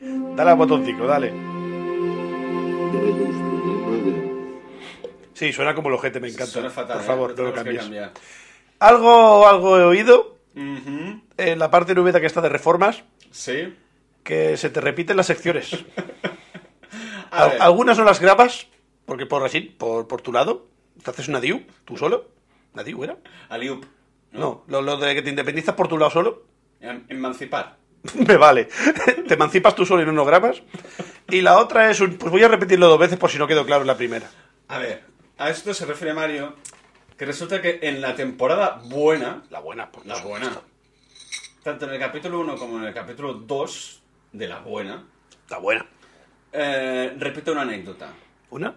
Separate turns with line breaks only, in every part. Dale al botoncito, dale. Sí, suena como el ojete, me encanta.
Suena fatal,
Por
¿eh?
favor,
Lo
no lo
tenemos que
cambies.
cambiar.
Algo, algo he oído
Ujú.
en la parte nubeta que está de reformas,
Sí.
que se te repiten las secciones.
A
Al-
ver,
Algunas no las grabas, porque por así, por, por tu lado, te haces una DIU, tú solo. ¿Una DIU era?
Aliup.
No, lo, lo de que te independizas por tu lado solo,
Em- Emancipar.
me vale. te emancipas tú solo y no nos grabas. Y la otra es un. Pues voy a repetirlo dos veces por si no quedó claro en la primera.
A ver, a esto se refiere Mario, que resulta que en la temporada buena,
La buena, por
la
supuesto.
buena, tanto en el capítulo 1 como en el capítulo 2 de la buena,
La buena.
eh, repite una anécdota.
¿Una?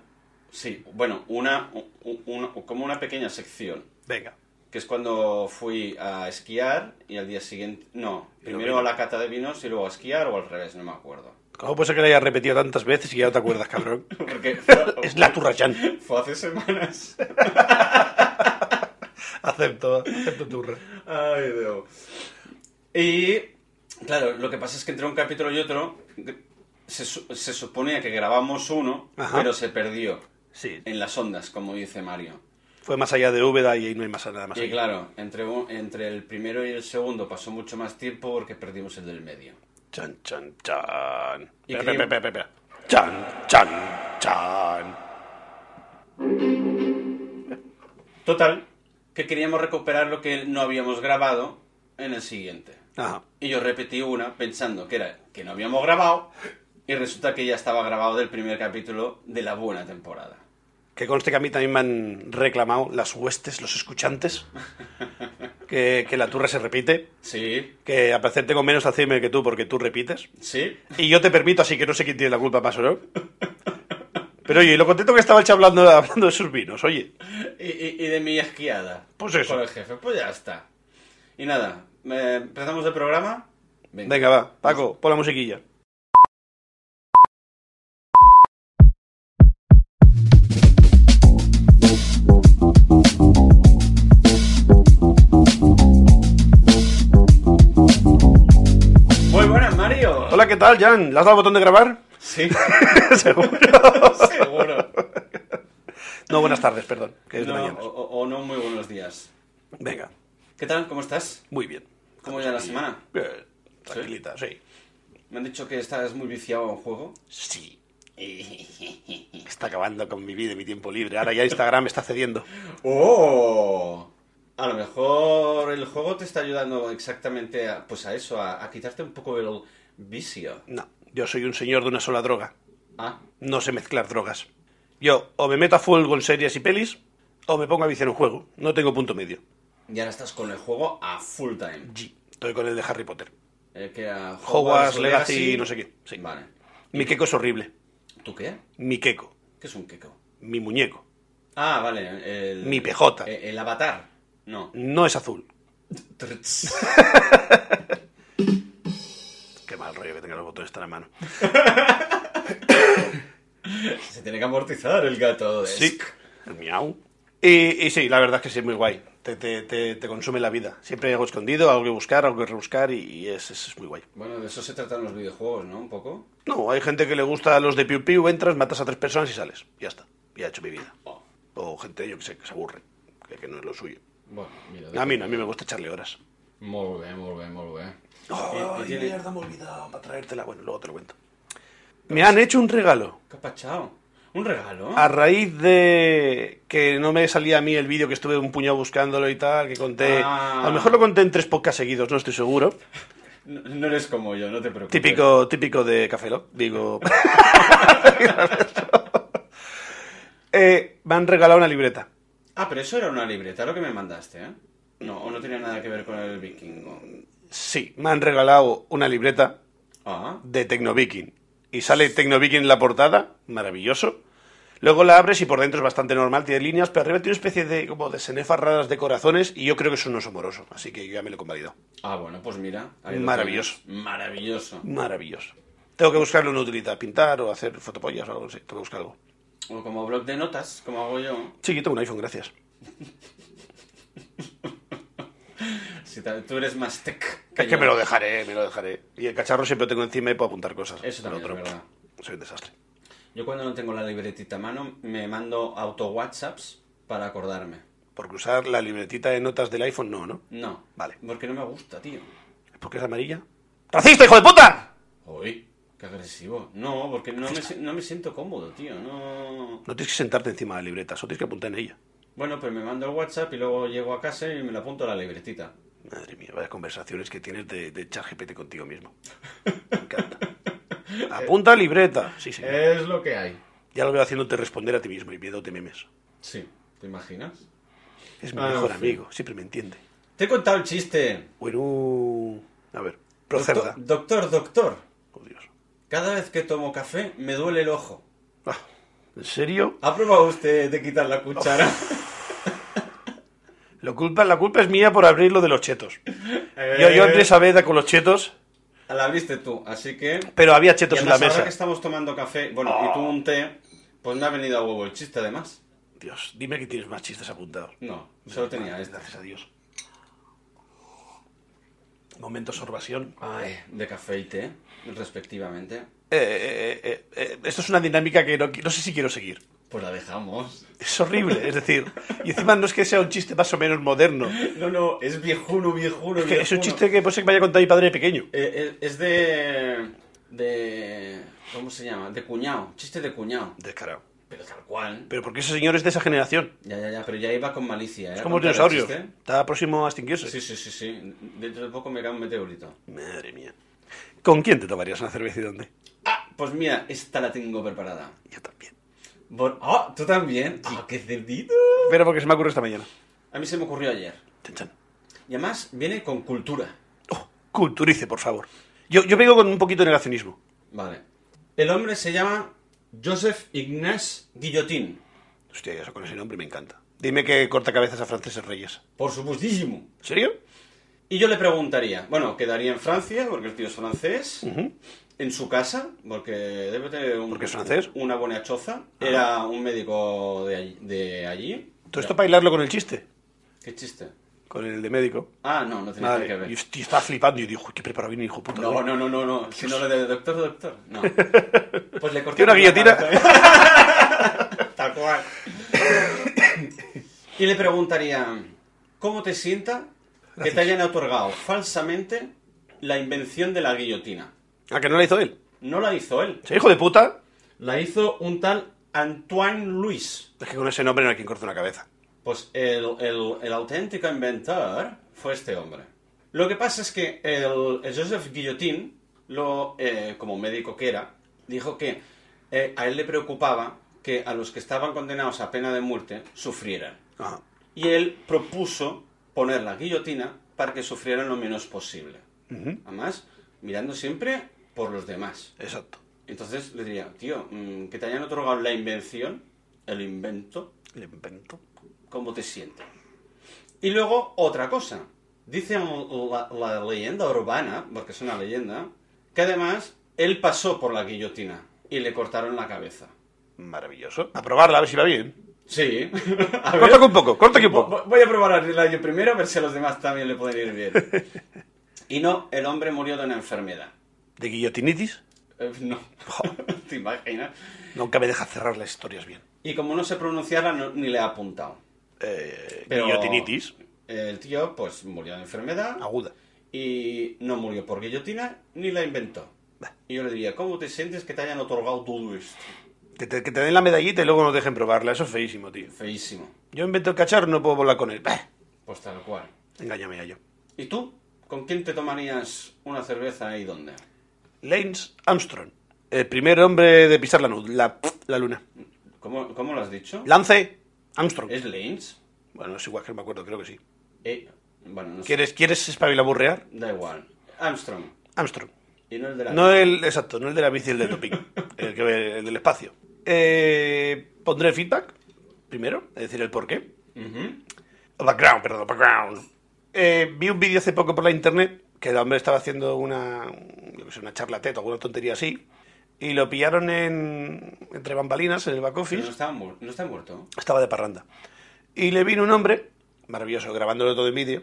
Sí, bueno, una, u- u- una- como una pequeña sección,
Venga.
que es cuando fui a esquiar y al día siguiente, no, primero
vino.
a la cata de vinos y luego a esquiar o al revés, no me acuerdo.
¿Cómo puede ser que la hayas repetido tantas veces y ya no te acuerdas, cabrón?
Porque fue,
es la Turrayán.
fue hace semanas.
Acepto, acepto Turra.
Ay, Dios. Y, claro, lo que pasa es que entre un capítulo y otro se, su- se suponía que grabamos uno,
Ajá.
pero se perdió
Sí.
en las ondas, como dice Mario.
Fue más allá de Úbeda y ahí no hay más nada más.
Y
ahí.
claro, entre, un- entre el primero y el segundo pasó mucho más tiempo porque perdimos el del medio.
Chan, chan, chan.
Y
Espera, espera,
creo-
espera, espera. Chan, chan, chan.
Total, que queríamos recuperar lo que no habíamos grabado en el siguiente.
Ajá.
Y yo repetí una pensando que era que no habíamos grabado y resulta que ya estaba grabado del primer capítulo de la buena temporada.
Que conste que a mí también me han reclamado las huestes, los escuchantes, que, que la turra se repite,
Sí,
que a parecer tengo menos hacerme que tú porque tú repites.
sí,
Y yo te permito, así que no sé quién tiene la culpa más o no. Pero oye, y lo contento que estaba el chaval hablando, hablando de sus vinos, oye.
Y, y- y de mi esquiada.
Pues eso.
Con el jefe, pues ya está. Y nada, eh, empezamos el programa. Venga.
Venga, va, Paco, pon la musiquilla.
Muy buenas, Mario.
Hola, ¿qué tal, Jan? ¿Le has dado el botón de grabar?
Sí,
Seguro.
seguro.
No, buenas tardes, perdón, que es de
No,
mañana.
o, o- o no, muy buenos días.
Venga,
¿Qué tal? ¿Cómo estás?
muy bien.
¿Cómo ya la semana?
Bien, tranquilita, sí.
Me han dicho que estás muy viciado a un juego.
Sí. Está acabando con mi vida y mi tiempo libre. Ahora ya Instagram me está cediendo.
¡Oh! A lo mejor el juego te está ayudando exactamente a, pues a eso, a, a quitarte un poco el vicio.
No, yo soy un señor de una sola droga.
Ah,
No sé mezclar drogas. Yo o me meto a full con series y pelis, o me pongo a viciar un juego. No tengo punto medio.
y ahora estás con el juego a full time.
G. Estoy con el de Harry Potter.
El que era Hogwarts,
Hogwarts, Legacy, no sé qué, sí.
Vale.
Mi queco es horrible.
¿Tú qué?
Mi queco.
¿Qué es un queco?
Mi muñeco.
Ah, vale. El,
Mi PJ.
El, el avatar. No.
No es azul.
Trts.
Qué mal rollo que tenga los botones tan a mano.
Se tiene que amortizar el gato. de-
Sí. El miau. Y, y sí, la verdad es que sí, es muy guay. Te, te- te- te consume la vida. Siempre hay algo escondido, algo que buscar, algo que rebuscar y, y es, es- es muy guay.
Bueno, de eso se tratan los videojuegos, ¿no? Un poco.
No, hay gente que le gusta los de Piu Piu, entras, matas a tres personas y sales. Ya está. Ya he hecho mi vida.
Oh,
O gente, yo que sé, que se aburre, que, que no es lo suyo.
Bueno, mira.
A mí no, a mí me gusta echarle horas.
Muy bien, muy bien, muy bien.
Ay,
tiene-
mierda, me he olvidado para traértela. Bueno, luego te lo cuento. Me han hecho un regalo.
¿Qué ha pachao? ¿Un regalo?
A raíz de que no me salía a mí el vídeo que estuve un puñado buscándolo y tal, que conté...
Ah.
A lo mejor lo conté en tres podcasts seguidos, no estoy seguro.
No, no eres como yo, no te preocupes.
Típico, típico de Café Lock, digo... Eh, me han regalado una libreta.
Ah, pero eso era una libreta lo que me mandaste, ¿eh? No, o no tenía nada que ver con el vikingo.
Sí, me han regalado una libreta
Ah,
de Tecnoviking. Y sale Tecnoviking en la portada, maravilloso. Luego la abres y por dentro es bastante normal, tiene líneas, pero arriba tiene una especie de como de cenefas raras de corazones y yo creo que es un oso moroso, así que yo ya me lo he convalidado.
ah bueno, pues mira. ahí lo
Maravilloso.
tienes. Maravilloso.
Maravilloso. Tengo que buscarle una utilidad, pintar o hacer fotopollas o algo así, tengo que buscar algo.
O como blog de notas, como hago yo.
Sí, yo tengo un iPhone, gracias.
Si Si ta- tú eres más tech.
Es que
yo.
me lo dejaré, me lo dejaré. Y el cacharro siempre lo tengo encima y puedo apuntar cosas.
Eso
Pero
también es verdad.
Soy un desastre.
Yo cuando no tengo la libretita a mano, me mando auto WhatsApps para acordarme.
Porque usar la libretita de notas del iPhone, no, ¿no?
No.
Vale.
Porque no me gusta, tío.
¿Es porque es amarilla? ¡Racista, hijo de puta!
Uy, qué agresivo. No, porque no me, si- no me siento cómodo, tío. No.
No tienes que sentarte encima de la libreta, solo tienes que apuntar en ella.
Bueno, pues me mando el WhatsApp y luego llego a casa y me lo apunto a la libretita.
Madre mía, varias conversaciones que tienes de, de ChatGPT contigo mismo. Me encanta. Apunta a libreta. Sí, sí.
Es lo que hay.
Ya lo veo haciéndote responder a ti mismo y viéndote memes.
Sí, ¿te imaginas?
Es mi
Ah,
mejor
en fin.
amigo, siempre me entiende.
Te he contado el chiste.
Bueno, a ver, proceda.
Doctor, doctor, doctor.
Oh, Dios.
Cada vez que tomo café me duele el ojo.
Ah, ¿En serio?
¿Ha probado usted de quitar la cuchara?
La culpa, la culpa es mía por abrir lo de los chetos.
Eh,
Yo, yo entré esa veda con los chetos,
La abriste tú, así que...
pero había
Y
chetos en la
además, ahora
mesa.
que estamos tomando café, bueno, y tú un té, pues me ha venido a huevo el chiste además.
Dios, dime que tienes más chistes apuntados.
No, solo tenía este. esta.
Gracias a Dios. Momento sorbación.
Ay, de café y té, respectivamente.
Eh, eh, eh, eh, esto es una dinámica que no, qui- no sé si quiero seguir.
Pues la dejamos.
Es horrible, es decir, y encima no es que sea un chiste más o menos moderno.
No, no, es viejuno, viejuno,
Es, que es un
viejuno.
chiste que pues, que me haya contado mi padre de pequeño.
Eh, eh, es de... de... ¿Cómo se llama? De cuñado, chiste de cuñado.
Descarado.
Pero tal cual.
Pero porque ese señor es de esa generación.
Ya, ya, ya, pero ya iba con malicia, ¿eh?
Es
a
como un
contar el
dinosaurio.
chiste.
Está próximo a extinguirse.
Sí, sí, sí, sí. Dentro de poco me cae un meteorito.
Madre mía. ¿Con quién te tomarías una cerveza y dónde?
Ah, pues mira, esta la tengo preparada.
Yo también.
Bor- ¡Ah! ¿Tú también? ¡Ah, qué cerdito!
Pero porque se me ocurre esta mañana.
A mí se me ocurrió ayer.
Chan, chan.
Y además viene con cultura.
Oh, culturice, por favor. Yo, yo vengo con un poquito de negacionismo.
Vale. El hombre se llama Joseph Ignace Guillotín.
Hostia, eso con ese nombre me encanta. Dime que corta cabezas a franceses reyes.
Por supuestísimo.
¿En serio?
Y yo le preguntaría, bueno, quedaría en Francia, porque el tío es francés,
Ujú.
en su casa, porque debe tener un-
Porque es francés. Ah.
una buena choza, era un médico de allí. De allí.
Todo esto para bailarlo con el chiste.
¿Qué chiste?
Con el de médico.
Ah, no, no tenía nada que
Madre, y
ver.
hostia, estaba flipando y dijo, qué preparado viene, hijo puta.
No, no, no, no, no. Si no lo de doctor, doctor. No. Pues le corté.
Tiene una
la
guillotina.
cabeza. Tal cual. Y le preguntaría, ¿cómo te sienta que te hayan otorgado falsamente la invención de la guillotina?
¿A que no la hizo él?
No la hizo él.
Ese hijo de puta.
La hizo un tal Antoine Louis.
Es que con ese nombre no hay quien corte una cabeza.
Pues el, el- el auténtico inventor fue este hombre. Lo que pasa es que el, el Joseph Guillotin, lo, eh, como médico que era, dijo que eh, a él le preocupaba que a los que estaban condenados a pena de muerte sufrieran.
Ajá.
Y él propuso poner la guillotina para que sufrieran lo menos posible.
Ujú.
Además, mirando siempre por los demás.
Exacto.
Entonces le diría, tío, mm, que te hayan otorgado la invención, el invento,
El invento.
cómo te sientes. Y luego otra cosa. Dice la, la leyenda urbana, porque es una leyenda, que además él pasó por la guillotina y le cortaron la cabeza.
Maravilloso. A probarla, a ver si va bien.
Sí. A ver.
Corta aquí un poco, corta aquí un poco.
Vo- Voy a probar la yo primero a ver si a los demás también le pueden ir bien. Y no, el hombre murió de una enfermedad.
¿De guillotinitis?
Eh, No, te imaginas.
Nunca me deja cerrar las historias bien.
Y como no se pronunciara, no- ni le ha apuntado.
Eh,
Pero-
Guillotinitis
El tío, pues, murió de enfermedad.
aguda.
y no murió por guillotina ni la inventó.
Bah.
Y yo le diría, ¿cómo te sientes que te hayan otorgado todo esto?
Que te, que te den la medallita y luego no dejen probarla. Eso es feísimo, tío.
Feísimo,
Yo invento el cacharro, no puedo volar con él. Bah,
pues tal cual.
engáñame a yo.
¿Y tú? ¿Con quién te tomarías una cerveza y dónde?
Lance Armstrong. El primer hombre de pisar la, nu- la, la luna.
¿Cómo, cómo lo has dicho?
Lance Armstrong.
¿Es Lynch?
Bueno, es igual que no me acuerdo, creo que sí.
Eh, bueno, no sé.
¿Quieres, quieres espabilaburrear?
Da igual. Armstrong.
Armstrong.
Y no el de la...
No el, exacto, no el de la bici, el de Topic, el, que- el del espacio. Eh, pondré feedback primero, es decir, el porqué.
Ujú.
Background, perdón, background. Eh, vi un vídeo hace poco por la internet que el hombre estaba haciendo una, yo qué sé, una charla TED o alguna tontería así y lo pillaron en, entre bambalinas en el back
Pero no
office.
está, mu- no está muerto.
Estaba de parranda. Y le vino un hombre, maravilloso, grabándolo todo en vídeo,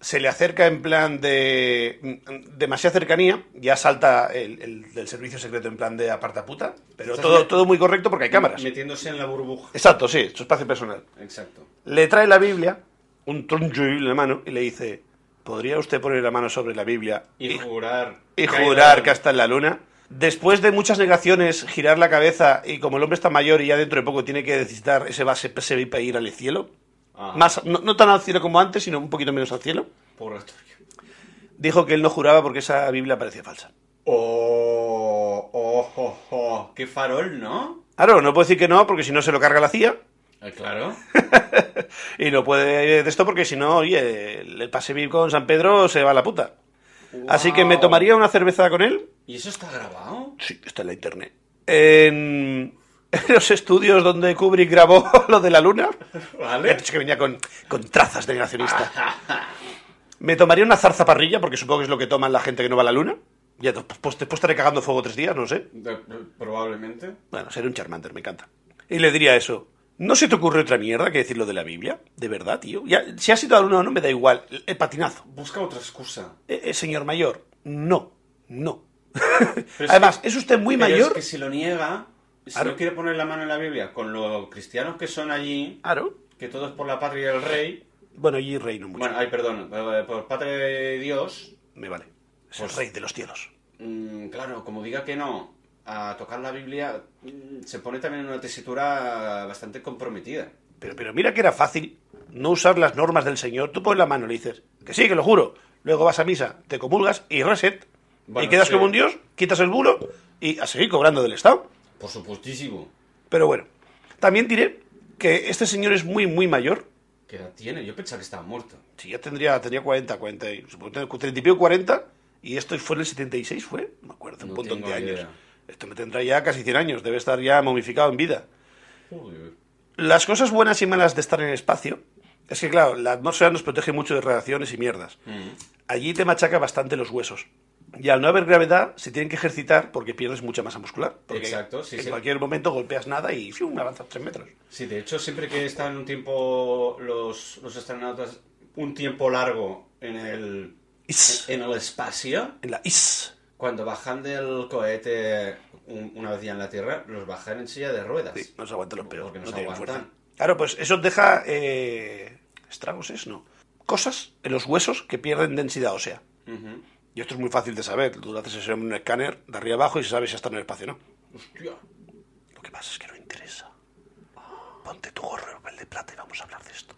se le acerca en plan de mm, demasiada cercanía, ya salta el, el del servicio secreto en plan de aparta puta, pero
Estás
todo,
met-
todo muy correcto porque hay cámaras.
Metiéndose en la burbuja.
Exacto, sí, su espacio personal.
Exacto.
Le trae la Biblia, un troncho en la mano, y le dice, ¿podría usted poner la mano sobre la Biblia
Y jurar.
y
caída
jurar
de-
que hasta en la luna. Después de muchas negaciones, girar la cabeza y como el hombre está mayor y ya dentro de poco tiene que necesitar ese base PSV para ir al cielo,
Ajá.
más, no, no tan al cielo como antes, sino un poquito menos al cielo,
Purgatorio.
dijo que él no juraba porque esa Biblia parecía falsa.
Oh, oh, oh, oh. Qué farol, ¿no?
Claro, no puedo decir que no porque si no se lo carga la CIA
Eh, Claro.
y no puede de esto porque si no, oye, el PSV con San Pedro se va a la puta. Así que me
Wow.
tomaría una cerveza con él
¿Y eso está grabado?
Sí, está en la internet. En, en los estudios donde Kubrick grabó lo de la luna. Me ha
¿Vale?
dicho que venía con, con trazas de negacionista. Me tomaría una zarzaparrilla, porque supongo que es lo que toman la gente que no va a la luna. Ya, pues, pues después estaré cagando fuego tres días, no sé.
De- de- probablemente.
Bueno, seré un Charmander, me encanta. Y le diría eso. ¿No se te ocurre otra mierda que decir lo de la Biblia? De verdad, tío. Ya, si ha sido alumno o no, me da igual. El, el patinazo.
Busca otra excusa.
Eh, eh, señor mayor, no, no.
es
Además,
que-
¿es usted muy
Pero
mayor?
es que si lo niega, si
Claro.
no quiere poner la mano en la Biblia, con los cristianos que son allí,
Claro.
que todo es por la patria del rey.
Bueno, allí reino mucho.
Bueno, ay, perdón, eh, por patria de Dios.
Me vale. Es
Pues-
el rey de los cielos.
mm, claro, como diga que no a tocar la Biblia, mm, se pone también en una tesitura bastante comprometida.
Pero, pero mira que era fácil no usar las normas del Señor. Tú pones la mano, le dices, que sí, que lo juro. Luego vas a misa, te comulgas y reset.
Bueno,
y quedas
sí.
como un dios, quitas el bulo y a seguir cobrando del Estado.
Por supuestísimo.
Pero bueno, también diré que este señor es muy, muy mayor.
¿Qué edad tiene? Yo pensaba que estaba muerto.
Si ya tendría, tendría 40, 40, y- supongo que tenía 30 y pico, 40. Y esto fue en el 76, ¿fue? No me acuerdo, un
No
montón de
tengo
años.
idea.
Esto me tendrá ya casi 100 años. Debe estar ya momificado en vida.
Joder.
Las cosas buenas y malas de estar en el espacio es que, claro, la atmósfera nos protege mucho de radiaciones y mierdas.
Mm.
Allí te machaca bastante los huesos. Y al no haber gravedad, se tienen que ejercitar porque pierdes mucha masa muscular. Porque
Exacto, sí,
En
sí.
cualquier momento golpeas nada y ¡fium! avanzas tres metros.
Sí, de hecho, siempre que están un tiempo los, los astronautas, un tiempo largo en el,
Is.
en el espacio,
En la is.
cuando bajan del cohete un- una vez ya en la Tierra, los bajan en silla de ruedas.
Sí, no se aguantan los pelos.
Porque no
no
se
tienen
aguantan.
fuerza. Claro, pues eso deja eh, estragos, ¿es? No. Cosas en los huesos que pierden densidad ósea.
Ujú.
Y esto es muy fácil de saber. Tú haces eso en un escáner de arriba abajo y se sabe si está en el espacio o no.
Hostia.
Lo que pasa es que no interesa. Ponte tu gorro el de plata y vamos a hablar de esto.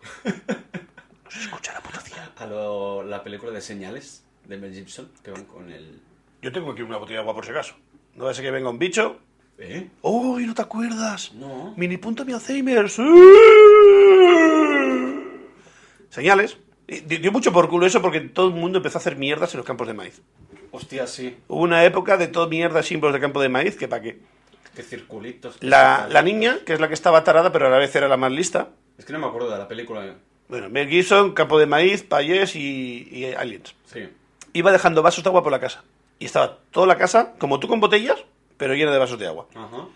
Nos escucha la puta tía.
A lo- la película de señales de Mel Gibson, que van con el...
Yo tengo aquí una botella de agua por si acaso. No va a ser que venga un bicho.
¿Eh?
¡Uy, no te acuerdas!
No.
Mini punto mi Alzheimer. ¡Sí! Señales. Y di- Dio mucho por culo eso porque todo el mundo empezó a hacer mierdas en los campos de maíz.
Hostia, sí.
Hubo una época de todo mierda símbolos de campo de maíz que para qué.
Qué circulitos. qué
La,
circulitos.
la niña, que es la que estaba tarada pero a la vez era la más lista.
Es que no me acuerdo de la película.
Bueno, Mel Gibson, campo de maíz, payés y- y aliens.
Sí.
iba dejando vasos de agua por la casa. Y estaba toda la casa, como tú con botellas, pero llena de vasos de agua.
Ajá.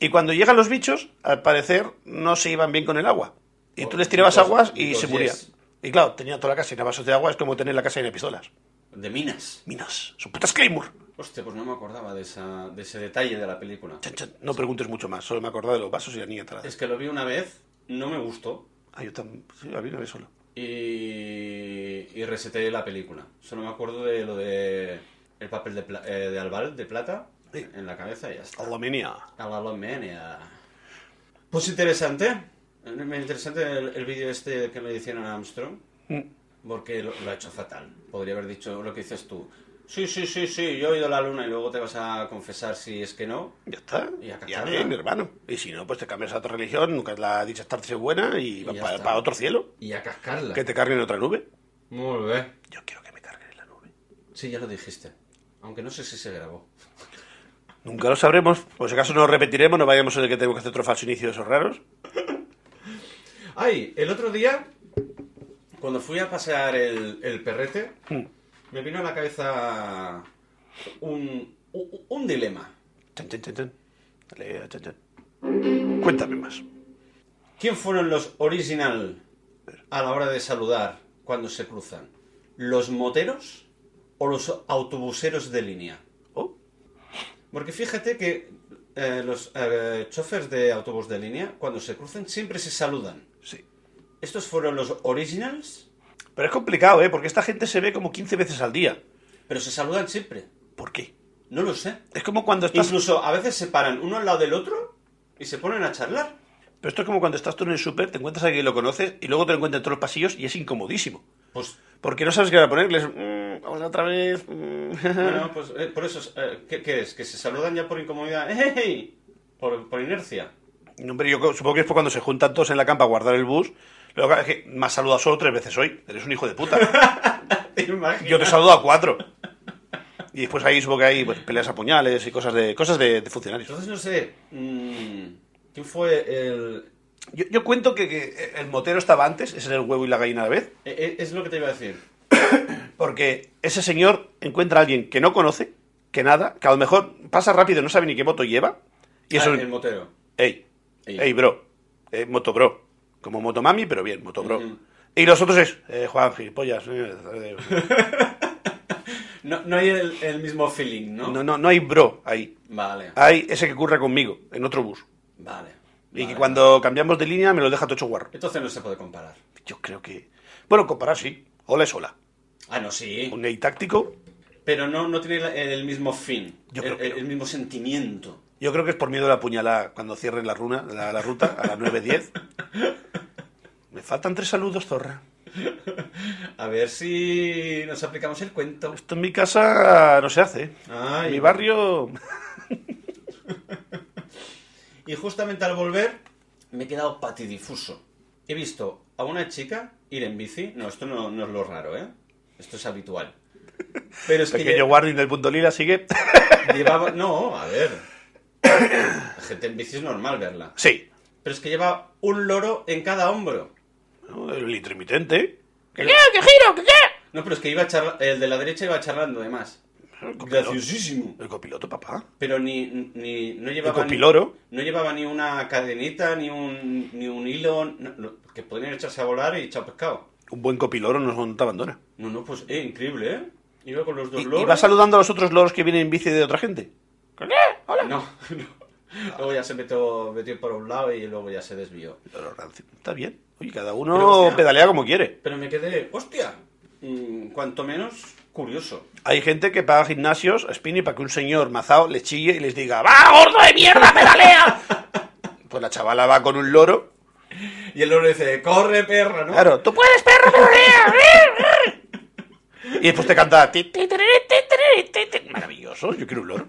Y cuando llegan los bichos, al parecer no se iban bien con el agua. Y tú
Oh,
les tirabas
bichos-
aguas y
bichos
se murían.
yes.
Y claro, tenía toda la casa llena de vasos de agua, es como tener la casa llena de pistolas.
De minas.
Minas, son putas Claymore.
Hostia, pues no me acordaba de, esa, de ese detalle de la película.
Chan, chan. No preguntes mucho más, solo me acordaba de los vasos y la niña atrás.
Es que lo vi una vez, no me gustó
Ah, yo también, sí, a mí no me solo.
y, y reseté la película. Solo me acuerdo de lo de el papel de, pla- eh, de albal de plata
Sí. Oh.
en la cabeza y ya está.
Alomenia.
Alalomania. Pues interesante. eh, Me interesante el, el vídeo este que le hicieron a Armstrong
Mm.
porque lo, lo ha hecho fatal. Podría haber dicho lo que dices tú. Sí, sí, sí, sí, yo he ido a la luna y luego te vas a confesar si es que no.
Ya está.
Y a
ya
cazarla.
bien, mi hermano. Y si no, pues te cambias a otra religión, nunca la dicha estarse buena y,
ya
para
está.
otro cielo.
Y a cascarla.
Que te carguen en otra nube.
Muy bien.
Yo quiero que me carguen en la nube.
Sí, ya lo dijiste. Aunque no sé si se grabó.
Nunca lo sabremos. Por si acaso no lo repetiremos, no vayamos a ser que tenemos que hacer otro falso inicio de esos raros.
Ay, el otro día, cuando fui a pasear el, el perrete, me vino a la cabeza un, un, un dilema.
Chan, chan, chan, chan. Dale, chan, chan. Cuéntame más.
¿Quién fueron los original a la hora de saludar cuando se cruzan? los moteros o los autobuseros de línea.
Oh,
Porque fíjate que eh, los eh, choferes de autobús de línea, cuando se cruzan, siempre se saludan.
sí.
Estos fueron los originals,
Pero es complicado, ¿eh? Porque esta gente se ve como 15 veces al día.
pero se saludan siempre.
¿Por qué?
No lo sé.
Es como cuando estás...
Incluso a veces se paran uno al lado del otro y se ponen a charlar.
Pero esto es como cuando estás tú en el súper, te encuentras a alguien que lo conoces y luego te lo encuentras en todos los pasillos y es incomodísimo.
Pues,
Porque no sabes qué va a ponerles. Mm, vamos otra vez. mm,
bueno, pues eh, por eso, eh, ¿qué, qué es? ¿Que se saludan ya por incomodidad? ¡Ey! Por, por inercia.
No, hombre, yo supongo que es por cuando se juntan todos en la campa a guardar el bus. Luego, es que me has saludado solo tres veces hoy. Eres un hijo de puta.
¿Te imaginas?
Yo te saludo a cuatro. Y después ahí supongo que hay pues, peleas a puñales y cosas de cosas de, de funcionarios.
Entonces no sé. mm, ¿Quién fue el.?
Yo, yo cuento que, que el motero estaba antes, ese era el huevo y la gallina a la vez,
e- e- Es lo que te iba a decir.
porque ese señor encuentra a alguien que no conoce, que nada, que a lo mejor pasa rápido, no sabe ni qué moto lleva. Y eso
Ah, el motero.
Ey,
Ey.
ey, bro. Eh, moto bro. Como motomami, pero bien, moto bro.
Ujú.
Y los otros es eh, Juan Gilipollas. eh, eh,
No, no hay el, el mismo feeling, ¿no?
No, no, no hay bro ahí.
Vale.
Hay ese que curra conmigo, en otro bus.
Vale.
Y
vale.
que cuando cambiamos de línea me lo deja tocho guarro.
Entonces no se puede comparar.
Yo creo que. Bueno, comparar sí. Hola es hola.
Ah, no, sí.
Un ney táctico,
Pero no, no tiene la- el, el mismo fin.
Yo
el,
creo que
el-
no.
el mismo sentimiento.
yo creo que es por miedo a la puñalada cuando cierren la, runa, la, la ruta a las 9.10. Me faltan tres saludos, zorra.
A ver si nos aplicamos el cuento.
Esto en mi casa no se hace.
Ay.
en mi barrio.
Y justamente al volver me he quedado patidifuso. He visto a una chica ir en bici. No, esto no, no es lo raro, ¿eh? Esto es habitual. Pero es que
Pequeño
lle-
warning del punto lila sigue.
llevaba... No, a ver. La gente en bici es normal verla.
Sí.
Pero es que lleva un loro en cada hombro.
¿no? El intermitente.
No, pero es que iba charla- el de la derecha iba charlando, además.
El copiloto,
Graciosísimo.
el copiloto, papá.
Pero ni, ni no llevaba
El copiloro.
Ni, no llevaba ni una cadenita, ni un, ni un hilo, no, no, que podían echarse a volar y echar pescado.
Un buen copiloro no, no te abandona.
No, no, pues eh, increíble, ¿eh? Iba con los dos
Y, y
loros.
va saludando a los otros loros que vienen en bici de otra gente.
No, no. Luego ya se metió, metió por un lado y luego ya se desvió.
Loro rancio. Está bien. Oye, cada
Pero,
uno
hostia.
pedalea como quiere.
Pero me quedé, hostia, mm, cuanto menos curioso.
Hay gente que paga gimnasios a Spinny para que un señor mazao le chille y les diga ¡Va, gordo de mierda, pedalea! pues la chavala va con un loro.
Y el loro dice, corre perra, ¿no?
Claro, tú puedes, perro, pedalea. y después te canta. "Ti, ti, tiri, ti, tiri, ti, ti". Maravilloso, yo quiero un loro.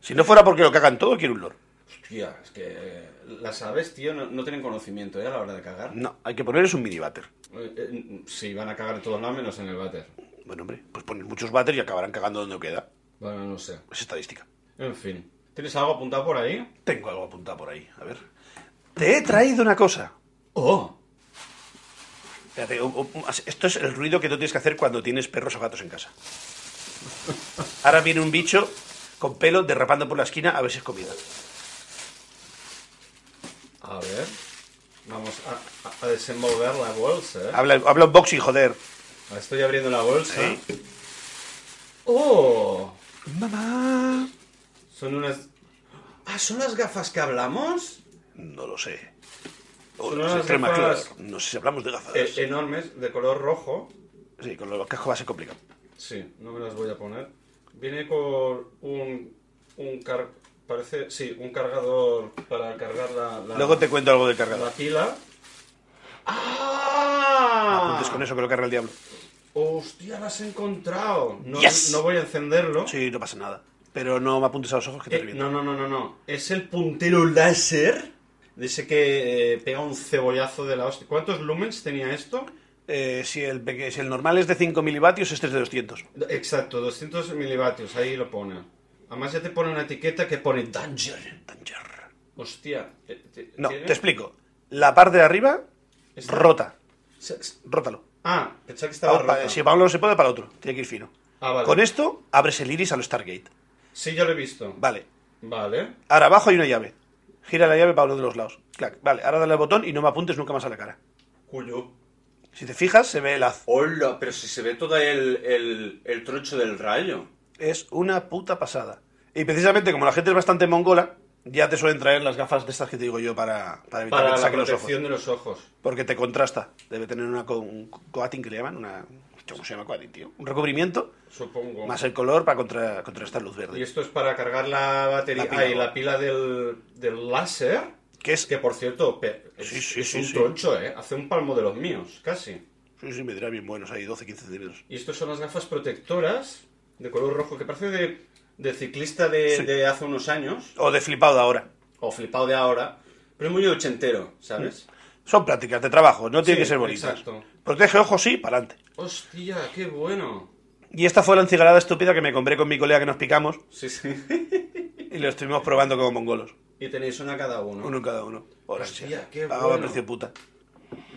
Si no fuera porque lo cagan todo, quiero un loro.
Hostia, es que eh, las aves, tío, no, no tienen conocimiento ¿eh? a la hora de cagar.
No, hay que ponerles un mini váter.
Eh, eh, sí, van a cagar en todos lados menos en el váter.
Bueno, hombre, pues poner muchos váter y acabarán cagando donde queda.
Bueno, no sé.
Es estadística.
En fin. ¿Tienes algo apuntado por ahí?
Tengo algo apuntado por ahí. A ver. Te he traído una cosa.
¡Oh!
Espérate, un- un- esto es el ruido que tú tienes que hacer cuando tienes perros o gatos en casa. Ahora viene un bicho con pelo derrapando por la esquina a ver si es comida.
A ver. Vamos a, a- a desenvolver la bolsa. ¿eh? Ah,
Habla, habla un boxing, joder.
Estoy abriendo la bolsa.
Sí.
¡Oh!
Mamá.
Son unas. ¡Ah, son las gafas que hablamos!
No lo sé.
Son
no, sé,
unas
crema,
gafas-
claro. no sé si hablamos de gafas.
Eh, enormes, de color rojo.
Sí, con los cascos va a ser complicado.
Sí, no me las voy a poner. Viene con un. Un car... Parece. Sí, un cargador para cargar la. la-
Luego te cuento algo del
La
cargador.
pila. ¡Ah!
Apuntes con eso que lo carga el diablo.
¡Hostia, la has encontrado! No,
Yes.
no voy a encenderlo.
Sí, no pasa nada. Pero no me apuntes a los ojos que te
Eh,
reviento.
no, no, no, no, no. Es el puntero láser. Dice que eh, pega un cebollazo de la hostia. ¿Cuántos lumens tenía esto?
Eh, si, el, peque- si el normal es de 5 milivatios, este es de 200.
Exacto, 200 milivatios. Ahí lo pone. Además ya te pone una etiqueta que pone Danger.
Danger.
Hostia. eh, te-
No,
¿tiene?
te explico. La parte de arriba,
Esta-
rota.
Se- se-
Rótalo.
Ah, pensaba que estaba
Ah, pa-
rota.
Si para uno no se puede, para otro. Tiene que ir fino.
Ah, vale.
Con esto, abres el iris a los Stargate.
Sí, ya lo he visto.
Vale.
Vale.
Ahora abajo hay una llave. Gira la llave para uno de los lados. Clac. Vale, ahora dale al botón y no me apuntes nunca más a la cara.
Cuyo.
Si te fijas, se ve el haz.
Hola, pero si se ve todo el, el, el trocho del rayo.
Es una puta pasada. Y precisamente como la gente es bastante mongola, ya te suelen traer las gafas de estas que te digo yo para, para evitar que
Para
te
la
saquen los ojos.
protección de los ojos.
Porque te contrasta. Debe tener una co- un coating que le llaman, una... ¿Cómo se llama coating, tío? Un recubrimiento,
Supongo.
más el color para contra- contrarrestar luz
Y
verde.
esto es para cargar la batería.
La
La
pila.
la pila del, del láser.
Que es...
Que por cierto, pe- es,
Sí, sí,
es
sí,
un
sí.
troncho, ¿eh? Hace un palmo de los míos, casi.
Sí, sí, me dirá bien buenos ahí, 12, 15 centímetros.
Y estos son las gafas protectoras de color rojo, que parece de, de ciclista de,
Sí.
de hace unos años,
O de flipado de ahora.
o flipado de ahora, pero muy ochentero,
Mm.
¿sabes?
Son prácticas de trabajo, no tiene
Sí,
que ser bonitas.
exacto.
Protege ojos, sí, para adelante.
Hostia, qué bueno.
Y esta fue la encigalada estúpida que me compré con mi colega que nos picamos
Sí, sí.
y lo estuvimos probando como mongolos.
Y tenéis una cada uno.
Uno en cada uno. Por
Hostia,
ansia.
qué
Pagaba
bueno.
precio puta.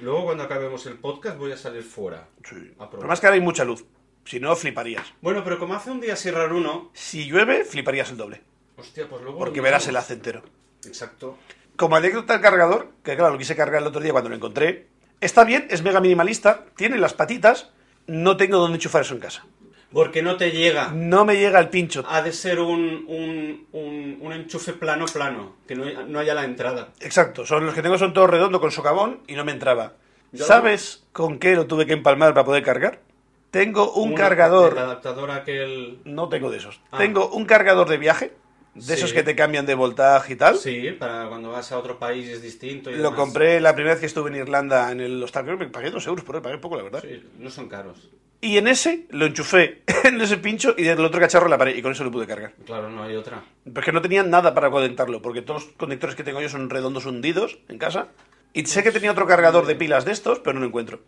Luego cuando acabemos el podcast voy a salir fuera.
Sí.
A probar.
Pero más que ahora hay mucha luz. Si no, fliparías.
Bueno, pero como hace un día así raro uno,
Si llueve, fliparías el doble.
hostia, pues luego...
Porque verás
miramos.
el haz entero.
Exacto.
Como anécdota del cargador, que claro, lo quise cargar el otro día cuando lo encontré. Está bien, es mega minimalista, tiene las patitas. No tengo dónde enchufar eso en casa.
Porque no te llega.
No me llega el pincho.
Ha de ser un, un, un, un enchufe plano plano, que no, hay- no haya la entrada.
Exacto, son los que tengo son todos redondos con socavón y no me entraba.
Yo-
¿Sabes con qué lo tuve que empalmar para poder cargar? Tengo un cargador.
El adaptador aquel...
No tengo de esos.
Ah.
Tengo un cargador de viaje, de
Sí.
esos que te cambian de voltaje y tal.
Sí, para cuando vas a otro país es distinto y
Lo
demás.
compré la primera vez que estuve en Irlanda en el hostal, creo que pagué dos euros por él, pagué poco, la verdad.
Sí, no son caros.
Y en ese lo enchufé, en ese pincho y del otro cacharro en la pared, y con eso lo pude cargar.
Claro, no hay otra.
Pero es que no tenía nada para conectarlo, porque todos los conectores que tengo yo son redondos hundidos en casa. Y sé que tenía otro cargador de pilas de estos, pero no lo encuentro.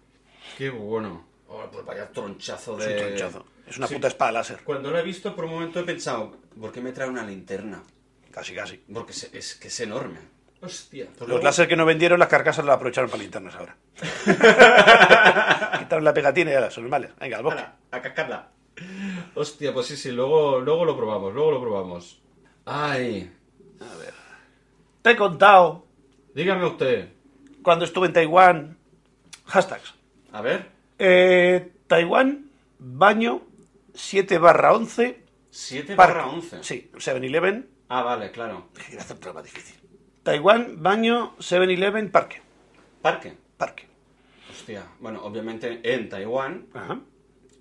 Qué bueno. Oh, pues vaya tronchazo
Es
de...
un tronchazo. Es una
Eh, Sí.
puta espada láser.
Cuando lo he visto, por un momento he pensado, ¿por qué me trae una linterna?
Casi, casi.
Porque se- es que es enorme. Hostia. pues
Los
luego-
láser que no vendieron, las carcasas las aprovecharon para linternas ahora. Quitaron la pegatina y ahora son normales. Venga, al bosque.
Ala, a cascarla. Hostia, pues sí, sí, luego, luego lo probamos, luego lo probamos. Ay,
Te he contado
dígame usted.
cuando estuve en Taiwán. Hashtags.
A ver,
Eh, Taiwán, baño, 7 barra 11.
7
parque.
barra 11.
Sí, 7-Eleven.
Ah, vale, claro.
Que Quiero hacer trama difícil. Taiwán, baño, 7-Eleven, parque.
Parque.
Parque.
Hostia, bueno, obviamente en Taiwán
Ajá.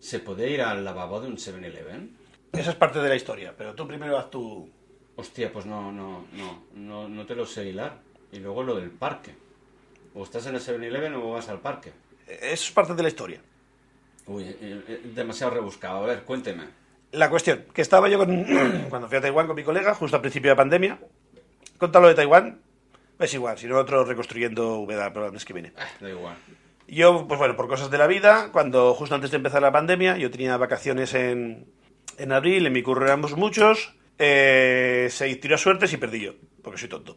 se puede ir al lavabo de un 7-Eleven.
Esa es parte de la historia, pero tú primero haz tu...
Hostia, pues no, no, no, no, no te lo sé hilar. Y luego lo del parque. O estás en el 7-Eleven o vas al parque.
eh, Eso es parte de la historia.
Uy, eh, eh, demasiado rebuscado. A ver, cuénteme.
La cuestión, que estaba yo con, cuando fui a Taiwán con mi colega, justo al principio de la pandemia. Contalo de Taiwán, es igual, si no otro reconstruyendo Ubeda para el mes que viene.
Ah, da igual.
Yo, pues bueno, por cosas de la vida, cuando justo antes de empezar la pandemia, yo tenía vacaciones en, en abril, en mi curro éramos muchos, eh, se tiró a suertes y perdí yo, porque soy tonto.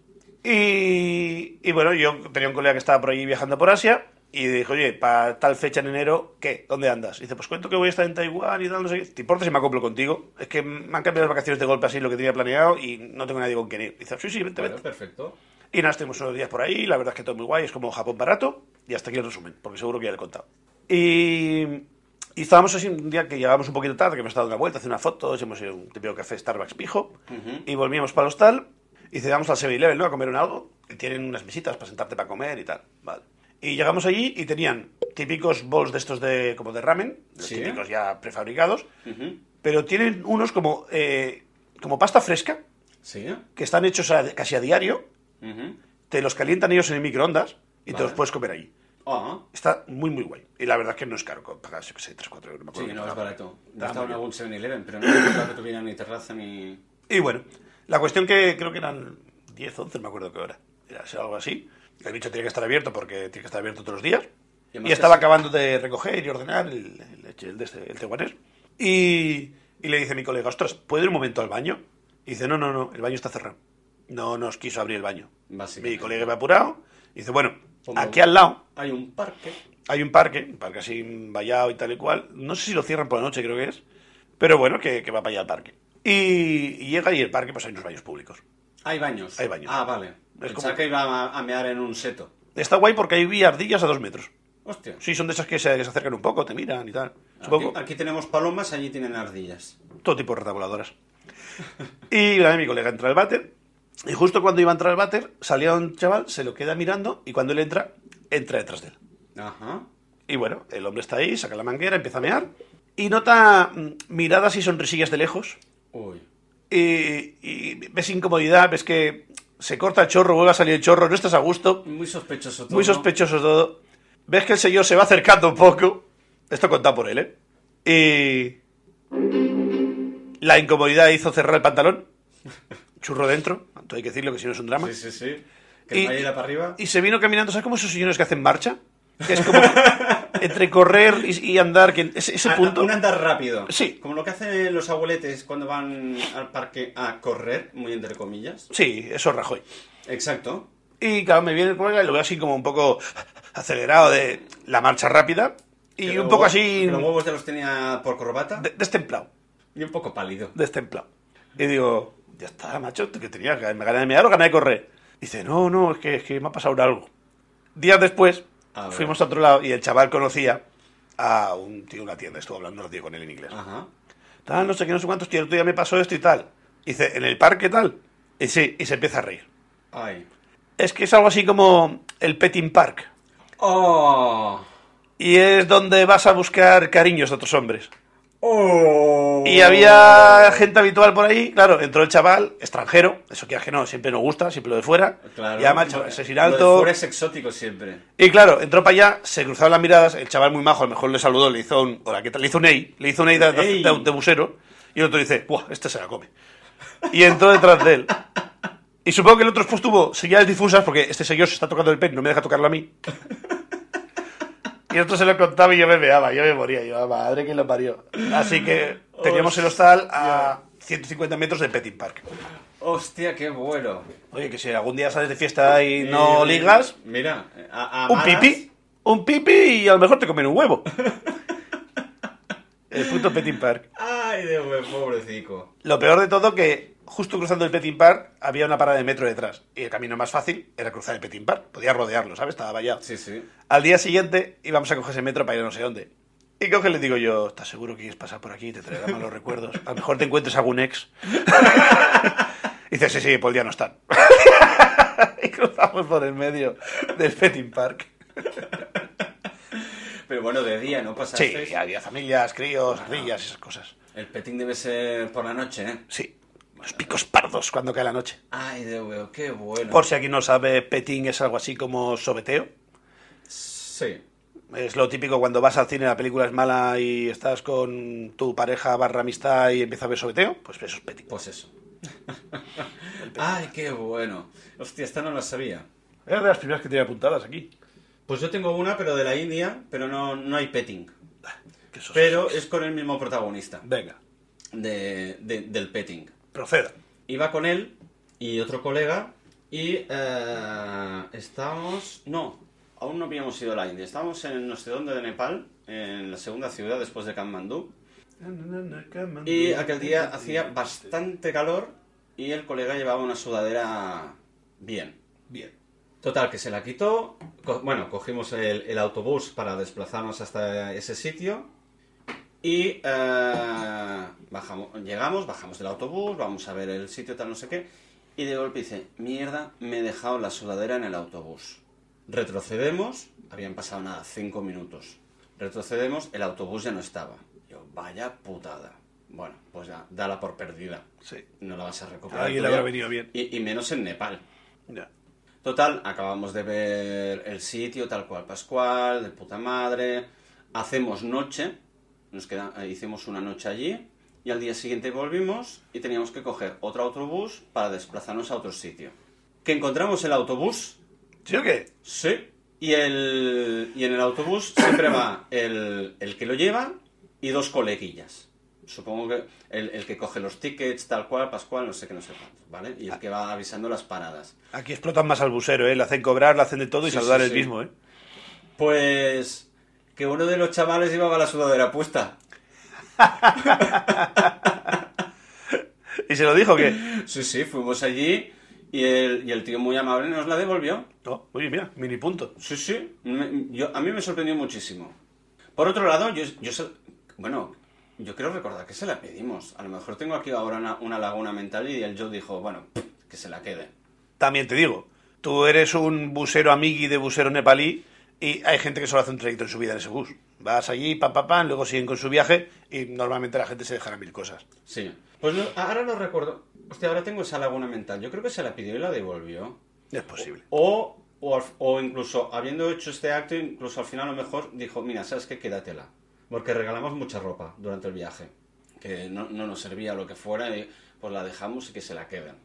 Y, y bueno, yo tenía un colega que estaba por ahí viajando por Asia y dijo, oye, para tal fecha en enero, ¿qué? ¿Dónde andas? Y dice, pues cuento que voy a estar en Taiwán y tal, no sé qué. ¿Te importa si me acoplo contigo? Es que me han cambiado las vacaciones de golpe así lo que tenía planeado y no tengo nadie con quien ir. Y dice, sí, sí, vente,
Bueno,
vente.
perfecto.
Y nada, estuvimos unos días por ahí, la verdad es que todo muy guay, es como Japón barato, y hasta aquí el resumen, porque seguro que ya lo he contado. Y, y estábamos así un día que llegábamos un poquito tarde, que hemos dado una vuelta, hacer unas fotos, hemos ido a un típico café Starbucks pijo,
Ujú.
y volvíamos para el hostal, y llegamos al 7-Eleven, ¿no? A comer un algo, y tienen unas mesitas para sentarte para comer y tal, vale. Y llegamos allí y tenían típicos bols de estos de, como de ramen, los
Sí.
típicos ya prefabricados,
Ujú.
pero tienen unos como, eh, como pasta fresca,
Sí.
que están hechos a- casi a diario,
Ujú.
te los calientan ellos en el microondas y te
Vale.
los puedes comer ahí.
Ah,
Está muy, muy guay. Y la verdad es que no es caro, co- pagas, yo que sé, 3, 4 euros. me
sí,
acuerdo
que
que
no es
pagaba.
barato. Yo
Estaba
estaba en
muy bien.
algún 7-Eleven, pero no recuerdo que tuviera ni terraza ni...
Y bueno, la cuestión que creo que eran 10, 11, no me acuerdo qué hora. Era algo así. El bicho tiene que estar abierto porque tiene que estar abierto todos los días.
Y
Y,
además
estaba
es-
acabando de recoger y ordenar el, el, el, de este- el taiwanés. Y, y le dice mi colega, ostras, ¿puedo ir un momento al baño? Y dice, no, no, no, el baño está cerrado. No nos quiso abrir el baño. Mi
Básicamente.
colega iba apurado. Y dice, bueno,
Como-
aquí al lado
Hay un parque.
Hay un parque, un parque así vallado y tal y cual. No sé si lo cierran por la noche, creo que es. Pero bueno, que, que va para allá el parque. Y, y llega y el parque, pues hay unos baños públicos.
Hay baños.
Hay baños.
Ah, vale.
Es
Pensaba
como-
que iba a, a mear en un seto.
Está guay porque hay ardillas a dos metros.
Hostia.
Sí, son de esas que se, que se acercan un poco, te miran y tal.
Aquí,
Supongo,
aquí tenemos palomas, allí tienen ardillas.
todo tipo de retabuladoras. Y una vez mi colega entra al váter, y justo cuando iba a entrar al váter, salía un chaval, se lo queda mirando, y cuando él entra, entra detrás de él.
Ajá.
Y bueno, el hombre está ahí, saca la manguera, empieza a mear, y nota mm, miradas y sonrisillas de lejos,
Uy.
y, y ves incomodidad, ves que se corta el chorro, vuelve a salir el chorro, no estás a gusto,
Muy sospechoso todo.
muy sospechoso todo. Ves que el señor se va acercando un poco, esto contado por él, ¿eh? Y... La incomodidad hizo cerrar el pantalón, churro dentro, tanto hay que decirlo que si no es un drama.
Sí, sí, sí.
Y-
Que vaya para arriba.
Y se vino caminando, ¿sabes cómo esos señores que hacen marcha? Que es como entre correr y, y andar, que ese, ese
Ah,
punto...
Un andar rápido.
Sí.
Como lo que hacen los abueletes cuando van al parque a correr, muy entre comillas.
Sí, eso es Rajoy.
Exacto.
Y claro, me viene el colega y lo veo así como un poco acelerado de la marcha rápida y
Que
un
los
poco
huevos-
así
que Los huevos ya los tenía por corbata.
de- destemplado,
Y un poco pálido.
destemplado. Y digo, ya está, macho, ¿tú ¿qué tenías? ¿Me gané de mear o gané de correr? Y dice, no, no, es que, es que me ha pasado algo. Días después,
A ver.
fuimos a otro lado y el chaval conocía a un tío de una tienda, estuvo hablando un tío con él en inglés.
Ajá.
Tal, no sé qué, no sé cuántos, tío, el otro día me pasó esto y tal. Y dice, ¿en el parque tal? Y sí, y se empieza a reír.
Ay.
Es que es algo así como el petting park.
¡Oh!
Y es donde vas a buscar cariños de otros hombres.
¡Oh!
Y había gente habitual por ahí, claro, entró el chaval, extranjero, eso que ajeno siempre nos gusta, siempre lo de fuera.
Claro.
Llama el chaval, ese es
Lo de
alto.
fuera es exótico siempre.
Y claro, entró para allá, se cruzaron las miradas, el chaval muy majo, a lo mejor le saludó, le hizo un. Hola, ¿qué tal? Le hizo un ey, le hizo un ey de, de-
Ey.
de- de busero, y el otro dice, ¡buah! Este se la come. Y entró detrás de él. Y supongo que el otro después tuvo señales difusas, porque este señor se está tocando el pene, no me deja tocarlo a mí. Y el otro se lo contaba y yo me meaba, yo me moría, yo, "Ah, madre que lo parió. Así que teníamos el hostal a 150 metros de Petting Park.
¡Hostia, qué bueno!
Oye, que si algún día sales de fiesta y no
Eh,
ligas,
Mira, a, a
un
malas-
pipí, un pipí y a lo mejor te comen un huevo. el puto Petting Park.
Ay, de hue- pobrecico.
Lo peor de todo que justo cruzando el Petting Park había una parada de metro detrás y el camino más fácil era cruzar el Petting Park. Podías rodearlo, ¿sabes? Estaba vallado.
Sí, sí.
Al día siguiente íbamos a coger ese metro para ir a no sé dónde. Y coge y le digo yo, ¿estás seguro que quieres pasar por aquí? Te traerá malos recuerdos. A lo mejor te encuentres algún ex. Y dice, sí, sí, por el día no están. y cruzamos por el medio del Petting Park.
Pero bueno, de día, ¿no pasasteis?
Sí, Ah. había familias, críos, ardillas, esas cosas.
El petting debe ser por la noche, ¿eh?
Sí, los picos pardos cuando cae la noche.
Ay, de huevo, qué bueno.
Por si alguien no sabe, petting es algo así como sobeteo.
Sí.
Es lo típico cuando vas al cine, la película es mala y estás con tu pareja barra amistad y empieza a ver sobeteo, pues eso es petting.
Pues eso. Ay, qué bueno. Hostia, esta no la sabía.
Era de las primeras que tenía apuntadas aquí.
Pues yo tengo una, pero de la India, pero no, no hay petting.
Que eso
Pero es con el mismo protagonista
Venga,
de- de- del petting.
proceda.
Iba con él y otro colega y eh, estábamos... No, aún no habíamos ido a la India. Estábamos en no sé dónde de Nepal, en la segunda ciudad después de Kathmandú. Y aquel día hacía bastante calor y el colega llevaba una sudadera bien.
Bien.
Total, que se la quitó. Co- bueno, cogimos el, el autobús para desplazarnos hasta ese sitio. Y eh, bajamos, llegamos, bajamos del autobús, vamos a ver el sitio, tal, no sé qué. Y de golpe dice, mierda, me he dejado la sudadera en el autobús. Retrocedemos, habían pasado nada, cinco minutos. Retrocedemos, el autobús ya no estaba. Yo, vaya putada. Bueno, pues ya, dala por perdida.
Sí.
No la vas a recuperar.
A alguien
tú
le habrá
ya.
venido bien.
Y- y menos en Nepal.
Ya.
Total, acabamos de ver el sitio, tal cual Pascual, de puta madre. Hacemos noche, nos queda, eh, hicimos una noche allí y al día siguiente volvimos y teníamos que coger otro autobús para desplazarnos a otro sitio. Que encontramos el autobús,
¿Sí o qué?
sí, y, el, y en el autobús siempre va el, el que lo lleva y dos coleguillas. Supongo que el, el que coge los tickets, tal cual, Pascual, no sé qué, no sé cuánto, ¿vale? Y el que va avisando las paradas.
Aquí explotan más al busero, ¿eh? Le hacen cobrar, le hacen de todo y
Sí,
saludar
sí,
el
sí.
mismo, ¿eh?
Pues que uno de los chavales llevaba la sudadera puesta.
Y se lo dijo que...
Sí, sí, fuimos allí Y el, y el tío muy amable nos la devolvió.
No, oye, mira, mini punto.
Sí, sí. Me- yo, a mí me sorprendió muchísimo. Por otro lado, yo, yo se- bueno, yo quiero recordar que se la pedimos. A lo mejor tengo aquí ahora una, una laguna mental y el Joe dijo, bueno, que se la quede.
También te digo, tú eres un busero amigui de busero nepalí y hay gente que solo hace un trayecto en su vida en ese bus. Vas allí, pam, pam, pam, luego siguen con su viaje y normalmente la gente se dejará mil cosas.
Sí. Pues lo- ahora lo recuerdo. Hostia, ahora tengo esa laguna mental. Yo creo que se la pidió y la devolvió.
Es posible.
O, o, al- o incluso, habiendo hecho este acto, incluso al final a lo mejor dijo, mira, ¿sabes qué? Quédatela. Porque regalamos mucha ropa durante el viaje. Que no, no nos servía lo que fuera y pues la dejamos y que se la queden.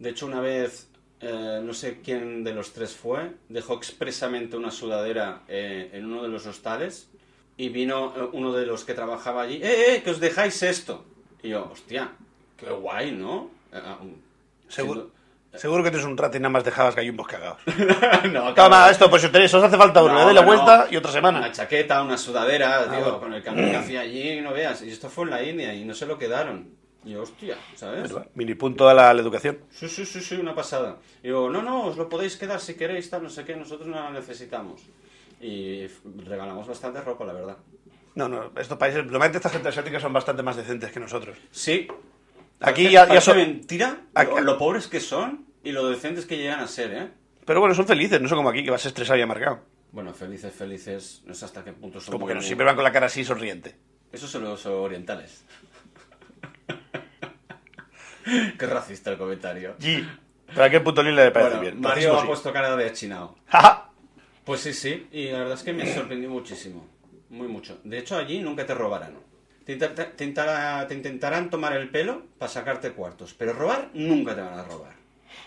De hecho, una vez, eh, no sé quién de los tres fue, dejó expresamente una sudadera eh, en uno de los hostales y vino eh, uno de los que trabajaba allí, ¡eh, eh, que os dejáis esto! Y yo, hostia, qué guay, ¿no? Eh, ah, un-
Seguro, seguro que tienes un rato y nada más dejabas gallumbos cagados.
no,
Toma, esto, pues si tenéis, os hace falta uno, le doy la
no,
vuelta
no.
y otra
Una
semana.
chaqueta, una sudadera, tío,
Ah, bueno.
con el cambio que hacía allí, no veas. Y esto fue en la India y no se lo quedaron. Y yo, hostia, ¿sabes?
¿Verdad? ¿eh? Mini punto a la, a la educación.
Sí, sí, sí, sí, una pasada. Y digo, no, no, os lo podéis quedar si queréis, tal, no sé qué, nosotros no la necesitamos. Y f- regalamos bastante ropa, la verdad.
No, no, estos países, normalmente esta gente asiática son bastante más decentes que nosotros.
Sí.
Aquí
Parece-
ya- ya
parece
son-
mentira
Aquí-
lo, lo pobres que son y lo decentes que llegan a ser, ¿eh?
Pero bueno, son felices, no son como aquí, que vas estresado y amargado.
Bueno, felices, felices, no sé hasta qué punto son
Como que
muy-
no siempre van con la cara así sonriente.
Esos son los orientales. Qué racista el comentario.
G. Pero a qué punto Lila le parece
Bueno,
bien.
Mario
Racismo
ha
sí.
puesto cara de achinado.
¡Ja, ja!
Pues sí, sí, y la verdad es que me sorprendió muchísimo. Muy mucho. De hecho, allí nunca te robarán. Te, intenta- te intenta- te intentarán tomar el pelo para sacarte cuartos, pero robar nunca te van a robar.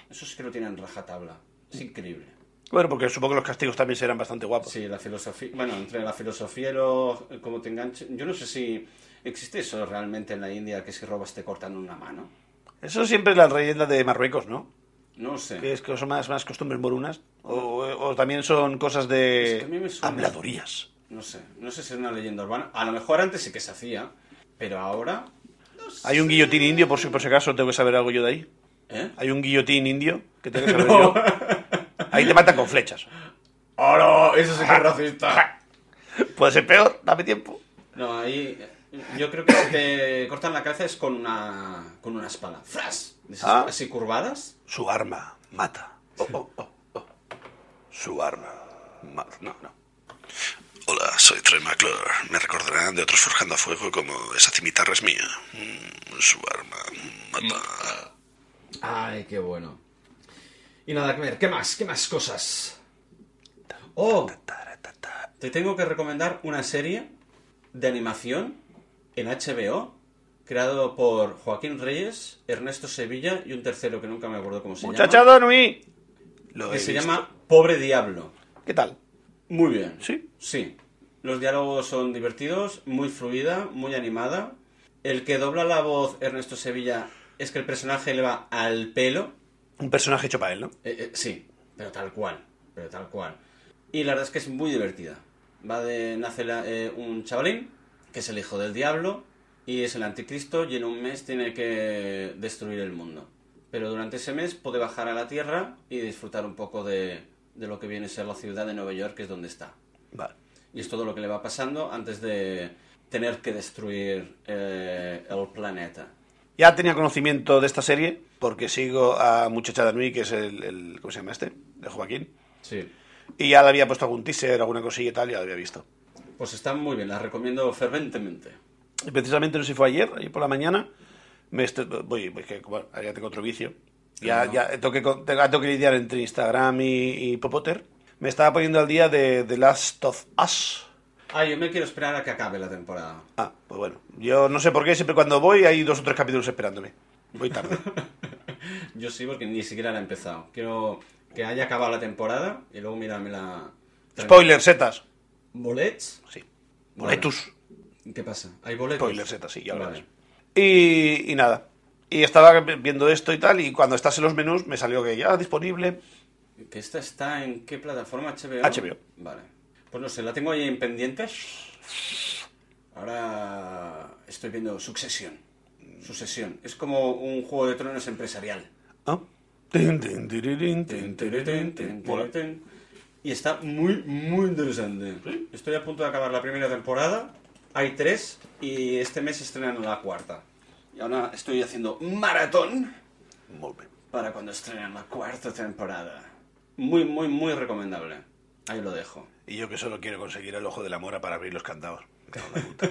Eso sí que lo tienen rajatabla. Es increíble.
Bueno, porque supongo que los castigos también serán bastante guapos.
Sí, la filosofía. Bueno, entre la filosofía y lo, cómo te enganchen. Yo no sé si existe eso realmente en la India, que si robas te cortan una mano.
Eso siempre es la leyenda de Marruecos, ¿no?
No lo sé.
Que es que son más, más costumbres morunas. O, o- o también son cosas de
Es que a mí me suena.
habladurías.
No sé, no sé si es una leyenda urbana. A lo mejor antes sí que se hacía, pero ahora. no sé.
Hay un guillotín indio, por si por si acaso tengo que saber algo yo de ahí.
¿Eh?
Hay un guillotín indio que tengo que saber yo. Ahí te matan con flechas.
¡Hola! Eso sí que es racista.
Puede ser peor, dame tiempo.
No, ahí. Yo creo que si te cortan la cabeza es con una. con una espada. ¡Fras! De esas
Ah.
Así curvadas.
Su arma mata. Oh, oh, oh, oh. Su arma mata. No, no. Hola, soy Troy McClure. Me recordarán de otros forjando a fuego como esa cimitarra es mía. Mm, su arma mata.
Ay, qué bueno. Y nada, que ver, ¿qué más? ¿Qué más cosas? Oh, te tengo que recomendar una serie de animación en HBO creado por Joaquín Reyes, Ernesto Sevilla y un tercero que nunca me acuerdo cómo se
Muchacha
llama.
Danui. Lo
Que
he
se
visto.
llama Pobre Diablo.
¿Qué tal?
Muy bien.
¿Sí?
Sí. Los diálogos son divertidos, muy fluida, muy animada. El que dobla la voz Ernesto Sevilla es que el personaje le va al pelo.
Un personaje hecho para él, ¿no?
Eh, eh, sí, pero tal cual, pero tal cual. Y la verdad es que es muy divertida. Va de nace la- eh, un chavalín que es el hijo del diablo y es el anticristo y en un mes tiene que destruir el mundo. Pero durante ese mes puede bajar a la tierra y disfrutar un poco de, de lo que viene a ser la ciudad de Nueva York, que es donde está.
Vale.
Y es todo lo que le va pasando antes de tener que destruir eh, el planeta.
Ya tenía conocimiento de esta serie porque sigo a Muchacha Danui, que es el, el- ¿Cómo se llama este? De Joaquín.
Sí.
Y ya le había puesto algún teaser, alguna cosilla y tal, ya lo había visto.
Pues está muy bien, la recomiendo ferventemente.
Y precisamente no sé si fue ayer, ayer por la mañana, me est- voy, voy, que, bueno, ahora ya tengo otro vicio. Ya,
Ajá.
ya tengo, que, con- tengo- tengo que lidiar entre Instagram y, y Popoter. Me estaba poniendo al día de The Last of Us.
Ah, yo me quiero esperar a que acabe la temporada.
Ah, pues bueno. Yo no sé por qué, siempre cuando voy hay dos o tres capítulos esperándome. Voy tarde.
Yo sí, porque ni siquiera la he empezado. Quiero que haya acabado la temporada y luego mírame la...
Spoiler setas.
¿Bolets?
Sí.
Vale.
Boletus.
¿Qué pasa? ¿Hay boletos?
Spoiler Z, sí, ya lo
Vale.
verás. Y, y nada. Y estaba viendo esto y tal, y cuando estás en los menús me salió que ya disponible.
¿Que esta está en qué plataforma? ¿HBO?
HBO.
Vale. Pues no sé, la tengo ahí en pendientes. Ahora estoy viendo Succession. Sucesión. Es como un juego de tronos empresarial.
¿Ah? Tin, tin, tirirín, tin,
Tin,
tirirín,
tin, tin, tin,
Mola.
tin, tin. Y está muy, muy interesante. Estoy a punto de acabar la primera temporada. Hay tres y este mes estrenan la cuarta. Y ahora estoy haciendo maratón
Molt bé.
para cuando estrenen la cuarta temporada. Muy, muy, muy recomendable. Ahí lo dejo.
Y yo que solo quiero conseguir el ojo de la mora para abrir los candados. Cago en la puta.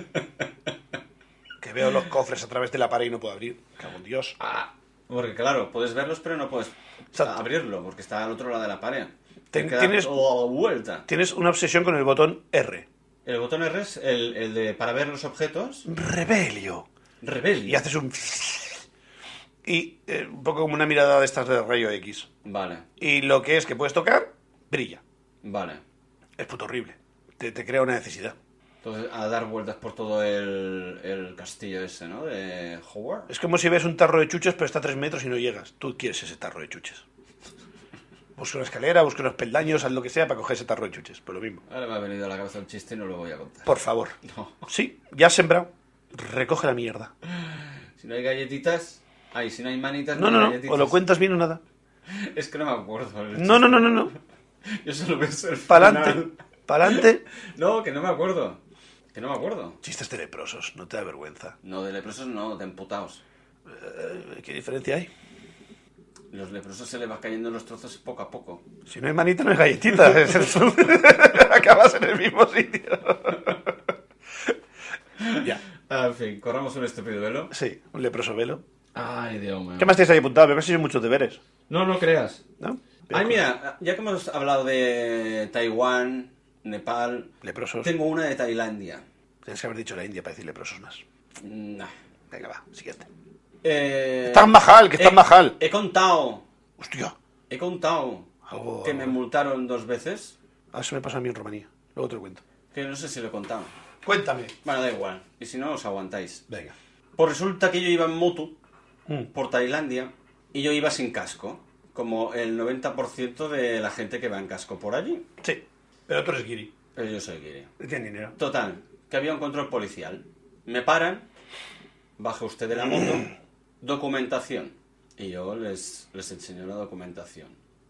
que veo los cofres a través de la pared y no puedo abrir. Cago en Dios.
Ah, porque claro, puedes verlos pero no puedes
Exacto.
abrirlo porque está al otro lado de la pared.
Ten-
Te queda
tienes-
la vuelta.
Tienes una obsesión con el botón R.
El botón R es el, el de para ver los objetos.
Rebelio.
Rebel.
Y haces un... Y eh, un poco como una mirada de estas de rayo X.
Vale,
Y lo que es que puedes tocar, brilla.
vale.
Es puto horrible. Te, te crea una necesidad.
Entonces, a dar vueltas por todo el, el castillo ese, ¿no? De Howard.
Es como si ves un tarro de chuches, pero está a tres metros y no llegas. Tú quieres ese tarro de chuches. Busca una escalera, busca unos peldaños, haz lo que sea para coger ese tarro de chuches. Pues lo mismo.
Ahora me ha venido a la cabeza un chiste y no lo voy a contar.
Por favor.
No.
Sí, ya has sembrado. Recoge la mierda.
Si no hay galletitas... Ay, si no hay manitas...
No,
hay
no, no.
galletitas.
O lo cuentas bien o nada.
Es que no me acuerdo. el
No, no, no, no, no.
chiste. Yo solo veo el
Pa'lante.
final.
Pa'lante.
No, que no me acuerdo. Que no me acuerdo.
Chistes de leprosos, no te da vergüenza.
No, de leprosos no, de emputados.
Eh, ¿Qué diferencia hay?
Los leprosos se les va cayendo los trozos poco a poco.
Si no hay manita, no hay galletita. Es el- Acabas en el mismo sitio. ya.
Ah, En fin, corramos un estúpido velo.
Sí, un leproso velo.
Ay, Dios mío.
¿Qué más tenéis ahí apuntado? Me parece que son muchos deberes,
No, no creas.
¿no?
Ay, mira, ya que hemos hablado de Taiwán, Nepal,
Leprosos.
tengo una de Tailandia.
Tienes que haber dicho la India para decir leprosos más.
Nah.
Venga, va, siguiente.
Eh,
Taj Mahal, que es Taj
he-
Mahal.
He contado,
Hostia.
he contado
Algo-
que me multaron dos veces,
Ah, eso me pasa a mí en Rumanía. Luego te lo cuento.
que no sé si lo he contado.
Cuéntame.
Bueno, da igual, y si no, os aguantáis.
Venga.
Pues resulta que yo iba en moto
Mm.
por Tailandia y yo iba sin casco, como el 90% de la gente que va en casco por allí.
Sí, pero tú eres guiri.
Pero yo soy guiri.
Y Tienes dinero.
Total, que había un control policial. Me paran, baja usted de la moto, documentación. Y yo les, les enseño la documentación.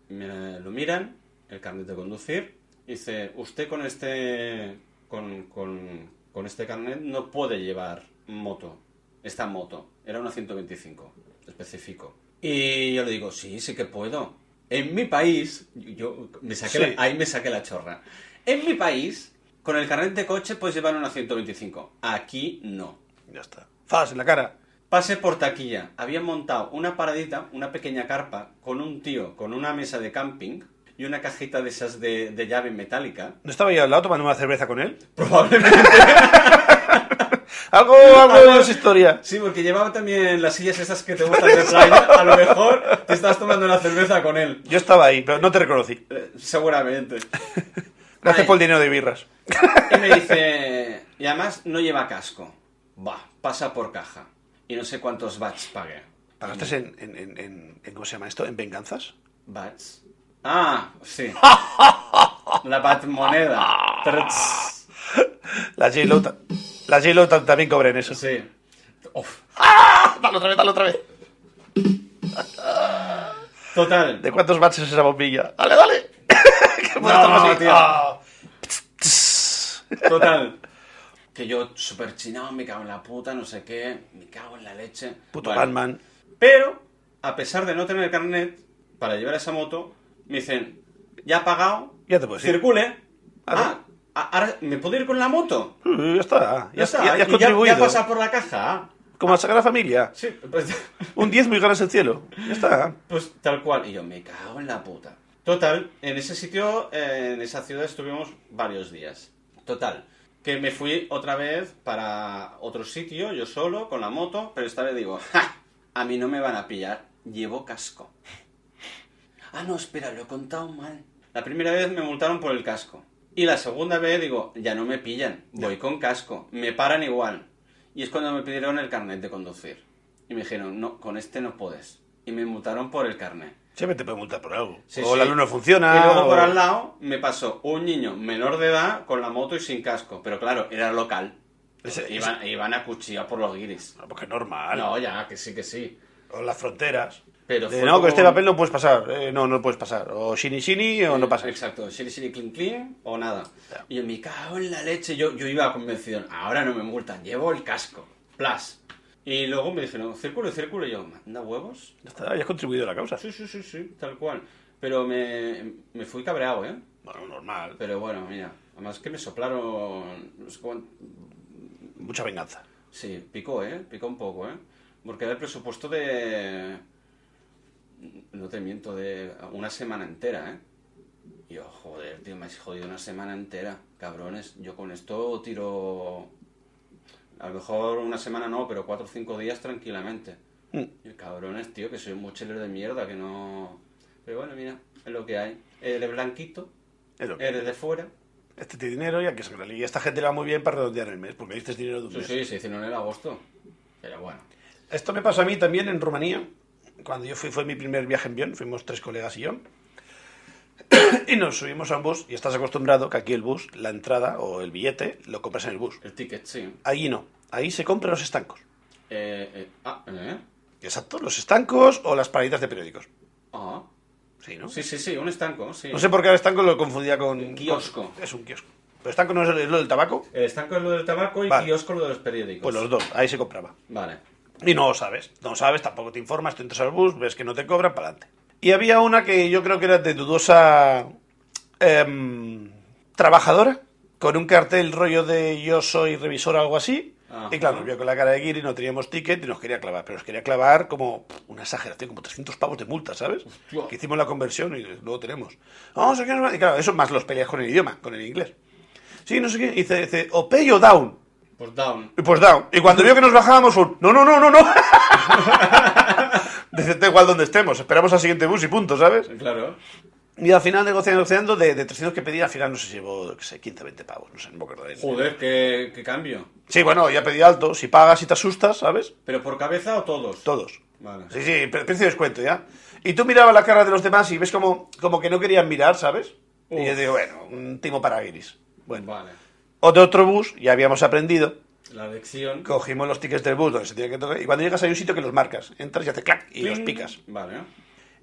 Me lo miran, el carnet de conducir, y dice, usted con este, con, con- con este carnet no puede llevar moto, esta moto. Era una 125, específico. Y yo le digo, sí, sí que puedo. En mi país, yo me
Sí.
saqué la, ahí me saqué la chorra. En mi país, con el carnet de coche puedes llevar una 125. Aquí no.
Ya está. Fas en la cara.
Pase por taquilla. Habían montado una paradita, una pequeña carpa, con un tío, con una mesa de camping y una cajita de esas de, de llave metálica.
¿No estaba yo al lado tomando una cerveza con él?
Probablemente.
Algo, algo
Algo-
de esa historia.
Sí, porque llevaba también las sillas esas que te gustan de playa. A lo mejor te estás tomando una cerveza con él.
Yo estaba ahí, pero no te reconocí.
Eh, seguramente.
Gracias
Vale.
por el dinero de birras.
Y me dice. Y además no lleva casco. Va, pasa por caja. Y no sé cuántos bats pagué.
¿Pagaste en, en, en, en- en- ¿Cómo se llama esto? ¿En venganzas?
Bats. Ah, sí. La Batmoneda. Trts.
La J-Lo ta- la J-Lo ta- también cobra en eso.
Sí. Uf.
Dale otra vez, dale otra vez.
Total.
¿De cuántos watts es esa bombilla? Dale, dale. Que puedo
No,
estar más-
tío.
Ah.
Total. Que yo super chinado, me cago en la puta, no sé qué, me cago en la leche.
Puto
Bueno,
Batman.
Pero, a pesar de no tener carnet, para llevar esa moto, me dicen, ya ha pagado,
Ya te puedes ir.
circule.
Pues Ah,
Ah, a- ahora, ¿me puedo ir con la moto?
Uh, ya está. Ya,
Ya está,
ya- ya has
y ya,
contribuido.
ya pasa por la caja. ah.
Como la Sagrada Familia.
Sí, pues,
Un 10 muy ganas el cielo. Ya está.
pues tal cual. Y yo, me cago en la puta. Total, en ese sitio, eh, en esa ciudad estuvimos varios días. Total, que me fui otra vez para otro sitio, yo solo, con la moto, pero esta vez digo, ¡ja! A mí no me van a pillar, llevo casco. Ah, no, espera, lo he contado mal. La primera vez me multaron por el casco. Y la segunda vez digo, ya no me pillan, voy con casco, me paran igual. Y es cuando me pidieron el carnet de conducir. Y me dijeron, no, con este no puedes. Y me multaron por el carnet.
Siempre te puede multar por algo.
Sí,
o
sí.
la luz no funciona.
Y luego por
o-
al lado me pasó un niño menor de edad con la moto y sin casco. Pero claro, era local.
Ese-
Iban, iban a cuchillar por los guiris.
No, Porque es normal.
No, ya, que sí, que sí.
O las fronteras.
Pero
De,
fue
no, con
como-
este papel no puedes pasar. eh, no, no puedes pasar. O shini shini o no pasa.
Exacto, shiri shiri clean clean o nada. Y yo me cago en la leche, yo, yo iba convencido, ahora no me multan, llevo el casco, plus. Y luego me dijeron, círculo, círculo, y yo, manda huevos.
Ya está, ya has contribuido a la causa.
Sí, sí, sí, sí, tal cual. Pero me, me fui cabreado, ¿eh?
Bueno, normal.
Pero bueno, mira, además que me soplaron, no sé cuán-
Mucha venganza.
Sí, picó, ¿eh? Picó un poco, ¿eh? Porque era el presupuesto de... No te miento, de una semana entera, ¿eh? Y Yo, joder, tío, me has jodido una semana entera, cabrones. Yo con esto tiro... A lo mejor una semana no, pero cuatro o cinco días tranquilamente.
Mm.
Y yo, cabrones, tío, que soy un mochilero de mierda, que no... Pero bueno, mira, es lo que hay. Eres blanquito,
Es lo que-
eres de fuera.
Este tiene dinero y aquí se Y a esta gente le va muy bien para redondear el mes, porque este es dinero de un
Sí,
mes.
sí, se hicieron en agosto. Pero bueno.
Esto me pasó a mí también en Rumanía. Cuando yo fui, fue mi primer viaje en avión. Fuimos tres colegas y yo. Y nos subimos a un bus. Y estás acostumbrado que aquí el bus, la entrada o el billete, lo compras en el bus.
El ticket, sí.
Allí no. Ahí se compran los estancos.
Eh, eh, ah, ¿eh?
Exacto, los estancos o las paraditas de periódicos.
Ah.
Sí, ¿no?
Sí, sí, sí, un estanco, sí.
No sé por qué el estanco lo confundía con.
Un kiosco.
con- es un kiosco. ¿Pero estanco no es el- es lo del tabaco?
El estanco es lo del tabaco y
Vale.
kiosco lo de los periódicos.
Pues los dos, ahí se compraba.
Vale.
Y no lo sabes, no lo sabes, tampoco te informas, tú entras al bus, ves que no te cobran, para adelante. Y había una que yo creo que era de dudosa em, trabajadora, con un cartel rollo de yo soy revisor o algo así.
Ajá.
Y claro, nos vio con la cara de guiri, no teníamos ticket y nos quería clavar, pero nos quería clavar como pff, una exageración, como 300 pavos de multa, ¿sabes?
Hostia.
Que hicimos la conversión y luego tenemos. No, no sé qué, no sé qué. Y claro, eso más los peleas con el idioma, con el inglés. Sí, no sé qué, y dice, dice o pay o down.
Pues down.
Y pues down. Y cuando vio que nos bajábamos, un no, no, no, no, no. Dice, da igual donde estemos, esperamos al siguiente bus y punto, ¿sabes?
Claro.
Y al final negociando, negociando, de, de 300 que pedí, al final no sé si llevó, qué sé, 15, 20 pavos, no sé, no me acuerdo. bien.
Joder, qué, qué cambio.
Sí, bueno, ya pedí alto, si pagas y te asustas, ¿sabes?
¿Pero por cabeza o todos?
Todos.
Vale.
Sí, sí, pre- precio de descuento, ¿ya? Y tú mirabas la cara de los demás y ves como, como que no querían mirar, ¿sabes? Y yo
Uf.
digo, bueno, un timo para Iris. Bueno,
Vale.
o de otro bus, ya habíamos aprendido,
La lección.
Cogimos los tickets del bus donde se tiene que tocar. Y cuando llegas hay un sitio que los marcas. Entras y hace clac y los
Pling.
picas.
Vale.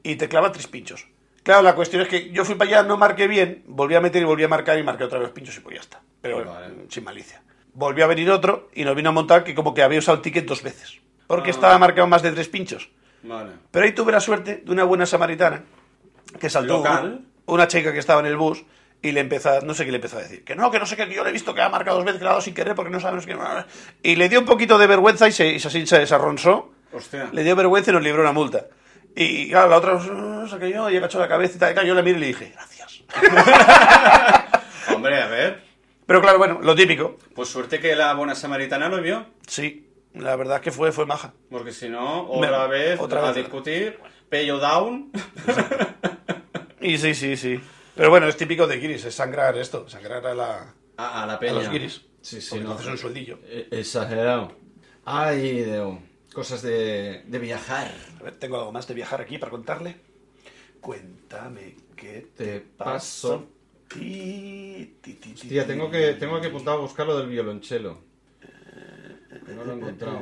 Y te clava tres pinchos. Claro, la cuestión es que yo fui para allá, no marqué bien, volví a meter y volví a marcar y marqué otra vez los pinchos y pues ya está. Pero bueno,
Vale.
sin malicia. Volvió a venir otro y nos vino a montar que como que había usado el ticket dos veces. Porque
Ah.
estaba marcado más de tres pinchos.
Vale.
Pero ahí tuve la suerte de una buena samaritana que saltó
Local.
una chica que estaba en el bus y le empezó, a- no sé qué le empezó a decir, que no, que no sé qué, que yo le he visto que ha marcado dos veces, que le ha dado sin querer porque no sabemos qué. Y le dio un poquito de vergüenza y se, y se, así se desarronsó,
Hostia.
le dio vergüenza y nos libró una multa. Y claro, la otra "Ah, se cayó y agachó la cabeza y tal. Y claro, yo la miré y le dije, gracias.
Hombre, a ver.
Pero claro, bueno, lo típico.
Pues suerte que la buena samaritana lo vio.
Sí, la verdad es que fue, fue maja.
Porque si no, otra
Me-
vez
otra
a
vez.
discutir. Pay o down.
Y sí, sí, sí. Pero bueno, es típico de Kiris, es sangrar esto, sangrar a la...
A, a la peña.
A los guiris.
Sí, sí.
Porque
no.
te haces un sueldillo.
E- Exagerado. Ay, Deo. Cosas de, de viajar.
A ver, tengo algo más de viajar aquí para contarle. Cuéntame qué
Te
te
paso.
pasó. Ti, ti, ti, ti,
Tía,
ti.
tengo que, tengo que apuntar a buscar lo del violonchelo. No lo he encontrado.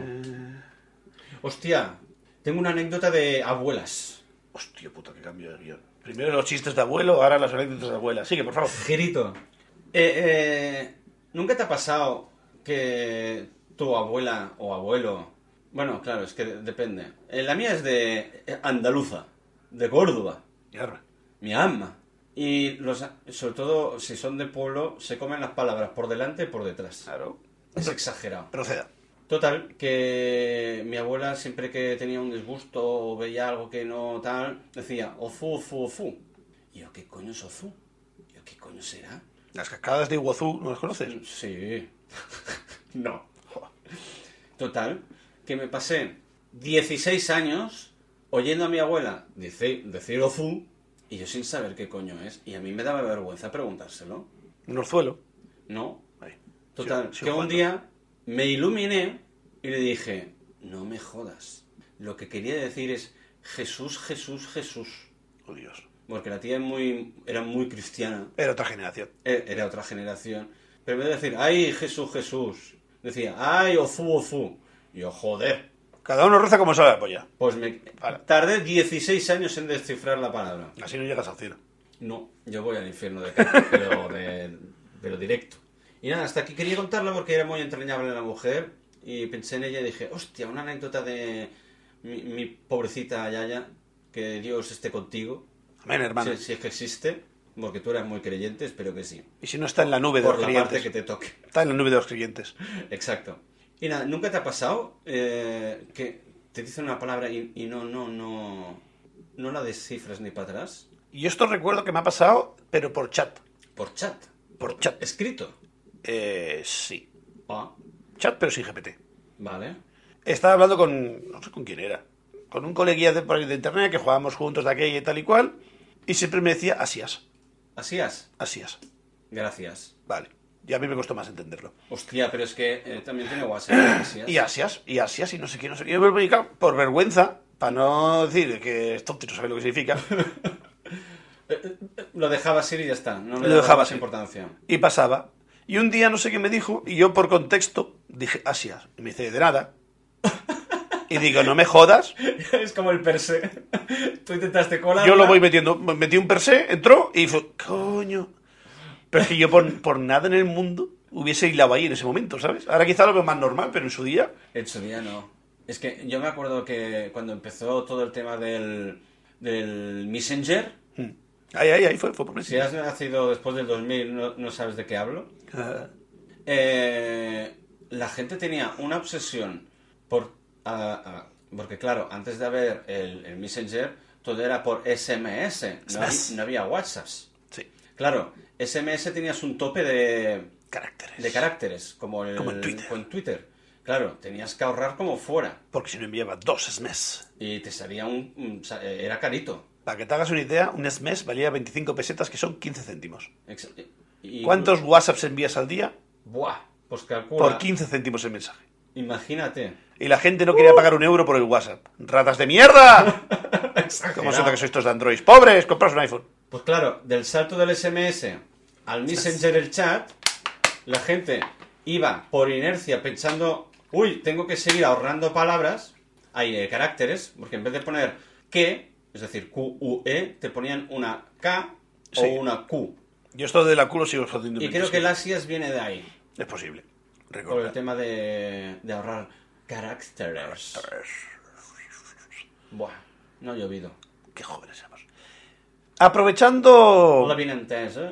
Hostia, tengo una anécdota de abuelas.
Hostia puta, qué cambio de guión. Primero los chistes de abuelo, ahora las anécdotas de abuela. Sigue, por favor.
Girito. Eh, ¿Nunca te ha pasado que tu abuela o abuelo... Bueno, claro, es que de- depende. Eh, la mía es de eh, andaluza, de Córdoba.
Mierda.
mi alma. Y los, sobre todo si son de pueblo, se comen las palabras por delante y por detrás.
Claro.
Es exagerado.
Proceda.
Total, que mi abuela siempre que tenía un disgusto o veía algo que no tal, decía ofu, ofu, ofu. Y yo, ¿qué coño es ofu? Y yo, ¿qué coño será?
Las cascadas de Iguazú, ¿no las conoces?
Sí. no. Total, que me pasé 16 años oyendo a mi abuela dice- decir ofu y yo sin saber qué coño es. Y a mí me daba vergüenza preguntárselo.
Un orzuelo.
No.
Ahí.
Total,
Sí, sí,
que un
Juan.
día me iluminé y le dije, no me jodas. Lo que quería decir es Jesús, Jesús, Jesús.
Oh, Dios.
Porque la tía es muy, era muy cristiana.
Era otra generación.
Eh, era otra generación. Pero en vez de decir, ay, Jesús, Jesús, decía, ay, ofu, ofu. Y yo, joder,
Cada uno reza como sabe la polla.
Pues me...
Vale.
Tardé 16 años en descifrar la palabra.
Así no llegas al cielo.
No, yo voy al infierno de Cádiz, pero, de, pero directo. Y nada, hasta aquí quería contarla porque era muy entrañable la mujer y pensé en ella y dije, hostia, una anécdota de mi, mi pobrecita Yaya, que Dios esté contigo,
Amén, hermano.
si, si es que existe, porque tú eras muy creyente, espero que sí.
Y si no está en la nube de
Por
los
la parte que
Pues creyentes.
te toque.
Está en la nube de los creyentes.
Exacto. Y nada, ¿nunca te ha pasado eh, que te dicen una palabra y, y no, no, no, no la descifras ni para atrás?
Y esto recuerdo que me ha pasado, pero por chat.
Por chat.
Por chat.
Escrito.
Eh, sí.
Ah,
Chat, pero sin GPT.
vale.
Estaba hablando con. No sé con quién era. Con un coleguilla de, por ahí de internet que jugábamos juntos de aquella y tal y cual. Y siempre me decía, así es.
Así es.
Así es.
Gracias.
Vale. Y a mí me costó más entenderlo.
Hostia, pero es que eh, también tiene WhatsApp. gracias.
Y asias, y asias, y no sé qué, no sé qué. Yo me he dedicado, por vergüenza, para no decir que es tonto y no sabe lo que significa.
Eh, Lo dejabas ir y ya está. No le
Lo
dabas
dejabas
más
ir.
importancia.
Y pasaba. Y un día no sé qué me dijo, y yo por contexto dije asias. Y me dice, de nada. Y digo, no me jodas.
es como el per se. Tú intentaste colar.
Yo lo voy metiendo. Me Metí un per se, entró y fue, coño. Pero es que yo por, por nada en el mundo hubiese hilado ahí en ese momento, ¿sabes? Ahora quizá lo veo más normal, pero en su día.
En su día no. Es que yo me acuerdo que cuando empezó todo el tema del, del Messenger,
mm. Ahí, ahí, ahí fue, fue por
si
mensaje.
has nacido después del 2000 no, no sabes de qué hablo,
Ah,
eh, la gente tenía una obsesión por... ah, ah, porque claro, antes de haber el, el Messenger, todo era por SMS, no, hab-
SMS.
no había WhatsApps.
sí,
Claro, SMS tenías un tope de,
caracteres.
de caracteres, como, el,
Como en Twitter.
como en Twitter. Claro, tenías que ahorrar como fuera.
Porque si no enviaba dos E SMS.
Y te salía un... un- sa- eh, era carito.
Para que te hagas una idea, un SMS valía 25 pesetas, que son 15 céntimos.
Ex- y-
¿Cuántos WhatsApps envías al día?
Buah, pues calcula.
Por 15 céntimos el mensaje.
Imagínate.
Y la gente no quería pagar un euro por el WhatsApp. ¡Ratas de mierda! ¿Cómo se nota que sois estos de Android? ¡Pobres! Compraos un iPhone.
Pues claro, del salto del SMS al Messenger, el chat, la gente iba por inercia pensando, uy, tengo que seguir ahorrando palabras, hay caracteres, porque en vez de poner que, es decir, Q-U-E, te ponían una K
Sí.
o una Q.
Yo esto de la culo sigo haciendo
Y creo que el Asias viene de ahí,
Es posible.
por el
Recuerda.
tema de, de ahorrar caracteres. Buah, no ha llovido.
Qué jóvenes somos. Aprovechando
Hola, bien antes, ¿eh?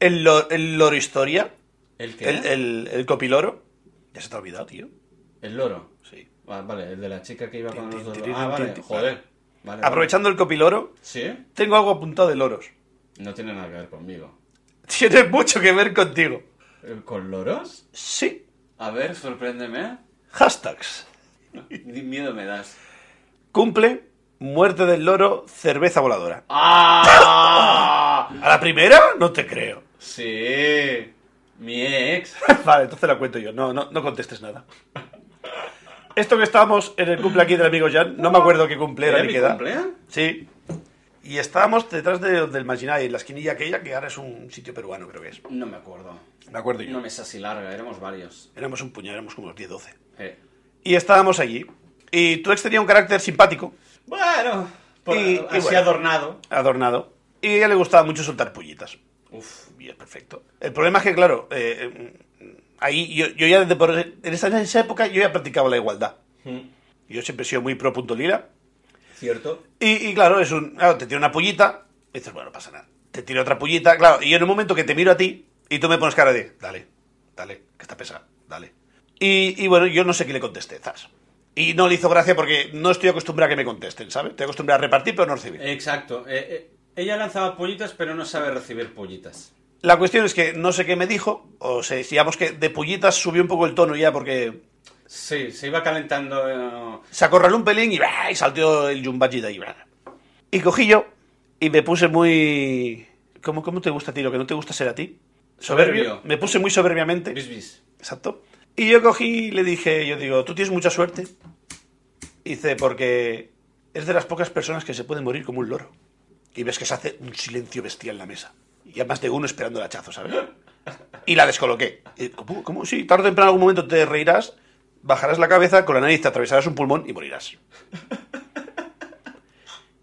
el, lo- el loro historia,
¿El que
el, el- el copiloro. Ya se te ha olvidado, tío.
El loro.
Sí.
Ah, vale, el de la chica que iba con
Tin,
los dos.
tin, tin,
Ah, vale,
tin, tin.
joder. Vale,
Aprovechando el copiloro,
vale. ¿Sí?
tengo algo apuntado de loros.
No tiene nada que ver conmigo.
Tiene mucho que ver contigo.
¿Eh, ¿Con loros?
Sí.
A ver, sorpréndeme.
Hashtags.
Ni miedo me das.
Cumple, muerte del loro, cerveza voladora.
¡Ah!
¿A la primera? No te creo.
Sí. Mi ex.
Vale, entonces la cuento yo. No, no, no contestes nada. Esto que estábamos en el cumple aquí del amigo Jan, no me acuerdo qué cumple era
¿Era
ni
mi
qué edad.
cumple?
Sí. Y estábamos detrás de- del Maginay, en la esquinilla aquella, que ahora es un sitio peruano, creo que es.
No me acuerdo.
Me acuerdo yo.
Una mesa así larga, éramos varios.
Éramos un puñado, éramos como los 10, 12.
Eh.
Y estábamos allí. Y Tuex tenía un carácter simpático,
Bueno, por-
Y- y
así
bueno.
adornado.
adornado, y a ella le gustaba mucho soltar pullitas.
Uf.
Y es perfecto. El problema es que, claro, eh, eh, ahí yo, yo ya desde por- en esa, en esa época yo ya practicaba la igualdad.
Mm.
Yo siempre he sido muy pro punto lila.
¿Cierto?
Y, y claro, es un, claro, te tiro una pullita, y dices, bueno, no pasa nada. Te tiro otra pullita, claro, y yo en un momento que te miro a ti y tú me pones cara de, dale, dale, que está pesada, dale. Y, y bueno, yo no sé qué le contesté, zas. Y no le hizo gracia porque no estoy acostumbrado a que me contesten, ¿sabes? Estoy acostumbrado a repartir, pero no recibir.
Exacto. Eh, eh, ella lanzaba pollitas, pero no sabe recibir pollitas.
La cuestión es que no sé qué me dijo, o sea, digamos que de pullitas subió un poco el tono ya porque
Sí, se iba calentando. eh,
se acorraló un pelín y, ¡bra! y saltó el yumbachi de ahí. ¡bra! Y cogí yo y me puse muy... ¿Cómo, ¿Cómo te gusta a ti lo que no te gusta ser a ti? Soberbio.
Soberbio.
Me puse muy soberbiamente.
bis, bis.
Exacto. Y yo cogí y le dije, yo digo, tú tienes mucha suerte. Dice, porque es de las pocas personas que se pueden morir como un loro. Y ves que se hace un silencio bestial en la mesa. Y hay más de uno esperando el hachazo, ¿sabes? Y la descoloqué. Y, ¿Cómo? ¿Cómo? Sí, tarde o temprano en algún momento te reirás bajarás la cabeza, con la nariz te atravesarás un pulmón y morirás.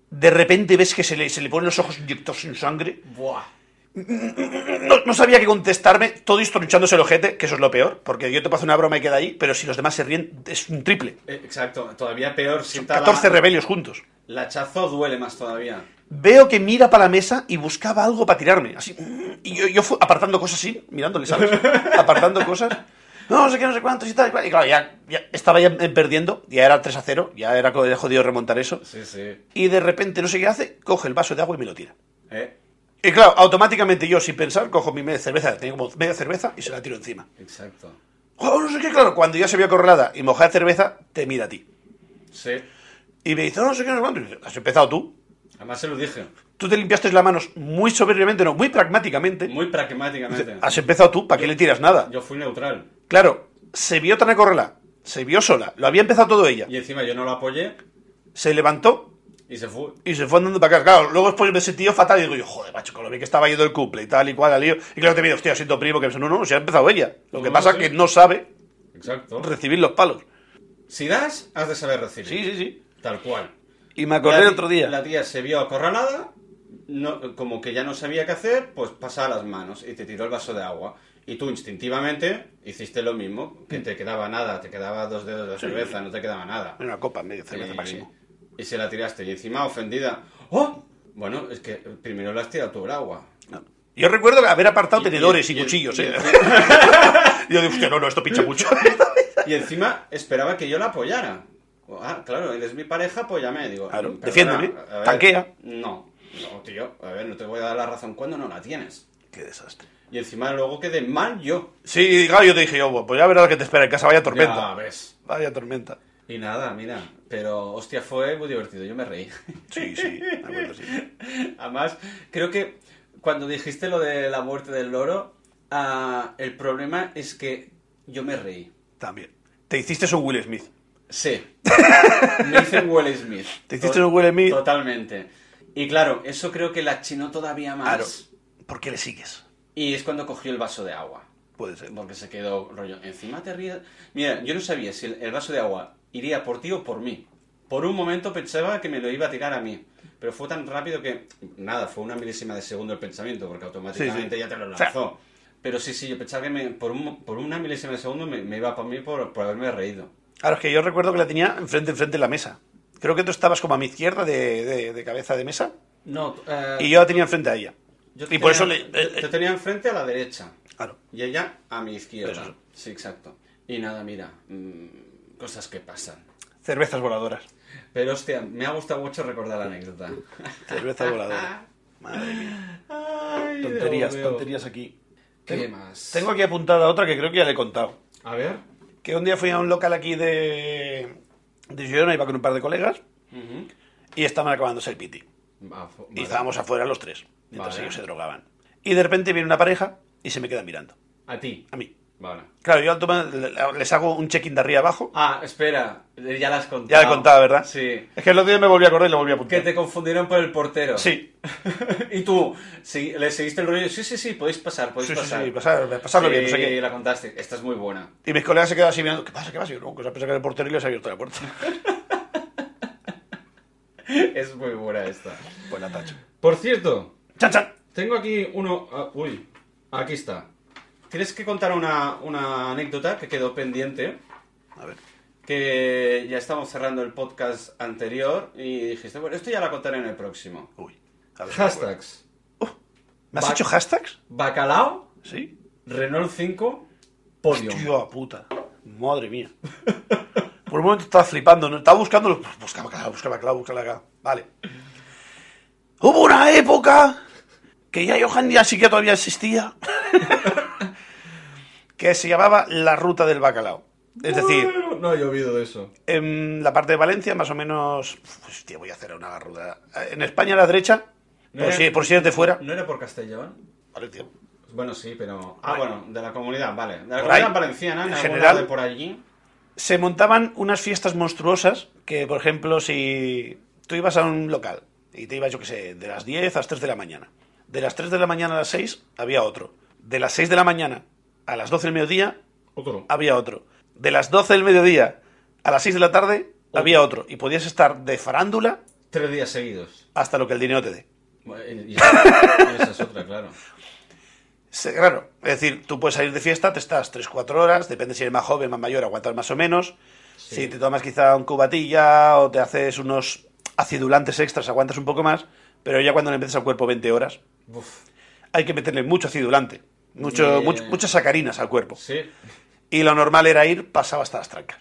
De repente ves que se le, se le ponen los ojos inyectados en sangre.
Buah.
No, no sabía qué contestarme, todo hinchándose el ojete, que eso es lo peor, porque yo te paso una broma y queda ahí, pero si los demás se ríen, es un triple.
Eh, Exacto, todavía peor. Si
Son 14
la,
rebelios juntos.
la chazo duele más todavía.
Veo que mira para la mesa y buscaba algo para tirarme. Así. mm, Y yo, yo fu- apartando cosas así, mirándole, ¿sabes? Apartando cosas. No, no sé qué, no sé cuántos y tal. Y, cual. Y claro, ya, ya estaba ya eh, perdiendo. Ya era 3 a 0. Ya era co- era jodido remontar eso.
Sí, sí.
Y de repente, no sé qué hace, coge el vaso de agua y me lo tira.
Eh,
Y claro, automáticamente yo, sin pensar, cojo mi media cerveza. Tenía como media cerveza y se la tiro encima.
exacto.
Oh, no sé qué, claro. Cuando ya se vio acorralada y mojada de cerveza, te mira a ti.
Sí.
Y me dice, no, no sé qué, no sé cuánto. Y yo, Has empezado tú.
Además se lo dije.
Tú te limpiaste las manos muy soberbiamente, no, muy pragmáticamente.
Muy pragmáticamente.
Has empezado tú, ¿para qué le tiras nada?
Yo fui neutral.
Claro, se vio tan acorralada, se vio sola, lo había empezado todo ella.
Y encima yo no lo apoyé
Se levantó
y se fue.
y se fue andando para acá. Claro, luego después me he sentido fatal y digo yo, joder, macho, con lo bien que estaba yendo el cumple y tal y cual, al lío. Y claro, te miro, hostia, siento primo, que no, no, se ha empezado ella. Lo que
No,
pasa
sí.
es que no sabe
Exacto.
recibir los palos.
Si das, has de saber recibir.
Sí, sí, sí.
Tal cual.
Y me acordé
La
el
ti-
otro día.
La tía se vio acorralada, no, como que ya no sabía qué hacer, pues pasaba las manos y te tiró el vaso de agua. Y tú instintivamente hiciste lo mismo, que te quedaba nada, te quedaba dos dedos de cerveza, no te quedaba nada.
Una copa, media cerveza
Y-
máximo.
Y se la tiraste. Y encima ofendida. ¡Oh! Bueno, es que primero la has tirado tú el agua.
No. Yo recuerdo haber apartado
Y-
tenedores y,
y- y-
cuchillos,
y-
¿eh? Y yo digo, hostia, no, no, esto pincha mucho.
Y encima esperaba que yo la apoyara. Ah, claro, eres mi pareja, apóyame. Digo, "Mm,
Claro,
perdona,
defiéndeme,
a ver,
tanquea.
No, no, tío, a ver, no te voy a dar la razón cuando no la tienes.
Qué desastre.
Y encima luego quedé mal yo.
Sí, claro, yo te dije, yo, pues ya verás lo que te espera en casa, vaya tormenta.
Ya ves.
Vaya tormenta.
Y nada, mira. Pero, hostia, fue muy divertido, yo me reí.
Sí, sí, me acuerdo, sí.
Además, creo que cuando dijiste lo de la muerte del loro, ah, el problema es que yo me reí.
También. Te hiciste un Will Smith.
Sí. Me hice un Will Smith.
Te hiciste un Will Smith.
Totalmente. Y claro, eso creo que la chinó todavía más.
Claro. ¿Por qué le sigues?
Y es cuando cogió el vaso de agua.
Puede ser.
Porque se quedó rollo. Encima te ríes. Mira, yo no sabía si el, el vaso de agua iría por ti o por mí. Por un momento pensaba que me lo iba a tirar a mí. Pero fue tan rápido que. Nada, fue una milésima de segundo el pensamiento, porque automáticamente
Sí, sí.
ya te lo
O sea-
lanzó. Pero sí, sí, yo pensaba que me- por, un- por una milésima de segundo me, me iba por mí por, por haberme reído.
Claro, es que yo recuerdo que la tenía enfrente, enfrente de la mesa. Creo que tú estabas como a mi izquierda de, de- de cabeza de mesa
No, eh,
y yo la tenía enfrente a ella.
yo te
y por eso
tenía-
le... eh,
Yo
eh,
tenía enfrente a la derecha.
claro.
Y ella a mi izquierda.
Eso.
Sí, exacto. Y nada, mira, mm, cosas que pasan.
Cervezas voladoras.
Pero hostia, me ha gustado mucho recordar la anécdota.
Cervezas voladoras. Madre mía.
Ah, Ay,
Tonterías,
Dios mío.
tonterías aquí.
¿Qué
Tengo-
más?
Tengo aquí apuntada otra que creo que ya le he contado.
A ver.
Que un día fui a un local aquí de... De Girona, iba con un par de colegas
Ujú.
y estaban acabándose el piti.
Ah, fu-
Y
vale.
estábamos afuera los tres, mientras
Vale.
ellos se drogaban. Y de repente viene una pareja y se me queda mirando,
A ti.
a mí.
Vale.
Claro, yo al tomar- le- les hago un check-in de arriba abajo.
Ah, espera, eh, ya la has contado.
Ya le contaba, ¿verdad?
Sí.
Es que el otro día me volví a acordar y le volví a
Que
apuntar.
te confundieron por el portero.
Sí,
y tú, sí, le seguiste el rollo. Sí, sí, sí, podéis pasar, podéis
sí, sí,
pasar.
sí, pasar- pasarlo bien, no sé
Y
qué.
la contaste. Esta es muy buena.
Y mis colegas se quedan así mirando, ¿qué pasa, qué pasa? Y yo, no, que se ha pensado que era el portero y les ha abierto la puerta.
es muy buena esta.
Pues la tacho.
Por cierto,
¡Chan, chan!
Tengo aquí uno. ah, uy, aquí está. Tienes que contar una, una anécdota que quedó pendiente.
A ver.
Que ya estamos cerrando el podcast anterior y dijiste, bueno, esto ya la contaré en el próximo.
Uy. A ver.
Hashtags:
¿Me has
Back.
hecho hashtags?
Bacalao,
Sí.
Renault 5, Podium.
Tío, puta. Madre mía. Por un momento estaba flipando, ¿no? Estaba buscándolo. Buscaba acá, buscaba acá, buscaba acá. Vale. Hubo una época que ya Johan ya sí que todavía existía. que se llamaba la ruta del bacalao. Es decir,
Bueno, no ha llovido de eso.
en la parte de Valencia, más o menos. pues, Hostia, voy a hacer una ruta. En España a la derecha,
No
por
era-
si, por si eres de fuera.
¿No era por Castellón?
Valencia.
Bueno, sí, pero. Ah, bueno, de la comunidad, vale. De la
Por
comunidad
ahí,
valenciana, en,
en
algún
general.
lado de por allí.
se montaban unas fiestas monstruosas que, por ejemplo, si tú ibas a un local y te ibas, yo qué sé, de las 10 a las 3 de la mañana. De las 3 de la mañana a las 6 había otro. De las 6 de la mañana a las 12 del mediodía
Otro.
había otro. de las 12 del mediodía a las 6 de la tarde había otro. Y podías estar de farándula
Tres días seguidos.
hasta lo que el dinero te dé.
Bueno, y- y esa, esa es otra, claro.
Se- Claro, es decir, tú puedes salir de fiesta, te estás 3-4 horas, depende si eres más joven, más mayor, aguantas más o menos.
Sí.
Si te tomas quizá un cubatilla o te haces unos acidulantes extras, aguantas un poco más, pero ya cuando le empiezas al cuerpo 20 horas,
Uf,
hay que meterle mucho acidulante, mucho,
Eh.
mucho- muchas sacarinas al cuerpo.
sí,
Y lo normal era ir pasado hasta las trancas.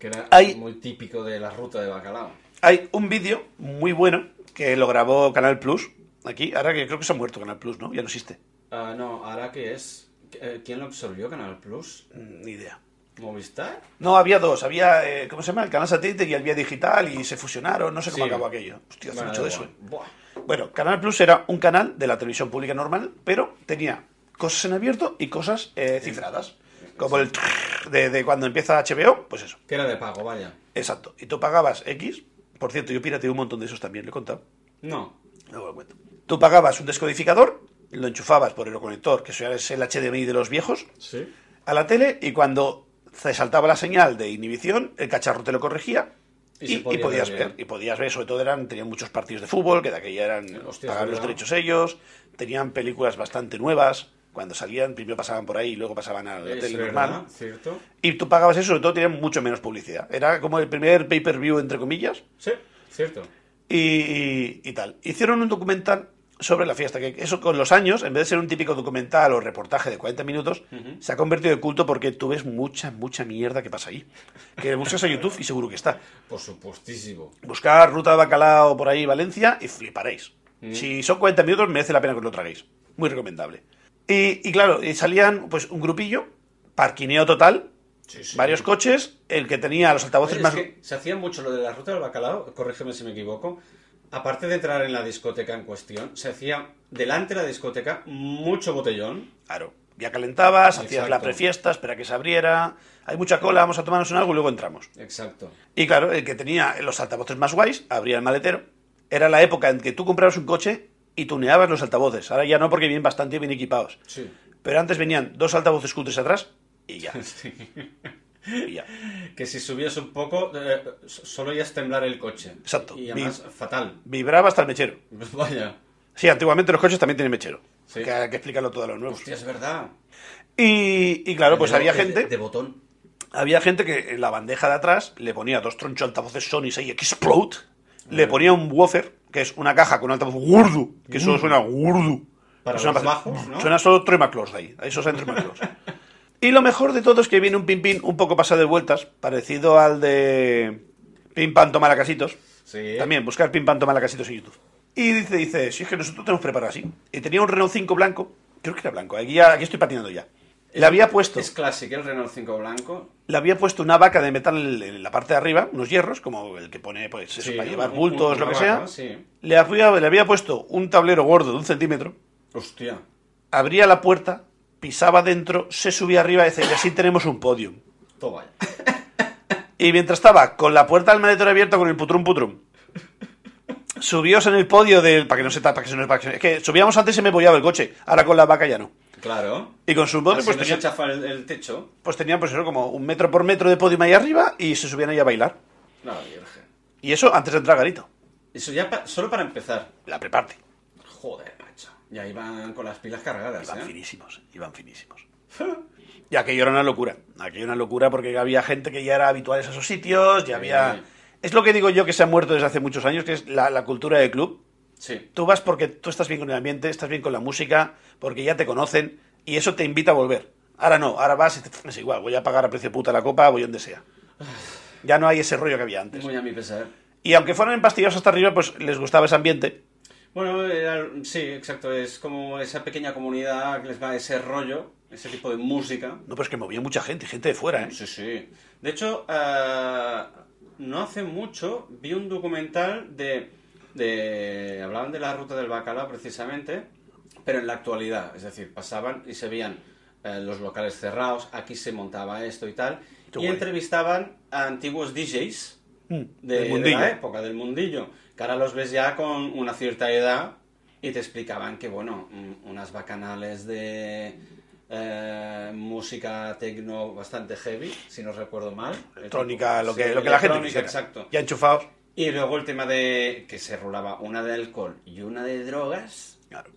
que era
Hay-
muy típico de la ruta de bacalao.
Hay un vídeo muy bueno que lo grabó Canal Plus, aquí, ahora que creo que se ha muerto Canal Plus, ¿no? Ya no existe,
Ah, no, ahora que es. Eh, ¿Quién lo absorbió? ¿Canal Plus?
ni idea.
¿Movistar?
No, había dos. Había, eh, ¿cómo se llama? El canal satélite y el vía digital y se fusionaron. No sé cómo
Sí.
acabó aquello. Hostia, hace
Bueno,
mucho
da
de eso.
igual. Buah.
eh. Bueno, Canal Plus era un canal de la televisión pública normal, pero tenía cosas en abierto y cosas eh, cifradas. Como el de, de cuando empieza HBO, pues eso.
Que era de pago, vaya.
Exacto. Y tú pagabas X. Por cierto, yo pirateé un montón de esos también, lo he contado.
No.
Luego lo cuento. Tú pagabas un descodificador, lo enchufabas por el conector, que eso ya es el HDMI de los viejos,
Sí.
a la tele y cuando te saltaba la señal de inhibición, el cacharro te lo corregía
Y
y,
se
y
podía
podías
ver bien.
ver. Y podías ver, sobre todo eran, tenían muchos partidos de fútbol, que de aquella eran
Hostia,
pagar los
¿verdad?
derechos ellos, tenían películas bastante nuevas, cuando salían, primero pasaban por ahí y luego pasaban a la
Es
tele
verdad,
normal.
¿cierto?
Y tú pagabas eso, sobre todo tenían mucho menos publicidad. Era como el primer pay-per-view, entre comillas,
Sí, cierto.
y, y- y tal. Hicieron un documental sobre la fiesta, que eso con los años, en vez de ser un típico documental o reportaje de 40 minutos,
Ujú.
se ha convertido en culto porque tú ves mucha, mucha mierda que pasa ahí. Que buscas a YouTube y seguro que está.
Por supuestísimo.
Buscar Ruta de Bacalao por ahí, Valencia, y fliparéis.
Mm.
Si son 40 minutos, merece la pena que os lo traguéis. Muy recomendable. Y, y claro, y salían pues un grupillo, parquineo total,
Sí, sí.
varios coches, el que tenía los altavoces
Oye, es
más...
que se hacía mucho lo de la ruta del bacalao, corrígeme si me equivoco. Aparte de entrar en la discoteca en cuestión, se hacía delante de la discoteca mucho botellón.
Claro, ya calentabas, hacías
Exacto.
la prefiesta, espera que se abriera, hay mucha cola, vamos a tomarnos un algo y luego entramos.
Exacto.
Y claro, el que tenía los altavoces más guays abría el maletero. Era la época en que tú comprabas un coche y tuneabas los altavoces. Ahora ya no porque vienen bastante bien equipados.
Sí.
Pero antes venían dos altavoces cutres atrás y ya,
Sí.
y ya.
Que si subías un poco, eh, so- solo ibas a temblar el coche.
Exacto.
Y además, fatal.
Vibraba hasta el mechero.
Vaya.
Sí, antiguamente los coches también tienen mechero.
Sí.
Que hay que explicarlo todo a los nuevos.
Hostia, es verdad.
Y, y claro, pues
De-
había
de-
gente...
De botón.
Había gente que en la bandeja de atrás le ponía dos tronchos altavoces Sony 6 Explode, le ponía un woofer, que es una caja con un altavoz gordo, que solo suena gordo.
Mm. Para
Suena
los
bastante-
bajos, ¿no?
Suena solo Troy McClure de ahí, ahí solo suena Troy McClure. y lo mejor de todo es que viene un pin pin un poco pasado de vueltas, parecido al de Pim Pam Tomalacasitos.
Sí.
También, buscar Pim Pam Tomalacasitos en YouTube. Y dice, dice, si es que nosotros tenemos preparado así. Y tenía un Renault 5 blanco, creo que era blanco, aquí, ya- aquí estoy patinando ya. Le había puesto...
Es clásico el Renault 5 blanco.
Le había puesto una vaca de metal en la parte de arriba, unos hierros, como el que pone pues, eso,
Sí,
para llevar
un-
bultos,
un-
lo que
una
sea.
vaca, sí.
Le, había, le había puesto un tablero gordo de un centímetro,
Hostia.
abría la puerta, pisaba dentro, se subía arriba y decía, y así tenemos un podium.
Todo vaya.
Y mientras estaba con la puerta del maletero abierta con el putrum putrum, subíos en el podio del... Para que no se tapa, que se no para que se- Es que subíamos antes y se me apoyaba el coche, ahora con la vaca ya no.
Claro.
Y con su
Así
podio pues,
Ah, no se
tenían-
chafa el, el techo.
pues tenían pues, eso, como un metro por metro de podium ahí arriba y se subían ahí a bailar.
La virgen.
Y eso antes de entrar a Garito,
Eso ya pa- solo para empezar.
la preparte.
Joder, macho. Ya iban con las pilas cargadas,
Iban
¿eh?
finísimos, iban finísimos. Y aquello era una locura. Aquello era una locura porque había gente que ya era habitual en esos sitios, ya había...
Sí.
Es lo que digo yo que se ha muerto desde hace muchos años, que es la, la cultura del club.
Sí.
Tú vas porque tú estás bien con el ambiente, estás bien con la música, porque ya te conocen y eso te invita a volver. Ahora no, ahora vas y te- es igual, voy a pagar a precio puta la copa, voy donde sea. Ya no hay ese rollo que había antes.
Muy a mi pesar.
Y aunque fueran empastillados hasta arriba, pues les gustaba ese ambiente.
Bueno, era- sí, exacto. Es como esa pequeña comunidad que les va ese rollo, ese tipo de música.
No, pero es que movía mucha gente, gente de fuera, ¿eh?
Sí, sí. De hecho, ah, no hace mucho vi un documental de, de- Hablaban de la ruta del bacalao precisamente, pero en la actualidad. Es decir, pasaban y se veían eh, los locales cerrados, aquí se montaba esto y tal.
Qué
y
guay.
entrevistaban a antiguos DJs
Mm,
de,
del
de
mundillo.
la época, del mundillo. Que ahora los ves ya con una cierta edad y te explicaban que, bueno, mm, unas bacanales de eh, música tecno bastante heavy, si no recuerdo mal.
Electrónica, lo que,
Sí,
lo que la gente
electrónica,
quisiera.
exacto.
Ya enchufados.
Y luego el tema de que se rolaba una de alcohol y una de drogas.
Claro.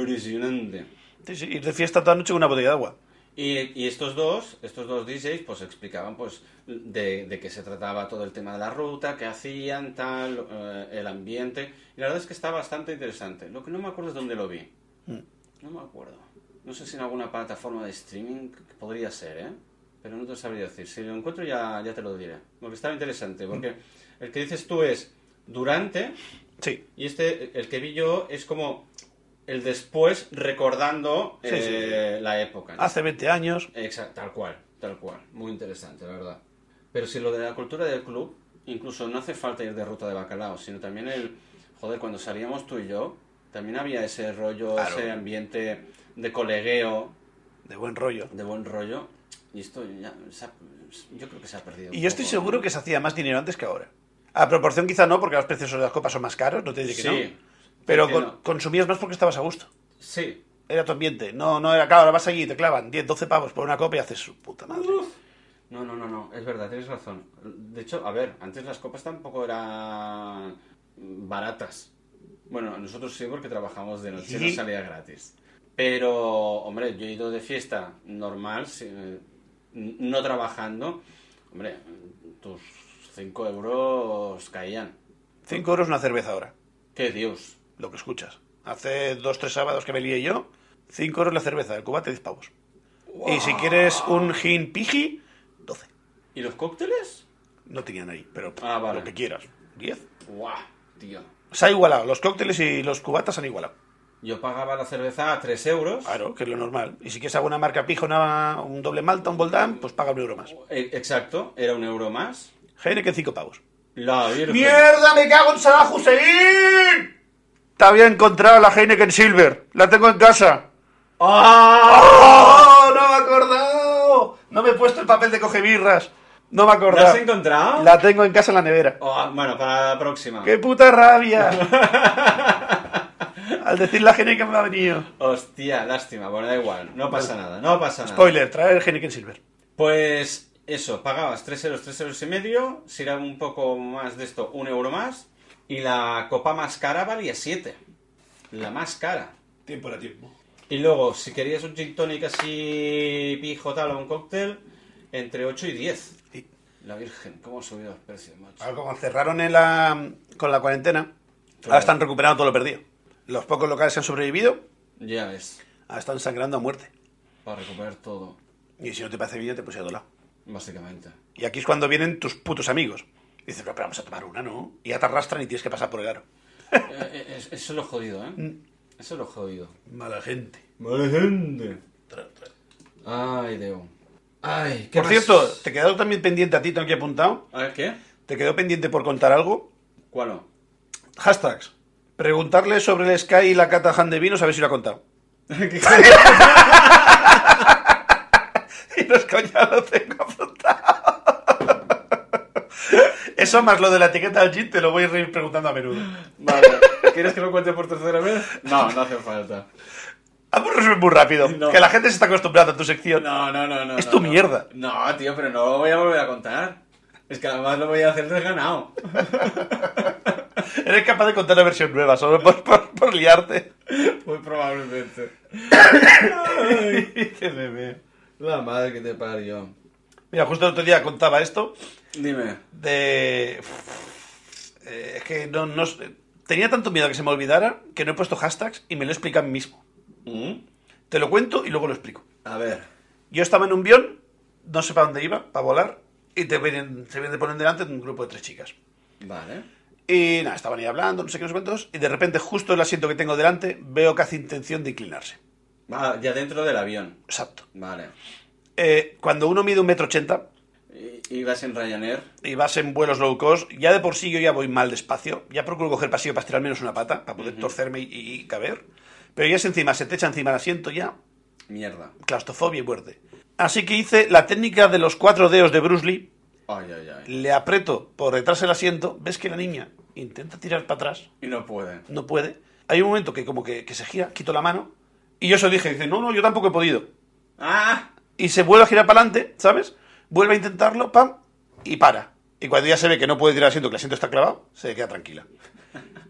Impresionante.
Sí, sí, ir de fiesta toda la noche con una botella de agua.
Y, y estos dos, estos dos DJs, pues explicaban pues de, de qué se trataba todo el tema de la ruta, qué hacían, tal, eh, el ambiente. Y la verdad es que está bastante interesante. Lo que no me acuerdo es dónde lo vi.
Mm.
No me acuerdo. No sé si en alguna plataforma de streaming que podría ser, ¿eh? Pero no te sabría decir. Si lo encuentro ya, ya te lo diré. Porque estaba
Mm.
interesante, porque el que dices tú es durante
Sí.
y este, el que vi yo, es como el después recordando
Sí, Ah, sí, sí.
eh, la época. ¿no?
Hace 20 años.
Exacto, tal cual, tal cual. Muy interesante, la verdad. Pero si lo de la cultura del club, incluso no hace falta ir de ruta de bacalao, sino también el. Joder, cuando salíamos tú y yo, también había ese rollo,
Claro.
ese ambiente de colegueo,
De buen rollo.
de buen rollo. Y esto ya. se ha- yo creo que se ha perdido.
Y yo estoy seguro que se hacía más dinero antes que ahora. A proporción quizá no, porque los precios de las copas son más caros, no te diré que
Sí.
no. Pero
que
con-
no.
consumías más porque estabas a gusto.
Sí.
Era tu ambiente. No, no era. Claro, ahora vas allí y te clavan 10, 12 pavos por una copa y haces su puta madre.
No, no, no, no, es verdad, tienes razón. De hecho, a ver, antes las copas tampoco eran baratas. Bueno, nosotros sí porque trabajamos de noche,
Sí.
no salía gratis. Pero, hombre, yo he ido de fiesta normal, sí, eh, n- no trabajando. Hombre, tus 5 euros caían.
5 euros una cerveza ahora,
¡Qué Dios!
lo que escuchas. Hace 2, 3 sábados que me lié yo, 5 euros la cerveza, el cubate 10 pavos. Y si quieres un gin piji, 12.
¿Y los cócteles?
No tenían ahí, pero
Ah, vale.
lo que quieras, 10.
¡Guau, tío!
Se ha igualado, los cócteles y los cubatas han igualado.
Yo pagaba la cerveza a 3 euros.
Claro, que es lo normal. Y si quieres alguna marca pija, una- un doble malta, un boldán, pues paga un euro más.
Eh, Exacto, era un euro más.
Heineken 5 pavos.
La Virgen.
¡Mierda, me cago en Saddam Hussein! Te había encontrado la Heineken Silver. La tengo en casa.
¡Ah!
¡Oh, no me he acordado! No me he puesto el papel de coge birras. No me he
¿Lo has
acordado.
encontrado?
La tengo en casa en la nevera.
Oh, bueno, para la próxima.
¡Qué puta rabia! Al decir la Heineken me ha venido.
Hostia, lástima. Bueno, da igual. No
Pues,
pasa nada, no pasa nada.
Spoiler, traer el Heineken Silver.
Pues eso, pagabas 3 euros, 3 euros y medio. Si era un poco más de esto, un euro más. Y la copa más cara valía 7. La más cara.
Tiempo era tiempo.
Y luego, si querías un gin tonic así pijo tal o un cóctel, entre 8 y 10. La Virgen, cómo han subido los precios, macho.
Ahora, como cerraron en la- con la cuarentena, ahora
Claro.
están recuperando todo lo perdido. Los pocos locales que han sobrevivido,
Ya ves,
ahora están sangrando a muerte.
para recuperar todo,
Y si no te parece bien, te puse a otro lado.
básicamente.
Y aquí es cuando vienen tus putos amigos. Y dices, pero, pero vamos a tomar una, ¿no? Y ya te arrastran y tienes que pasar por el aro.
Eh, eh, es- Eso es lo jodido, ¿eh? Eso es lo jodido.
Mala gente.
Mala gente.
Tra, tra.
Ay, Deo. Ay, ¿qué
Por
más?
cierto, te quedó también pendiente a ti, tengo aquí apuntado.
A ver, ¿qué?
Te quedó pendiente por contar algo.
¿Cuál no?
Hashtags. Preguntarle sobre el Sky y la Cata Han de Vinos a ver si lo ha contado. Y los coña lo tengo apuntado. Eso más lo de la etiqueta al gin te lo voy a ir preguntando a menudo.
vale, ¿quieres que lo cuente por tercera vez? No, no hace falta.
Vamos a resumir muy rápido,
No.
que la gente se está acostumbrada a tu sección.
No, no, no, no.
Es
no,
tu
no.
mierda.
No, tío, pero no lo voy a volver a contar. Es que además lo voy a hacer desganado.
Eres capaz de contar la versión nueva, solo por, por, por liarte.
Muy probablemente. Ay, qué bebé. La madre que te parió.
Mira, justo el otro día contaba esto
Dime.
de... Eh, Es que no, no... Tenía tanto miedo a que se me olvidara que no he puesto hashtags y me lo explican mismo. ¿Mm? Te lo cuento y luego lo explico.
A ver.
Yo estaba en un avión, no sé para dónde iba, para volar, y te vienen, se vienen de poner delante de un grupo de tres chicas.
Vale.
Y nada, estaban ahí hablando, no sé qué, no sé cuántos, y de repente, justo el asiento que tengo delante, veo que hace intención de inclinarse.
Ah, ya dentro del avión.
Exacto.
Vale.
Eh, cuando uno mide un metro ochenta
I- Ibas en Ryanair.
y vas en vuelos low cost, ya de por sí yo ya voy mal despacio, ya procuro coger pasillo para estirar menos una pata, para poder torcerme y, y caber, pero ya es encima, se te echa encima el asiento ya,
Mierda.
claustrofobia y muerte. Así que hice la técnica de los cuatro dedos de Bruce Lee,
Ay, ay, ay.
Le aprieto por detrás el asiento, ves que la niña intenta tirar para atrás,
Y no puede.
no puede. Hay un momento que como que, que se gira, quito la mano, y yo se lo dije, dice, no, no, yo tampoco he podido.
¡Ah!
y se vuelve a girar para adelante, ¿sabes? Vuelve a intentarlo, pam, y para. Y cuando ya se ve que no puede tirar el asiento, que el asiento está clavado, se queda tranquila.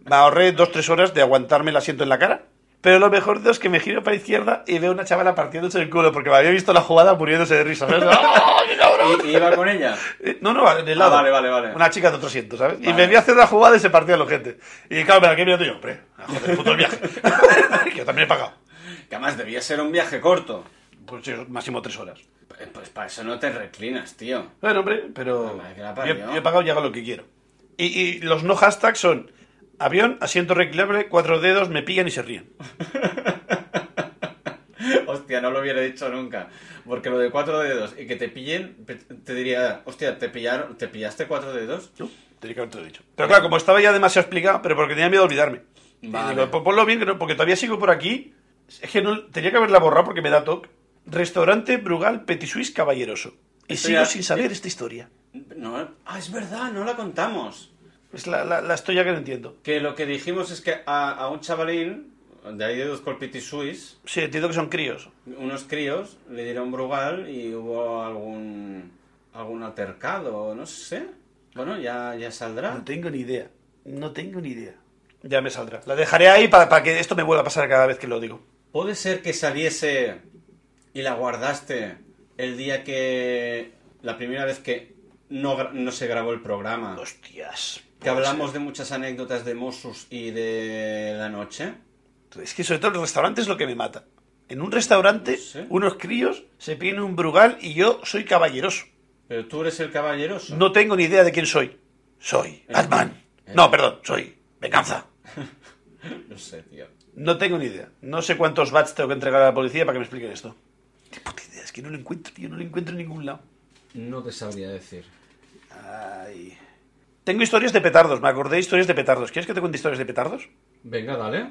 Me ahorré dos, tres horas de aguantarme el asiento en la cara. Pero lo mejor de todo es que me giro para la izquierda y veo una chavala partiéndose el culo porque me había visto la jugada muriéndose de risa. ¿sabes? ¡Ay, cabrón!
¿Y, y iba con ella?
Eh, No, no, en el lado.
Ah, vale, vale, vale.
Una chica de otro asiento, ¿sabes? Y
Vale.
me vi a hacer la jugada y se partía los gente. Y claro, me la quedé mirando yo, hombre, a joder, puto el viaje. que yo también he pagado.
Que además debía ser un viaje corto.
Pues sí, máximo tres horas.
P- Pues para eso no te reclinas, tío.
Bueno, hombre, pero.
Ah, madre que la
yo,
parió.
yo he pagado y hago lo que quiero. Y, y los no hashtags son avión, asiento reclinable, cuatro dedos, me pillan y se ríen.
Hostia, no lo hubiera dicho nunca. Porque lo de cuatro dedos y que te pillen, pe- te diría, hostia, ¿te, pillaron, ¿te pillaste cuatro dedos?
¿No? Tenía que haberte lo dicho. Pero claro, como estaba ya demasiado explicado, pero porque tenía miedo de olvidarme. Y
Vale.
digo, "Pon- ponlo bien, que no- porque todavía sigo por aquí. Es que no, tenía que haberla borrado porque me da toque. Restaurante Brugal Petit Suisse Caballeroso. Y
Esto
sigo
ya-
sin saber esta historia.
No, ah, es verdad, no la contamos.
Es la, la, la historia que no entiendo.
Que lo que dijimos es que a, a un chavalín, de ahí de dos Colpiti Suisse,
Sí, entiendo que son críos.
unos críos le dieron Brugal y hubo algún, algún altercado, no sé. Bueno, ya, ya saldrá.
No tengo ni idea. No tengo ni idea. Ya me saldrá. La dejaré ahí para, para que esto me vuelva a pasar cada vez que lo digo.
¿Puede ser que saliese y la guardaste el día que... la primera vez que no, gra- no se grabó el programa?
Pues, Hostias.
Que hablamos de muchas anécdotas de Mosus y de la noche.
Es que sobre todo los restaurantes es lo que me mata. En un restaurante,
No sé.
unos críos se piden un brugal y yo soy caballeroso.
Pero tú eres el caballeroso.
No tengo ni idea de quién soy. Soy Batman.
Eh.
No, perdón, soy Venganza.
No sé, tío.
No tengo ni idea. No sé cuántos bats tengo que entregar a la policía para que me expliquen esto. Qué puta idea, es que no lo encuentro, tío, no lo encuentro en ningún lado.
No te sabría decir.
Ay. Tengo historias de petardos, me acordé de historias de petardos. ¿Quieres que te cuente historias de petardos?
Venga, dale.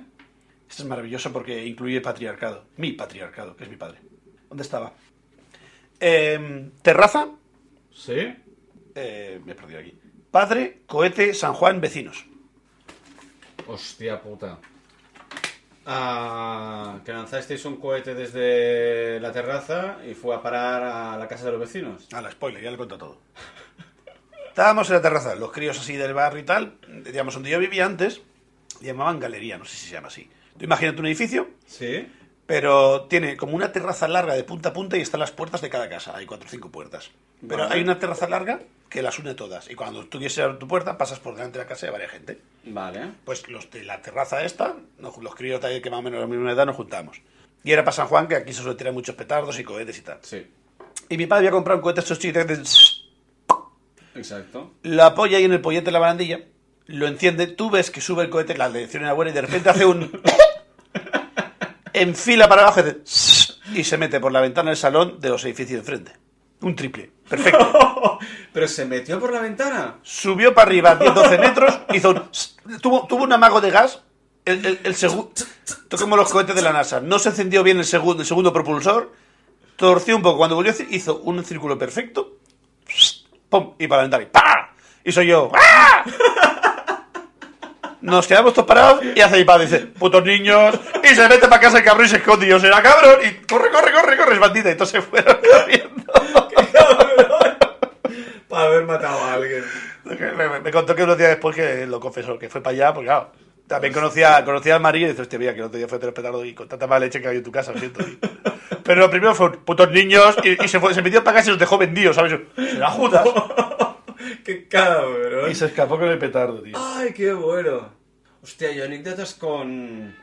Esto es maravilloso porque incluye patriarcado. Mi patriarcado, que es mi padre. ¿Dónde estaba? Em, terraza.
¿Sí?
eh, me he perdido aquí. Padre, cohete, San Juan, vecinos.
Hostia puta. Ah, que lanzasteis un cohete desde la terraza y fue a parar a la casa de los vecinos.
A la spoiler, ya le cuento todo. Estábamos en la terraza, los críos así del barrio y tal. Digamos, donde yo vivía antes, llamaban galería, no sé si se llama así. Tú imagínate un edificio,
¿Sí?
pero tiene como una terraza larga de punta a punta y están las puertas de cada casa. Hay cuatro o cinco puertas. Pero
Vale.
hay una terraza larga que las une todas. Y cuando tú quieres abrir tu puerta, pasas por delante de la casa de varias gente.
Vale.
Pues los de la terraza esta, nos- los críos de ahí que más o menos de la misma edad, nos juntamos. Y era para San Juan, que aquí se suele tirar muchos petardos y cohetes y tal.
Sí.
Y mi padre había comprado un cohete estos chiquitos que te-
Exacto.
lo apoya ahí en el pollete de la barandilla, lo enciende, tú ves que sube el cohete, la dirección era buena y de repente hace un... enfila para abajo y, hace y se mete por la ventana del salón de los edificios de enfrente. Un triple, perfecto.
Pero se metió por la ventana.
Subió para arriba 10-12 metros, hizo un... tuvo, tuvo un amago de gas, el, el, segundo... Toquemos los cohetes de la NASA. No se encendió bien el segundo, el segundo propulsor, torció un poco. Cuando volvió hizo un círculo perfecto, ¡pum! Y para la ventana, y ¡pa! Y soy yo, ¡ah! Nos quedamos todos parados y hace mi padre, dice, putos niños, y se mete para casa el cabrón y se esconde y yo, será cabrón, y corre, corre, corre, corre, es bandida, y todos se fueron corriendo.
Para haber matado a alguien.
Me, me contó que unos días después que lo confesó, que fue para allá, porque claro, también conocía, conocía al marido y dice, hostia, mira, que el otro día fue a petardo y con tanta mala leche que había en tu casa, lo siento. Y- Pero lo primero fue putos niños y, y se, fue, se metió para casa y los dejó vendidos, ¿sabes? Se la judas.
Qué cabrón.
Y se escapó con el petardo, tío.
Ay, qué bueno. Hostia, yo anécdotas con...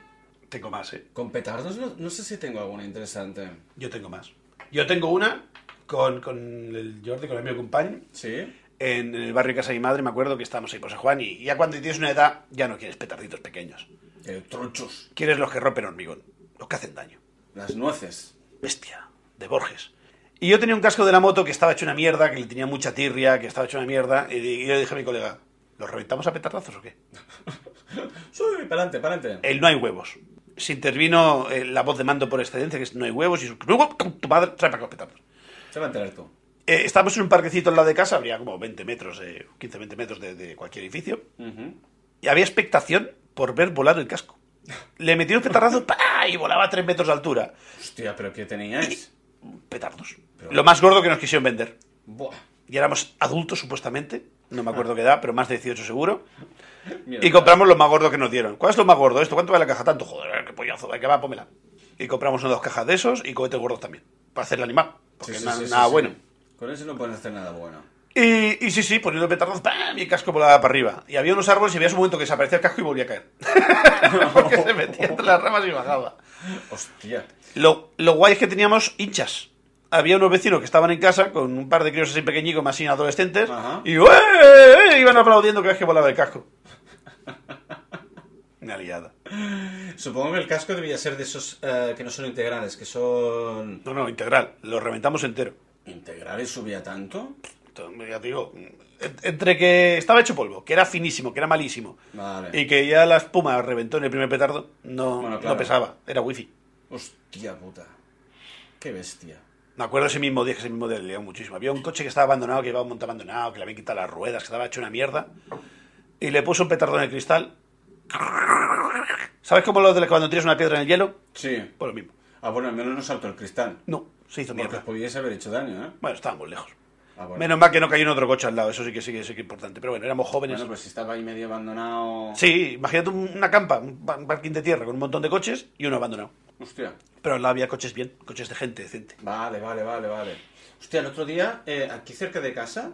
Tengo más, ¿eh?
Con petardos no, no sé si tengo alguna interesante.
Yo tengo más. Yo tengo una con, con el Jordi, con el mío compañero,
¿Sí?
en el barrio Casa de mi madre, me acuerdo que estábamos ahí por San Juan y ya cuando tienes una edad ya no quieres petarditos pequeños.
Eh, tronchos.
Quieres los que rompen hormigón, los que hacen daño.
Las nueces.
Bestia, de Borges. Y yo tenía un casco de la moto que estaba hecho una mierda, que le tenía mucha tirria, que estaba hecho una mierda. Y di- y yo le dije a mi colega, ¿los reventamos a petardazos o qué?
Sí, pa'lante, pa'lante.
El no hay huevos. Se intervino eh, la voz de mando por excelencia, que es no hay huevos, y su- tu madre trae para acá los petardos.
Se va a enterar tú.
Eh, estábamos en un parquecito al lado de casa, habría como 20 metros, eh, 15-20 metros de, de cualquier edificio,
Ujú.
y había expectación por ver volar el casco. Le metí un petardazo ¡pa! y volaba a 3 metros de altura.
Hostia, pero ¿qué teníais?
petardos.
Pero-
Lo más gordo que nos quisieron vender.
Buah.
Y éramos adultos, supuestamente. No me
Ah.
acuerdo qué edad, pero más de 18 seguro.
Mira,
Y compramos lo más gordo que nos dieron. ¿Cuál es lo más gordo? Esto, ¿cuánto vale la caja? Tanto, joder, qué pollazo, que va, pómela. Y compramos unas dos cajas de esos y cohetes gordos también. Para hacer el animal. Porque
sí, sí,
na-
sí, sí,
nada
sí.
bueno.
Con eso no puedes hacer nada bueno.
Y, y sí, sí, poniendo petardos, ¡pam! Y el casco volaba para arriba. Y había unos árboles y veías un momento que desaparecía el casco y volvía a caer. Porque se metía entre las ramas y bajaba.
Hostia.
Lo, lo guay es que teníamos hinchas. Había unos vecinos que estaban en casa con un par de críos así pequeñicos, más sin adolescentes,
Ajá.
y ¡eh, eh, eh! iban aplaudiendo cada vez que volaba el casco. Una liada.
Supongo que el casco debía ser de esos eh, que no son integrales, que son...
No, no, integral. Lo reventamos entero.
¿Integrales subía tanto?
Entonces, ya te digo, en- entre que estaba hecho polvo, que era finísimo, que era malísimo,
Vale.
y que ya la espuma reventó en el primer petardo, no,
Bueno,
no
claro.
pesaba. Era wifi.
Hostia puta. Qué bestia.
Me acuerdo ese mismo día, que ese mismo día le liaba muchísimo. Había un coche que estaba abandonado, que llevaba un montón abandonado, que le habían quitado las ruedas, que estaba hecho una mierda. Y le puso un petardo en el cristal. ¿Sabes cómo lo de la- cuando tiras una piedra en el hielo?
Sí.
Pues lo mismo.
Ah, bueno, al menos no saltó el cristal.
No, se hizo
Porque os
mierda.
podíais haber hecho daño, ¿eh?
Bueno, estábamos lejos.
Ah, bueno.
Menos mal que no cayó en otro coche al lado, eso sí que sí que sí que es importante. Pero bueno, éramos jóvenes.
Bueno, pues si estaba ahí medio abandonado...
Sí, imagínate un- una campa, un pa- un parking de tierra con un montón de coches y uno abandonado.
Hostia.
Pero al lado había coches bien, coches de gente decente.
Vale, vale, vale, vale. Hostia, el otro día, eh, aquí cerca de casa,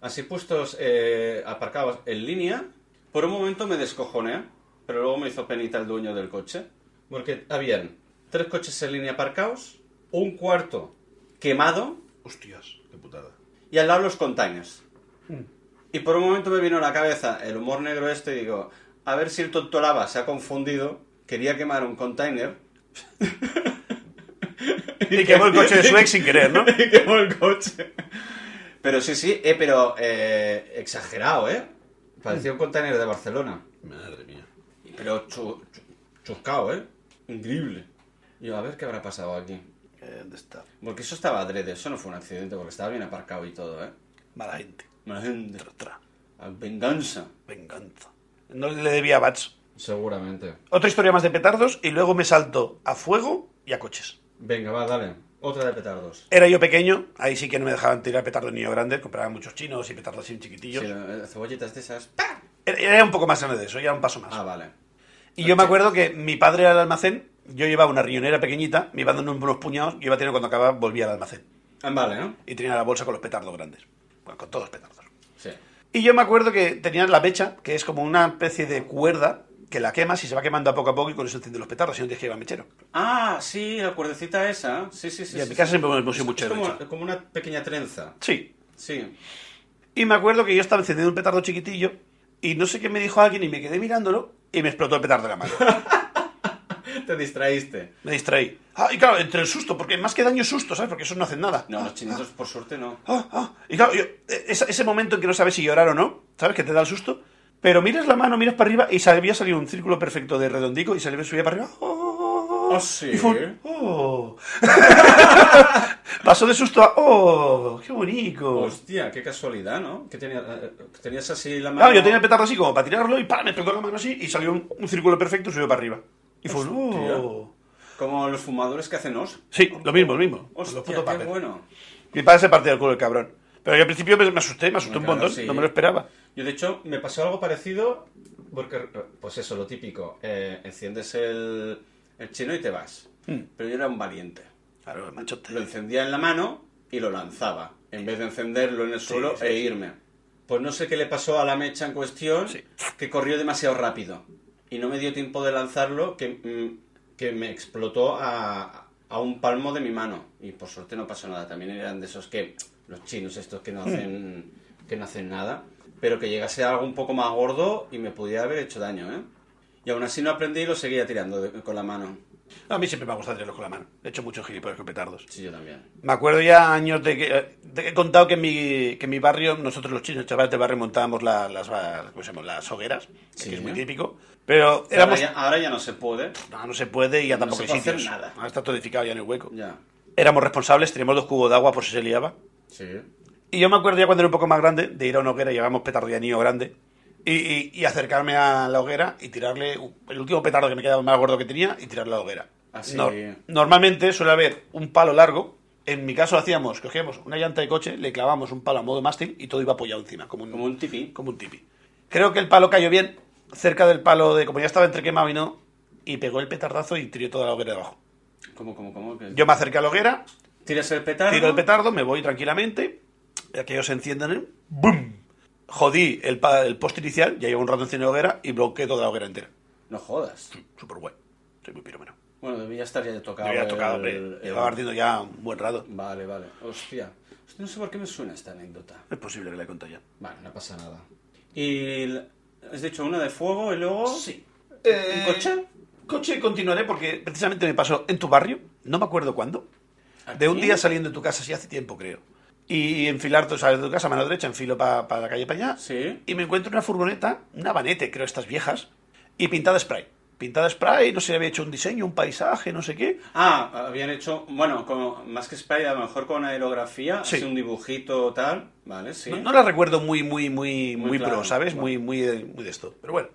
así puestos eh, aparcados en línea, por un momento me descojoné, pero luego me hizo penita el dueño del coche. Porque habían tres coches en línea aparcados, un cuarto quemado
Hostias, qué putada.
y al lado los containers.
Mm.
Y por un momento me vino a la cabeza el humor negro este y digo, a ver si el tonto lava se ha confundido, quería quemar un container
Y quemó el coche de su ex sin querer, ¿no?
Y quemó el coche. Pero sí, sí, eh, pero eh, exagerado, ¿eh? Parecía un container de Barcelona.
Madre mía.
Pero chu- chu- chuscado, ¿eh? Increíble. Y yo, a ver qué habrá pasado aquí.
Eh, ¿Dónde está?
Porque eso estaba adrede, eso no fue un accidente, porque estaba bien aparcado y todo, ¿eh?
Mala gente.
Mala gente.
Tra, tra.
A Venganza.
Venganza. No le debía a Bats.
Seguramente.
Otra historia más de petardos y luego me salto a fuego y a coches.
Venga, va, dale. Otra de petardos.
Era yo pequeño, ahí sí que no me dejaban tirar petardos niño grandes, compraba muchos chinos y petardos así
Sí,
chiquitillos.
eh, cebollitas de esas. ¡pa!
Era- Era un poco más grande de eso, ya un paso más.
Ah, vale.
Y yo me acuerdo que mi padre era al almacén, yo llevaba una riñonera pequeñita, me iba dando unos puñados, yo iba teniendo cuando acababa, volvía al almacén.
Ah, vale, ¿no?
Y tenía la bolsa con los petardos grandes. Bueno, con todos los petardos.
Sí.
Y yo me acuerdo que tenían la mecha, que es como una especie de cuerda que la quemas y se va quemando a poco a poco y con eso enciende los petardos, si no tienes que llevar mechero.
Ah, sí, la cuerdecita esa. Sí, sí, sí.
y en
sí,
mi
sí.
casa siempre hemos sido
Es
mucho de mecha.
como, como una pequeña trenza.
Sí.
Sí.
Y me acuerdo que yo estaba encendiendo un petardo chiquitillo y no sé qué me dijo alguien y me quedé mirándolo y me explotó el petardo en la mano.
Te distraíste.
Me distraí. Ah, y claro, entre el susto, porque más que daño es susto, ¿sabes? Porque esos no hacen nada.
No, los chinitos por suerte no.
Ah, ah. Y claro, yo- e- esa- ese momento en que no sabes si llorar o no, ¿sabes? Que te da el susto. Pero miras la mano, miras para arriba y se había salido un círculo perfecto de redondico y se le subía para arriba. ¡Oh!
Ah, sí.
Y fue un, ¡Oh! Pasó de susto a ¡Oh! ¡Qué bonito!
Hostia, qué casualidad, ¿no? Que tenía- eh, que tenías así la mano.
Claro, yo tenía el petardo así como para tirarlo y ¡pam! Me pegó la mano así y salió un, un círculo perfecto y subió para arriba. Y fue un, ¡Oh!
Como los fumadores que hacen os.
Sí, lo mismo, lo mismo. Los
Hostia,
putos
qué
papers.
bueno.
Mi padre se partía el culo el cabrón. Pero yo al principio me, me asusté, me asusté
Claro,
un montón,
sí.
no me lo esperaba.
Yo, de hecho, me pasó algo parecido porque, eh, pues eso, lo típico. eh, enciendes el, el chino y te vas.
Mm.
Pero yo era un valiente.
Claro, el machote.
Lo encendía en la mano y lo lanzaba, en vez de encenderlo en el suelo
sí,
e
sí.
irme. Pues no sé qué le pasó a la mecha en cuestión,
Sí.
que corrió demasiado rápido. Y no me dio tiempo de lanzarlo, que, mm, que me explotó a, a un palmo de mi mano. Y por suerte no pasó nada. También eran de esos que, los chinos estos que no
Hmm.
hacen, que no hacen nada. Pero que llegase algo un poco más gordo y me pudiera haber hecho daño, ¿eh? Y aún así no aprendí y lo seguía tirando de- con la mano.
No, a mí siempre me ha gustado tirarlos con la mano. He hecho muchos gilipollas con petardos.
Sí, yo también.
Me acuerdo ya años de que, eh, de que he contado que en, mi, que en mi barrio, nosotros los chinos, chavales del barrio, montábamos la- las, va- ¿cómo se llama? las hogueras,
Sí.
que es muy típico. Pero éramos...
Ahora, ya, ahora ya no se puede.
No, no se puede y ya
No
tampoco
se
hay
puede hacer
sitios.
nada.
Ahora está todo edificado ya en el hueco.
Ya.
Éramos responsables, teníamos dos cubos de agua por si se liaba.
Sí.
Y yo me acuerdo ya cuando era un poco más grande de ir a una hoguera, llevábamos petardo de anillo grande, y, y- y acercarme a la hoguera y tirarle u- el último petardo que me quedaba el más gordo que tenía y tirarle a la hoguera.
Ah, sí.
normalmente suele haber un palo largo En mi caso hacíamos, cogíamos una llanta de coche, le clavamos un palo a modo mástil y todo iba apoyado encima, como un,
Como un tipi.
como un tipi. Creo que el palo cayó bien, cerca del palo de, como ya estaba entre quemado y no, y pegó el petardazo y tiró toda la hoguera de abajo.
¿Cómo, cómo, cómo? Que-
Yo me acerqué a la hoguera,
Tiras el petardo.
Tiro el petardo, me voy tranquilamente. Aquellos se encienden. ¿eh? ¡Bum! Jodí el, pa- el poste inicial, ya llevo un rato encima de la hoguera y bloqueé toda la hoguera entera.
No jodas.
Súper guay. Soy muy piromano.
Bueno, debía estar ya tocado.
Me había tocado, hombre.
el- el-
Llevaba ardiendo ya un buen rato.
Vale, vale. Hostia. Hostia, No sé por qué me suena esta anécdota.
Es posible que la he contado ya.
Vale, no pasa nada. Y. el- Has dicho una de fuego y luego.
Eh,
¿Un coche?
Coche continuaré porque precisamente me pasó en tu barrio, no me acuerdo cuándo, de un
Aquí.
día saliendo de tu casa, sí, hace tiempo creo. Y enfilar, tú sales de tu casa, mano derecha, enfilo para la calle para allá.
Sí.
Y me encuentro una furgoneta, una vanete, creo, estas viejas, y pintada spray. Pintada spray, no sé, había hecho un diseño, un paisaje, no sé qué.
Ah, habían hecho, bueno, con, más que spray, a lo mejor con aerografía,
Sí.
así un dibujito tal, ¿vale? Sí.
No, no la recuerdo muy, muy, muy,
Muy
muy,
claro,
pro, ¿sabes?
bueno.
Muy, muy, de- muy de esto. Pero bueno.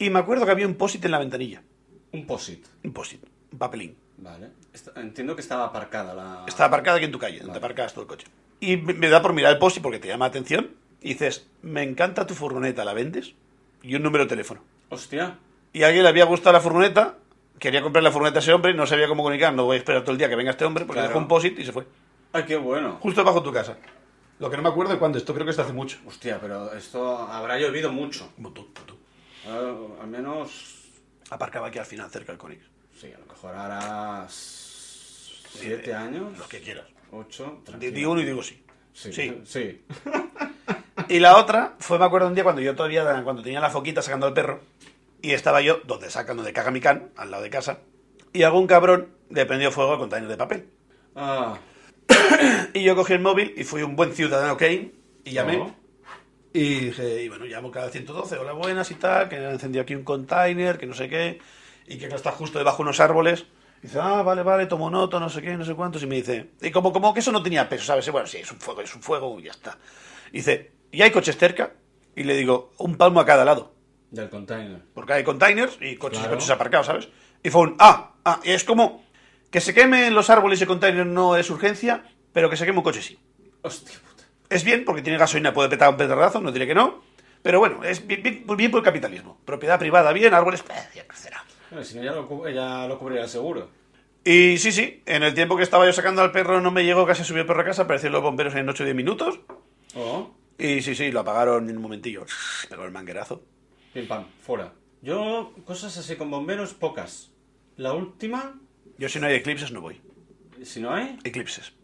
Y me acuerdo que había un posit en la ventanilla.
Un posit,
Un posit, un papelín.
¿vale? Est- entiendo que estaba aparcada la...
Está aparcada aquí en tu calle, donde
Ah, Vale.
aparcas todo el coche. Y me- me da por mirar el post porque te llama la atención. Y dices, me encanta tu furgoneta, ¿la vendes? Y un número de teléfono.
Hostia,
Y a alguien le había gustado la furgoneta, quería comprar la furgoneta a ese hombre, no sabía cómo comunicar, no voy a esperar todo el día que venga este hombre, porque
Claro.
dejó un post y se fue.
ay, qué bueno.
Justo bajo tu casa. Lo que no me acuerdo es cuándo, esto creo que está hace mucho.
Hostia, pero esto habrá llovido mucho.
Un montón, un montón.
Ah, al menos,
Aparcaba aquí al final, cerca del Conix.
sí, a lo mejor hará s- siete años,
Los Eh, que quieras.
ocho,
Di-
tranquilo.
Di uno y digo sí.
Sí, sí.
sí. Y la otra fue, me acuerdo un día cuando yo todavía, cuando tenía la foquita sacando al perro, y estaba yo donde saca, donde caga mi can, al lado de casa, y algún cabrón le prendió fuego al container de papel.
Ah,
Y yo cogí el móvil y fui un buen ciudadano Kane, y llamé,
no.
y dije, y bueno, llamo cada 112, hola buenas y tal, que han encendido aquí un container, que no sé qué, y que está justo debajo de unos árboles. Y dice, ah, vale, vale, tomo nota, no sé qué, no sé cuántos. Y me dice, y como, como que eso no tenía peso, ¿sabes? Y Bueno, sí, es un fuego, es un fuego, y ya está. Y dice, ¿y hay coches cerca? Y le digo, un palmo a cada lado.
del container.
Porque hay containers y coches
Claro.
y coches aparcados, ¿sabes? Y fue un, ah, ah, y es como que se quemen los árboles y containers no es urgencia, pero que se queme un coche sí.
Hostia puta.
Es bien porque tiene gasolina, puede petar un petardazo, no diré que no. Pero bueno, es bien, bien, bien por el capitalismo. Propiedad privada, bien, árboles, eh, ya crecerá.
Bueno, si no, ya lo, cu- ya lo cubrirá el seguro.
Y sí, sí, en el tiempo que estaba yo sacando al perro no me llegó, casi subió el perro a casa, aparecieron los bomberos en 8 o 10 minutos.
Oh.
Y sí, sí, lo apagaron en un momentillo. Pero el manguerazo.
Pim pam, fuera. Yo, cosas así con bomberos, pocas. La última,
Yo si no hay eclipses no voy.
si no hay,
Eclipses.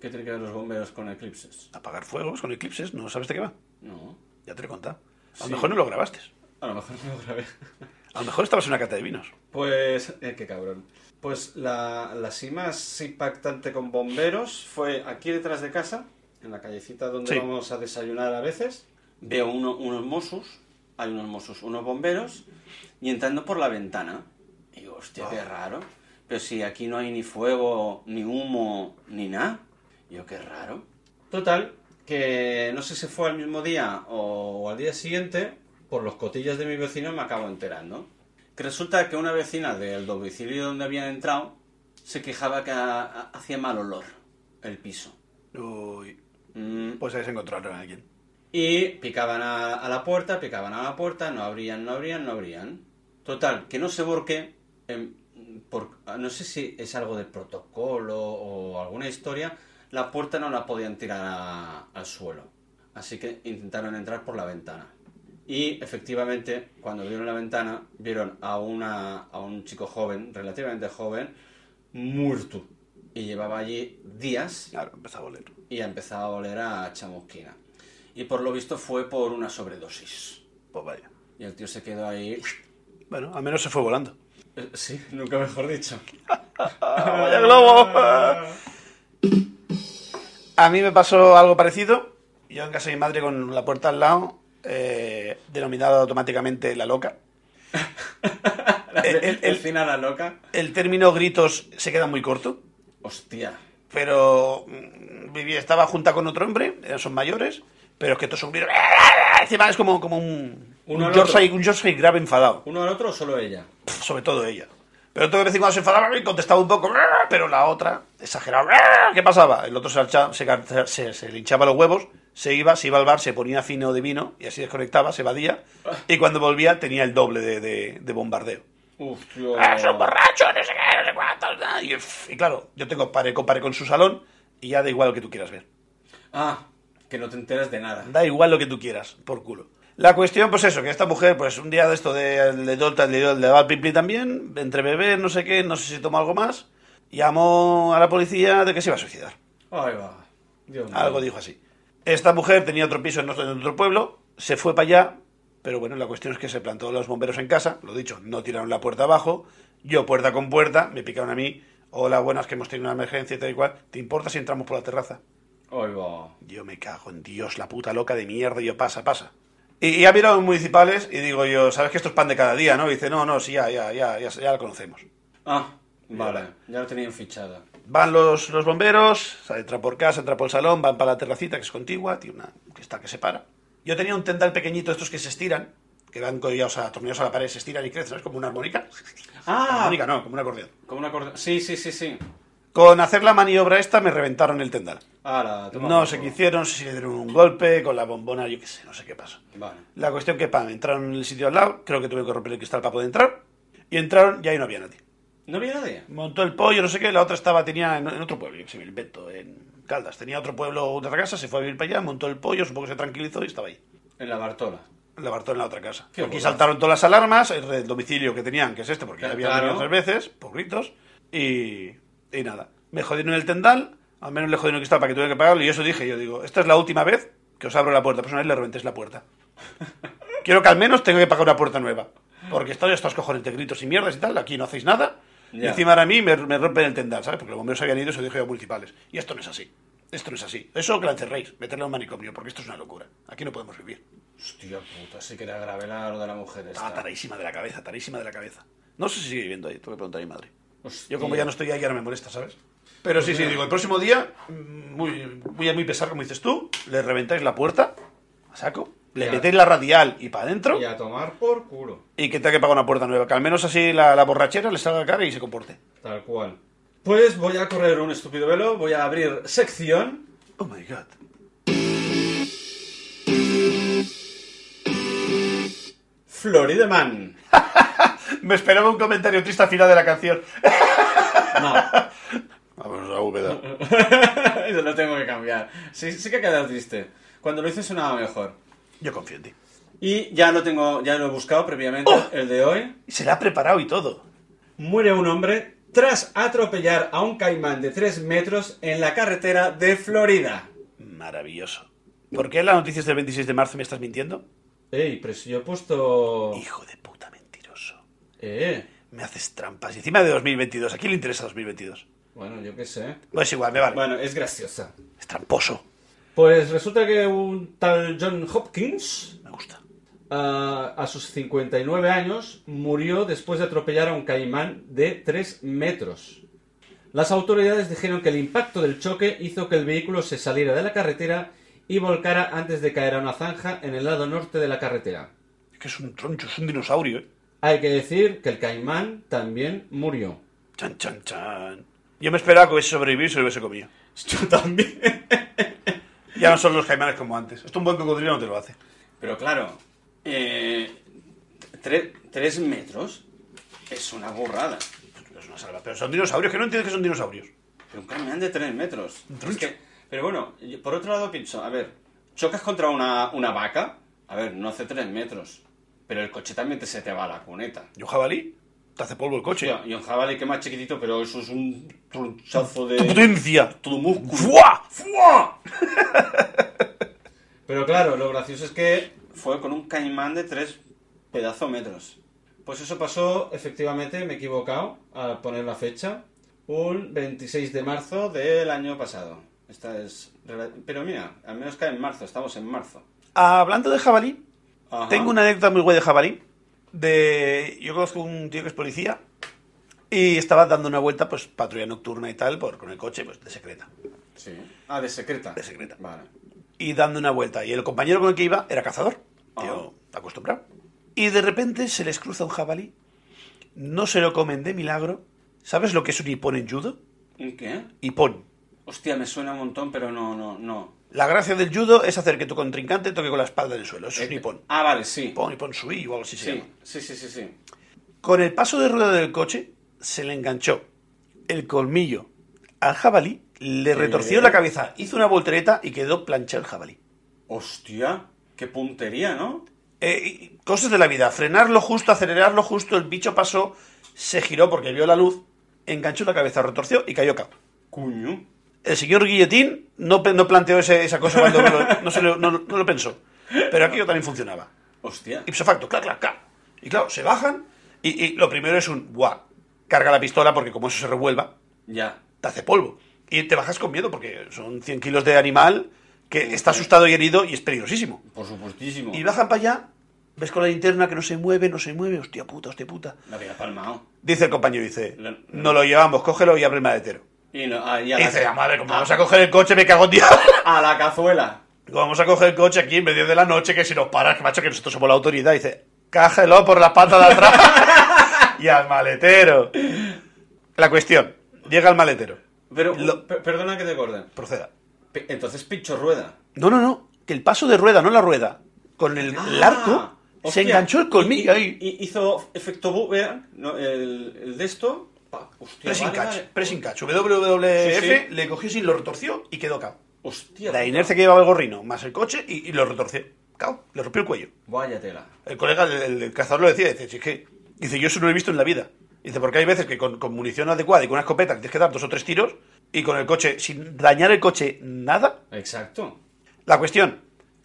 ¿qué tiene que ver los bomberos con eclipses?
Apagar fuegos con eclipses, no sabes de qué va.
No.
Ya te lo he contado. A lo
Sí.
mejor no lo grabaste.
A lo mejor no lo grabé.
A lo mejor estabas en una cata de vinos.
Pues, eh, qué cabrón. Pues la, la sí más impactante con bomberos fue aquí detrás de casa, en la callecita donde
Sí.
vamos a desayunar a veces. Veo uno- unos mosos, hay unos mosos, unos bomberos, y entrando por la ventana. Y digo, hostia, qué raro. Pero si aquí no hay ni fuego, ni humo, ni nada. Yo, qué raro. Total, que no sé si fue al mismo día o, o al día siguiente, por los cotillas de mi vecino me acabo enterando. Que resulta que una vecina del domicilio donde habían entrado se quejaba que ha- ha- hacía mal olor el piso.
Uy,
Mm,
pues habéis encontrado a alguien.
y picaban a, a la puerta, picaban a la puerta, no abrían, no abrían, no abrían. Total, que no sé por qué, em, por- no sé si es algo de protocolo o alguna historia, la puerta no la podían tirar a- al suelo. Así que intentaron entrar por la ventana. Y efectivamente, cuando vieron la ventana, vieron a, una, a un chico joven, relativamente joven, muerto. Y llevaba allí días
Claro, empezaba a oler.
y ha empezado a oler a chamusquina. Y por lo visto fue por una sobredosis.
Pues vaya.
Y el tío se quedó ahí.
Bueno, al menos se fue volando.
Eh, Sí, nunca mejor dicho.
¡Vaya globo! A mí me pasó algo parecido. Yo en casa de mi madre con la puerta al lado, eh, denominada automáticamente la loca.
El,
El- el- el-
final a loca.
El término gritos se queda muy corto,
Hostia.
pero mm, vivía, estaba junta con otro hombre, eh, son mayores, pero es que todos son gritos. Encima es como, como un,
Uno
un
al
George
otro.
Hay- un George Hay grave enfadado.
¿Uno al otro o solo ella?
sobre todo ella. Pero otro de vez en cuando se enfadaba y contestaba un poco, "Ah", pero la otra exageraba. "Ah", ¿Qué pasaba? El otro se, alcha- se cansa- se- se le hinchaba los huevos, se iba, se iba al bar, se ponía fino de vino y así desconectaba, se evadía. Y cuando volvía tenía el doble de, de- de bombardeo.
Uf, tío.
"Ah, ¡Es un borracho! No sé qué, no sé cuántos, ah", Y, f- y claro, yo tengo pare, compare con su salón y ya da igual lo que tú quieras ver.
Ah, que no te enteras de nada.
Da igual lo que tú quieras, por culo. La cuestión, pues eso, que esta mujer, pues un día de esto de le Dolta, le dio- le daba el pipli también, entre beber, no sé qué, no sé si tomó algo más, llamó a la policía de que se iba a suicidar.
Ahí va. Dios mío.
Algo dijo así. Esta mujer tenía otro piso en otro, en otro pueblo, se fue para allá, pero bueno, la cuestión es que se plantó los bomberos en casa, lo dicho, no tiraron la puerta abajo, yo puerta con puerta, me picaron a mí, hola, buenas, que hemos tenido una emergencia y tal y cual, ¿te importa si entramos por la terraza?
Ahí va.
Yo me cago en Dios, la puta loca de mierda. Y yo, pasa, pasa. Y, y ha mirado a los municipales y digo yo, ¿sabes que esto es pan de cada día, no? Y dice, no, no, sí, ya, ya, ya, ya, ya la conocemos.
Ah, vale. Ya lo tenían fichada.
Van los, los bomberos, o sea, entra por casa, entra por el salón, van para la terracita que es contigua, tiene una que está que se para. Yo tenía un tendal pequeñito, estos que se estiran, que van collados a tornillos a la pared, se estiran y crecen, es como una armónica.
Ah.
Armónica no, como un acordeón.
Como una corda. Sí, sí, sí, sí.
Con hacer la maniobra esta me reventaron el tendal.
Ahora, toma
No
por
sé qué
culo.
hicieron, si le dieron un golpe con la bombona, yo qué sé, no sé qué pasó.
Vale.
La cuestión que, pam, entraron en el sitio al lado, creo que tuve que romper el cristal para poder entrar, y entraron y ahí no había nadie.
¿No había nadie?
Montó el pollo, no sé qué, la otra estaba, tenía en, en otro pueblo, yo que sé, me lo invento, en Caldas, tenía otro pueblo, otra casa, se fue a vivir para allá, montó el pollo, supongo que se tranquilizó y estaba ahí.
En la Bartola.
La Bartó en la otra casa.
Qué
Aquí
bueno.
saltaron todas las alarmas, el re- domicilio que tenían, que es este, porque ya
Claro.
había venido otras veces, por gritos, y, y nada. Me jodieron el tendal, al menos le jodieron el cristal para que tuviera que pagarlo, y eso dije, yo digo, esta es la última vez que os abro la puerta, pues una vez le reventéis la puerta. Quiero que al menos tenga que pagar una puerta nueva, porque estoy estos cojones de gritos y mierdas y tal, aquí no hacéis nada, y
Ya.
encima ahora a mí me, me rompen el tendal, ¿sabes? Porque los bomberos habían ido y se lo dije yo a municipales. Y esto no es así. Esto no es así. Eso que la encerréis, meterle a un manicomio, porque esto es una locura. Aquí no podemos vivir.
Hostia puta, sí que era grave la- lo de la mujer
Estaba
esta.
taradísima de la cabeza, taradísima de la cabeza. No sé si sigue viviendo ahí, tengo que preguntar a mi madre.
Hostia.
Yo como ya no estoy ahí, ahora me molesta, ¿sabes? Pero sí, sí, digo, el próximo día, mm, muy, muy a muy pesar, como dices tú, le reventáis la puerta, a saco, le
Ya.
metéis la radial y para adentro,
Y a tomar por culo.
y que tenga que pagar una puerta nueva, que al menos así la, la borrachera le salga la cara y se comporte.
Tal cual. Pues voy a correr un estúpido velo, voy a abrir sección.
Oh my god.
Florida Man.
Me esperaba un comentario triste al final de la canción.
No,
Vamos a Úbeda.
eso lo tengo que cambiar. Sí, sí que ha quedado triste. Cuando lo hice sonaba mejor.
Yo confío en ti.
Y ya lo tengo, ya lo he buscado previamente,
¡Oh!
el de hoy.
Y se la ha preparado y todo.
Muere un hombre tras atropellar a un caimán de 3 metros en la carretera de Florida.
Maravilloso. ¿Por qué las noticias del 26 de marzo me estás mintiendo?
Ey, pero si yo he puesto...
Hijo de puta mentiroso.
Eh,
Me haces trampas. Y encima de 2022. ¿A quién le interesa 2022?
bueno, yo qué sé.
Pues igual, me vale.
Bueno, es graciosa.
Es tramposo.
Pues resulta que un tal John Hopkins,
Me gusta.
ah, a sus 59 años, murió después de atropellar a un caimán de 3 metros. Las autoridades dijeron que el impacto del choque hizo que el vehículo se saliera de la carretera y volcara antes de caer a una zanja en el lado norte de la carretera.
Es que es un troncho, es un dinosaurio, ¿eh?
Hay que decir que el caimán también murió.
Chan, chan, chan. Yo me esperaba que hubiese sobrevivido y se lo hubiese comido.
Yo también.
Ya no son los caimanes como antes. Esto un buen cocodrilo no te lo hace.
Pero claro, eh, tre- tres metros es una burrada.
Es una salva. Pero son dinosaurios, que no entiendes que son dinosaurios.
Pero un camión de tres metros.
Un
Es
troncho.
que- pero bueno, yo- por otro lado pienso, a ver, chocas contra una, una vaca, a ver, no hace tres metros, pero el coche también te se te va a la cuneta.
¿Y un jabalí? Te hace polvo el coche.
Hostia, Y un jabalí que es más chiquitito, pero eso es un
¡Tu
tronchazo de...
potencia!
Todo músculo.
¡Fua! ¡Fua!
Pero claro, lo gracioso es que fue con un caimán de tres pedazo metros. Pues eso pasó, efectivamente, me he equivocado al poner la fecha, un 26 de marzo del año pasado. Esta es... rela- Pero mira, al menos cae en marzo, estamos en marzo.
Hablando de jabalí,
Ajá.
Tengo una anécdota muy guay de jabalí. De... Yo conozco un tío que es policía y estaba dando una vuelta, pues patrulla nocturna y tal, por, con el coche, pues de secreta.
Sí. Ah, de secreta.
De secreta.
Vale.
Y dando una vuelta. Y el compañero con el que iba era cazador,
Ajá.
tío acostumbrado. Y de repente se les cruza un jabalí. No se lo comen de milagro. ¿Sabes lo que es un hipón en judo?
¿Un qué?
Hipón.
Hostia, me suena un montón, pero no, no, no.
La gracia del judo es hacer que tu contrincante toque con la espalda en el suelo. Eso es un hipón.
Ah, vale, sí.
Hipón, hipón sui o algo así se
Sí,
llama.
sí, sí, sí, sí.
Con el paso de rueda del coche, se le enganchó el colmillo al jabalí, le retorció la cabeza, hizo una voltereta y quedó planchado el jabalí.
Hostia, qué puntería, ¿no?
Eh, y- cosas de la vida. Frenarlo justo, acelerarlo justo, el bicho pasó, se giró porque vio la luz, enganchó la cabeza, retorció y cayó cao.
Cuño.
El señor Guilletín no, pe- no planteó ese- esa cosa cuando lo- no, se lo, no- no lo pensó. Pero aquello también funcionaba.
Hostia.
Ipso facto, clac, clac, clac. Y claro, se bajan y, y lo primero es un guau. Carga la pistola porque como eso se revuelva,
Ya.
te hace polvo. Y te bajas con miedo porque son 100 kilos de animal que está asustado y herido y es peligrosísimo.
Por supuestísimo.
Y bajan para allá, ves con la linterna que no se mueve, no se mueve, hostia puta, hostia puta.
La había palmado.
Dice el compañero, dice,
La-
no lo llevamos, cógelo y abre el maletero.
Y no, ah, ya
Y
la-
dice, la madre, como vamos a coger el coche, me cago en Dios.
A la cazuela.
Como vamos a coger el coche aquí en medio de la noche, que si nos paras, que macho, que nosotros somos la autoridad. Y dice, cágelo por la pata de atrás y al maletero. La cuestión, llega al maletero,
Pero,
Lo-
per- perdona que te corte.
proceda.
Pe- Entonces pincho rueda.
No, no, no. Que el paso de rueda, no la rueda. Con el, el
Ah,
arco se
hostia.
enganchó el colmillo
Y- y-
ahí.
y hizo efecto boomerang, ¿no? el, el de esto. Pa, hostia,
pressing
vale,
catch.
vale.
Pressing catch. WWF
Sí, sí.
le cogió sin lo retorció y quedó cao.
Hostia.
La inercia que llevaba el gorrino, más el coche y, y lo retorció. Cao. Le rompió el cuello.
Vaya tela. "Váyatela".
El colega, el, el- el cazador lo decía, dice, "Si es que, dice, yo eso no lo he visto en la vida. Dice, porque hay veces que con, con munición adecuada y con una escopeta que tienes que dar dos o tres tiros y con el coche, sin dañar el coche nada,
Exacto.
la cuestión,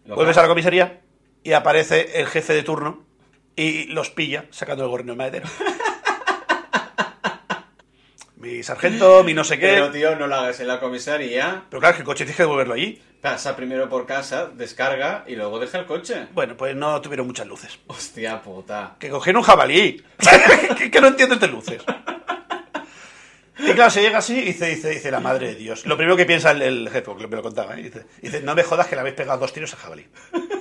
Lo
vuelves
cae.
a la comisaría y aparece el jefe de turno y los pilla sacando el gorrino del maletero. mi sargento, mi no sé qué.
Pero,
Pero,
tío, no la hagas en la comisaría.
claro, es que el coche tienes que devolverlo allí.
Pasa primero por casa, descarga y luego deja el coche.
Bueno, pues no tuvieron muchas luces.
Hostia puta.
Que cogieron un jabalí. que, que no entiendes de luces. Y claro, se llega así y dice, dice, dice la madre de Dios. Lo primero que piensa el, el jefe, porque me lo contaba, ¿eh? dice, dice, no me jodas que le habéis pegado dos tiros al jabalí.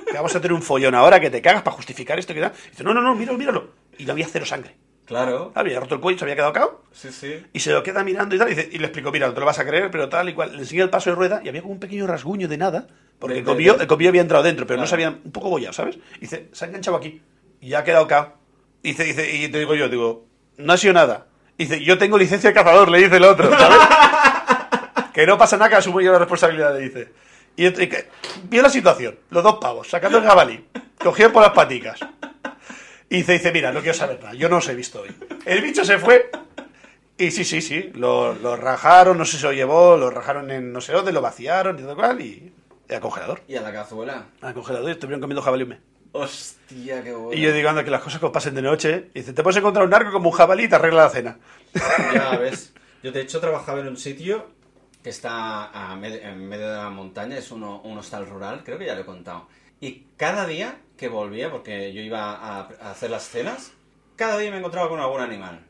Que vamos a tener un follón ahora que te cagas para justificar esto que da. Dice, no, no, no, míralo, míralo. Y no había cero sangre.
Claro.
Había roto el cuello, se había quedado cao.
Sí, sí.
Y se lo queda mirando y tal. Y, dice- y le explico, mira, no te lo vas a creer, pero tal y cual. Le enseñé el paso de rueda y había como un pequeño rasguño de nada. Porque
De-
el
de-
comillo,
de-
el comillo había entrado dentro, pero no
Claro.
se había un poco bollado, ¿sabes? Y dice, se ha enganchado aquí. Y ya ha quedado cao. Y dice, dice, y te digo yo, digo, no ha sido nada. Y dice, yo tengo licencia de cazador, le dice el otro, ¿sabes? que no pasa nada, que asumo yo la responsabilidad, le dice. Y, ent- y que, vio la situación, los dos pavos, sacando el jabalí, cogidos por las paticas. Y dice, dice, mira, no quiero saber nada, yo no os he visto hoy. El bicho se fue. Y sí, sí, sí, lo, lo rajaron, no sé si lo llevó, lo rajaron en no sé dónde, lo vaciaron y todo cual, y, y al congelador.
Y a la cazuela.
Al congelador y estuvieron comiendo jabalí un mes.
Hostia, qué bueno.
Y yo digo, anda, que las cosas que os pasen de noche, y dice, te puedes encontrar un narco como un jabalí y te arregla la cena.
Ya ves. Yo de hecho trabajaba en un sitio que está a med- en medio de la montaña, es uno, un hostal rural, creo que ya lo he contado. Y cada día que volvía, porque yo iba a, a hacer las cenas, cada día me encontraba con algún animal.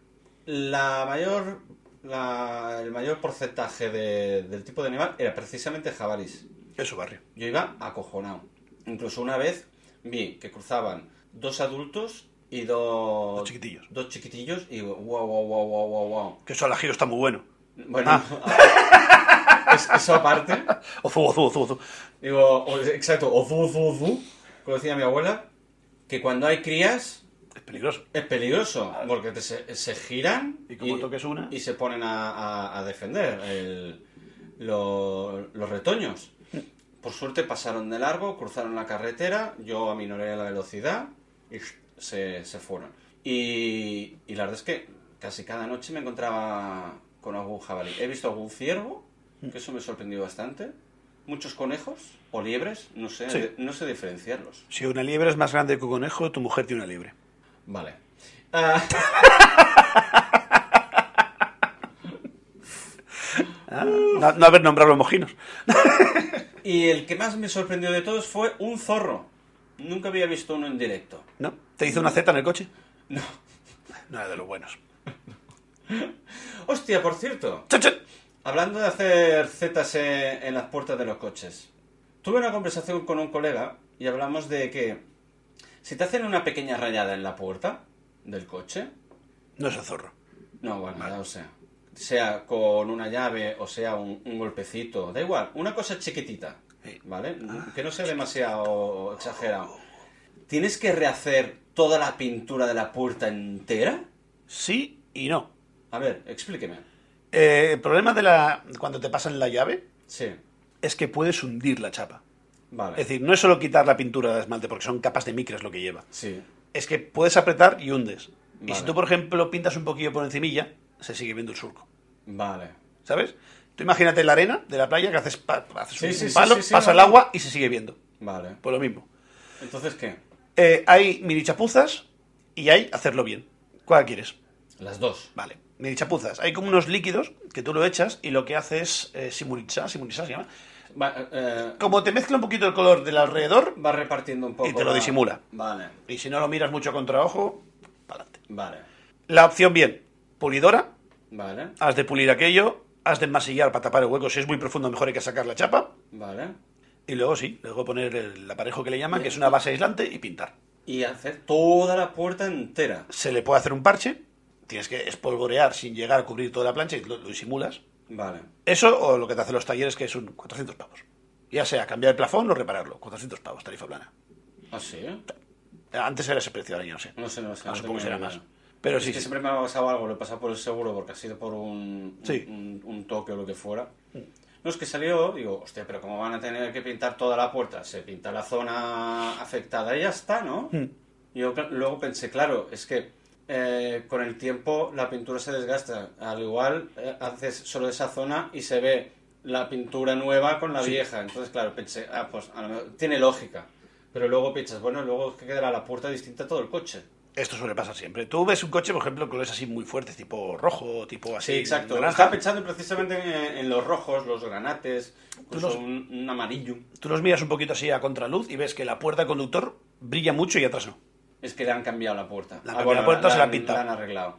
La mayor, la- el mayor porcentaje de- del tipo de animal era precisamente jabalís.
En su barrio.
Yo iba acojonado. Incluso una vez vi que cruzaban dos adultos y dos...
Dos chiquitillos.
Dos chiquitillos y digo, wow, wow, wow, wow, wow, wow.
Que eso al ajillo está muy bueno.
Bueno, es- eso aparte.
Ozu, ozu, ozu, ozu.
Digo, o- exacto, ozu, ozu, ozu, como decía mi abuela, que cuando hay crías
Es peligroso.
es peligroso, porque te se, se giran
Y como toques una.
y se ponen a, a- a defender el- lo- los retoños. Por suerte pasaron de largo, cruzaron la carretera, yo aminoré la velocidad y se, se fueron. Y, y la verdad es que casi cada noche me encontraba con algún jabalí. He visto algún ciervo, que eso me sorprendió bastante. Muchos conejos o liebres, no sé,
Sí.
no sé diferenciarlos.
Si una liebre es más grande que un conejo, tu mujer tiene una liebre.
Vale. Ah.
Ah, no, no haber nombrado los mojinos.
Y el que más me sorprendió de todos fue un zorro. Nunca había visto uno en directo.
¿No? ¿Te hizo una Z en el coche?
No.
No, era de los buenos.
Hostia, por cierto,
¡Chan, chan!
hablando de hacer zetas en en las puertas de los coches. Tuve una conversación con un colega y hablamos de que si te hacen una pequeña rayada en la puerta del coche,
No es el zorro.
No, bueno, ya lo sé. Sea con una llave o sea un, un golpecito, da igual, una cosa chiquitita,
Sí. Ah,
¿vale? Que no sea demasiado exagerado. ¿Tienes que rehacer toda la pintura de la puerta entera?
Sí y no.
A ver, explíqueme.
Eh, el problema de la cuando te pasan la llave
Sí,
es que puedes hundir la chapa.
vale.
Es decir, no es solo quitar la pintura de esmalte, porque son capas de micres lo que lleva.
Sí,
Es que puedes apretar y hundes. Y
Vale.
si tú, por ejemplo, pintas un poquillo por encimilla, se sigue viendo el surco.
vale.
¿Sabes? Tú imagínate la arena de la playa que haces, pa- haces
Sí,
un,
sí, sí,
palo,
sí, sí,
pasa
no,
el
no.
agua y se sigue viendo.
Vale.
Por lo mismo.
Entonces, ¿qué?
Eh, hay mini chapuzas y hay hacerlo bien. ¿Cuál quieres?
Las dos.
Vale. Mini chapuzas. Hay como unos líquidos que tú lo echas y lo que hace es eh, simulizar, simulizar se llama.
Va, eh, eh,
Como te mezcla un poquito el color del alrededor
va repartiendo un poco.
Y te lo
la-
disimula.
Vale,
y si no lo miras mucho contra ojo, pa'lante.
vale,
La opción bien, pulidora,
vale,
has de pulir aquello, has de enmasillar para tapar el hueco. Si es muy profundo, mejor hay que sacar la chapa.
vale.
Y luego sí, luego poner el aparejo que le llaman, que es una base aislante, y pintar.
Y hacer toda la puerta entera.
Se le puede hacer un parche, tienes que espolvorear sin llegar a cubrir toda la plancha y lo, lo disimulas.
Vale,
Eso o lo que te hacen los talleres, que son 400 pavos. Ya sea cambiar el plafón o repararlo, 400 pavos, tarifa plana.
así, ¿eh?
Antes era ese precio, ahora ya no sé.
No sé, no sé.
Ah,
no
supongo que será
tengo
más.
idea.
Pero
Es
sí,
que
sí.
siempre me ha pasado algo, lo he pasado por el seguro porque ha sido por un,
Sí. Mm.
un, un toque o lo que fuera. No es que salió, digo, hostia, pero ¿cómo van a tener que pintar toda la puerta? Se pinta la zona afectada y ya está, ¿no?
Mm.
Yo cl- luego pensé, claro, es que eh, con el tiempo la pintura se desgasta. Al igual eh, haces solo esa zona y se ve la pintura nueva con la vieja. Entonces, claro, pensé, ah, pues a lo mejor- tiene lógica. Pero luego piensas, bueno, luego es que quedará la puerta distinta a todo el coche.
Esto suele pasar siempre. Tú ves un coche, por ejemplo, colores así muy fuertes, tipo rojo, tipo así.
Sí, exacto.
naranja.
Estaba pensando precisamente en, en los rojos, los granates, incluso
los-
un, un amarillo.
Tú los miras un poquito así a contraluz y ves que la puerta del conductor brilla mucho y atrás no.
Es que le han cambiado la puerta.
Le han cambiado la puerta, se la han pintado.
han arreglado.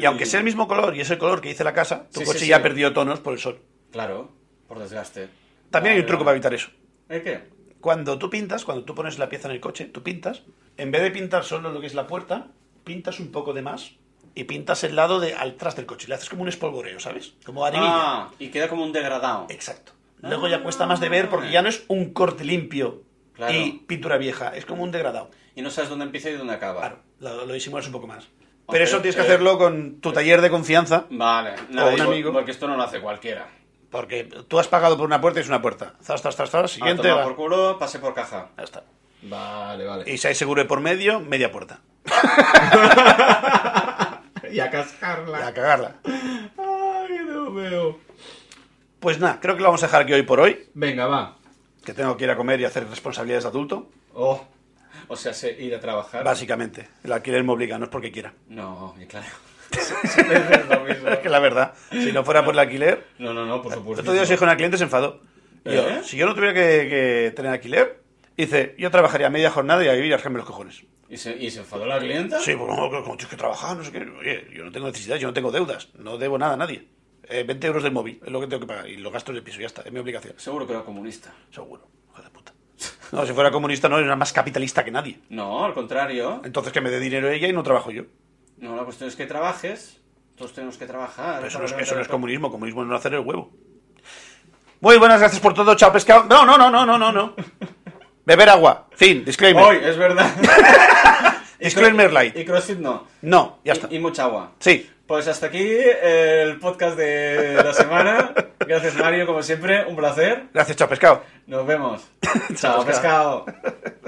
Y aunque sea el mismo color y es el color que dice la casa, tu
Sí,
coche
sí,
ya
sí.
perdió tonos por el sol.
Claro, por desgaste.
También hay
Vale,
un truco para
vale.
evitar eso.
¿El qué?
Cuando tú pintas, cuando tú pones la pieza en el coche, tú pintas, en vez de pintar solo lo que es la puerta, pintas un poco de más y pintas el lado de atrás del coche. Le haces como un espolvoreo, ¿sabes? Como arenilla.
Ah, y queda como un degradado.
Exacto. Luego ya cuesta más de ver porque ya no es un corte limpio
Ah. Claro.
y pintura vieja, es como un degradado.
Y no sabes dónde empieza y dónde acaba.
Claro, lo, lo disimulas un poco más.
Aunque,
Pero eso tienes que
eh,
hacerlo con tu taller de confianza,
Vale,
un
nada, digo,
amigo.
porque esto no lo hace cualquiera.
porque tú has pagado por una puerta y es una puerta. Zas, zas, zas, zas,
A
siguiente.
tomar
va.
Ah, por culo, pase por caja.
Ya está.
Vale, vale.
Y si hay seguro de por medio, media puerta.
Y a cascarla.
A cagarla.
Ay, no veo.
Pues nada, creo que lo vamos a dejar aquí hoy por hoy,
Venga, va.
que tengo que ir a comer y hacer responsabilidades de adulto.
Oh. O sea, se- ir a trabajar.
Básicamente, el alquiler me obliga, no es porque quiera.
No, y claro. Siempre es lo mismo.
Es que la verdad, si no fuera por el alquiler,
No, no, Pues no, por
El
supuesto.
otro día se dijo una cliente se enfadó. Y yo,
¿Eh?
si yo no tuviera que, que tener alquiler, dice, yo trabajaría media jornada y a vivir a los cojones.
¿Y se, y se enfadó la clienta?
Sí, pues no, como tienes que trabajar, no sé qué. Oye, yo no tengo necesidades, yo no tengo deudas, no debo nada a nadie. Eh, 20 euros del móvil es lo que tengo que pagar y los gastos del piso, ya está, es mi obligación.
Seguro que era comunista.
Seguro, hijo de puta. No, si fuera comunista no, era más capitalista que nadie.
No, al contrario.
Entonces que me dé dinero ella y no trabajo yo.
No, la cuestión es que trabajes. Todos tenemos que trabajar.
Pero eso no es,
Para-
eso no es
para-
comunismo, comunismo es no hacer el huevo. Muy buenas, gracias por todo, chao pescado. No, no, no, no, no, no, no. Beber agua, fin, disclaimer.
Hoy, es verdad.
Disclaimer light.
Y CrossFit no.
No, ya está.
Y, y mucha agua.
Sí,
Pues hasta aquí el podcast de la semana. Gracias, Mario, como siempre. Un placer.
gracias, chao pescado.
Nos vemos.
Chao,
Chao, pescado.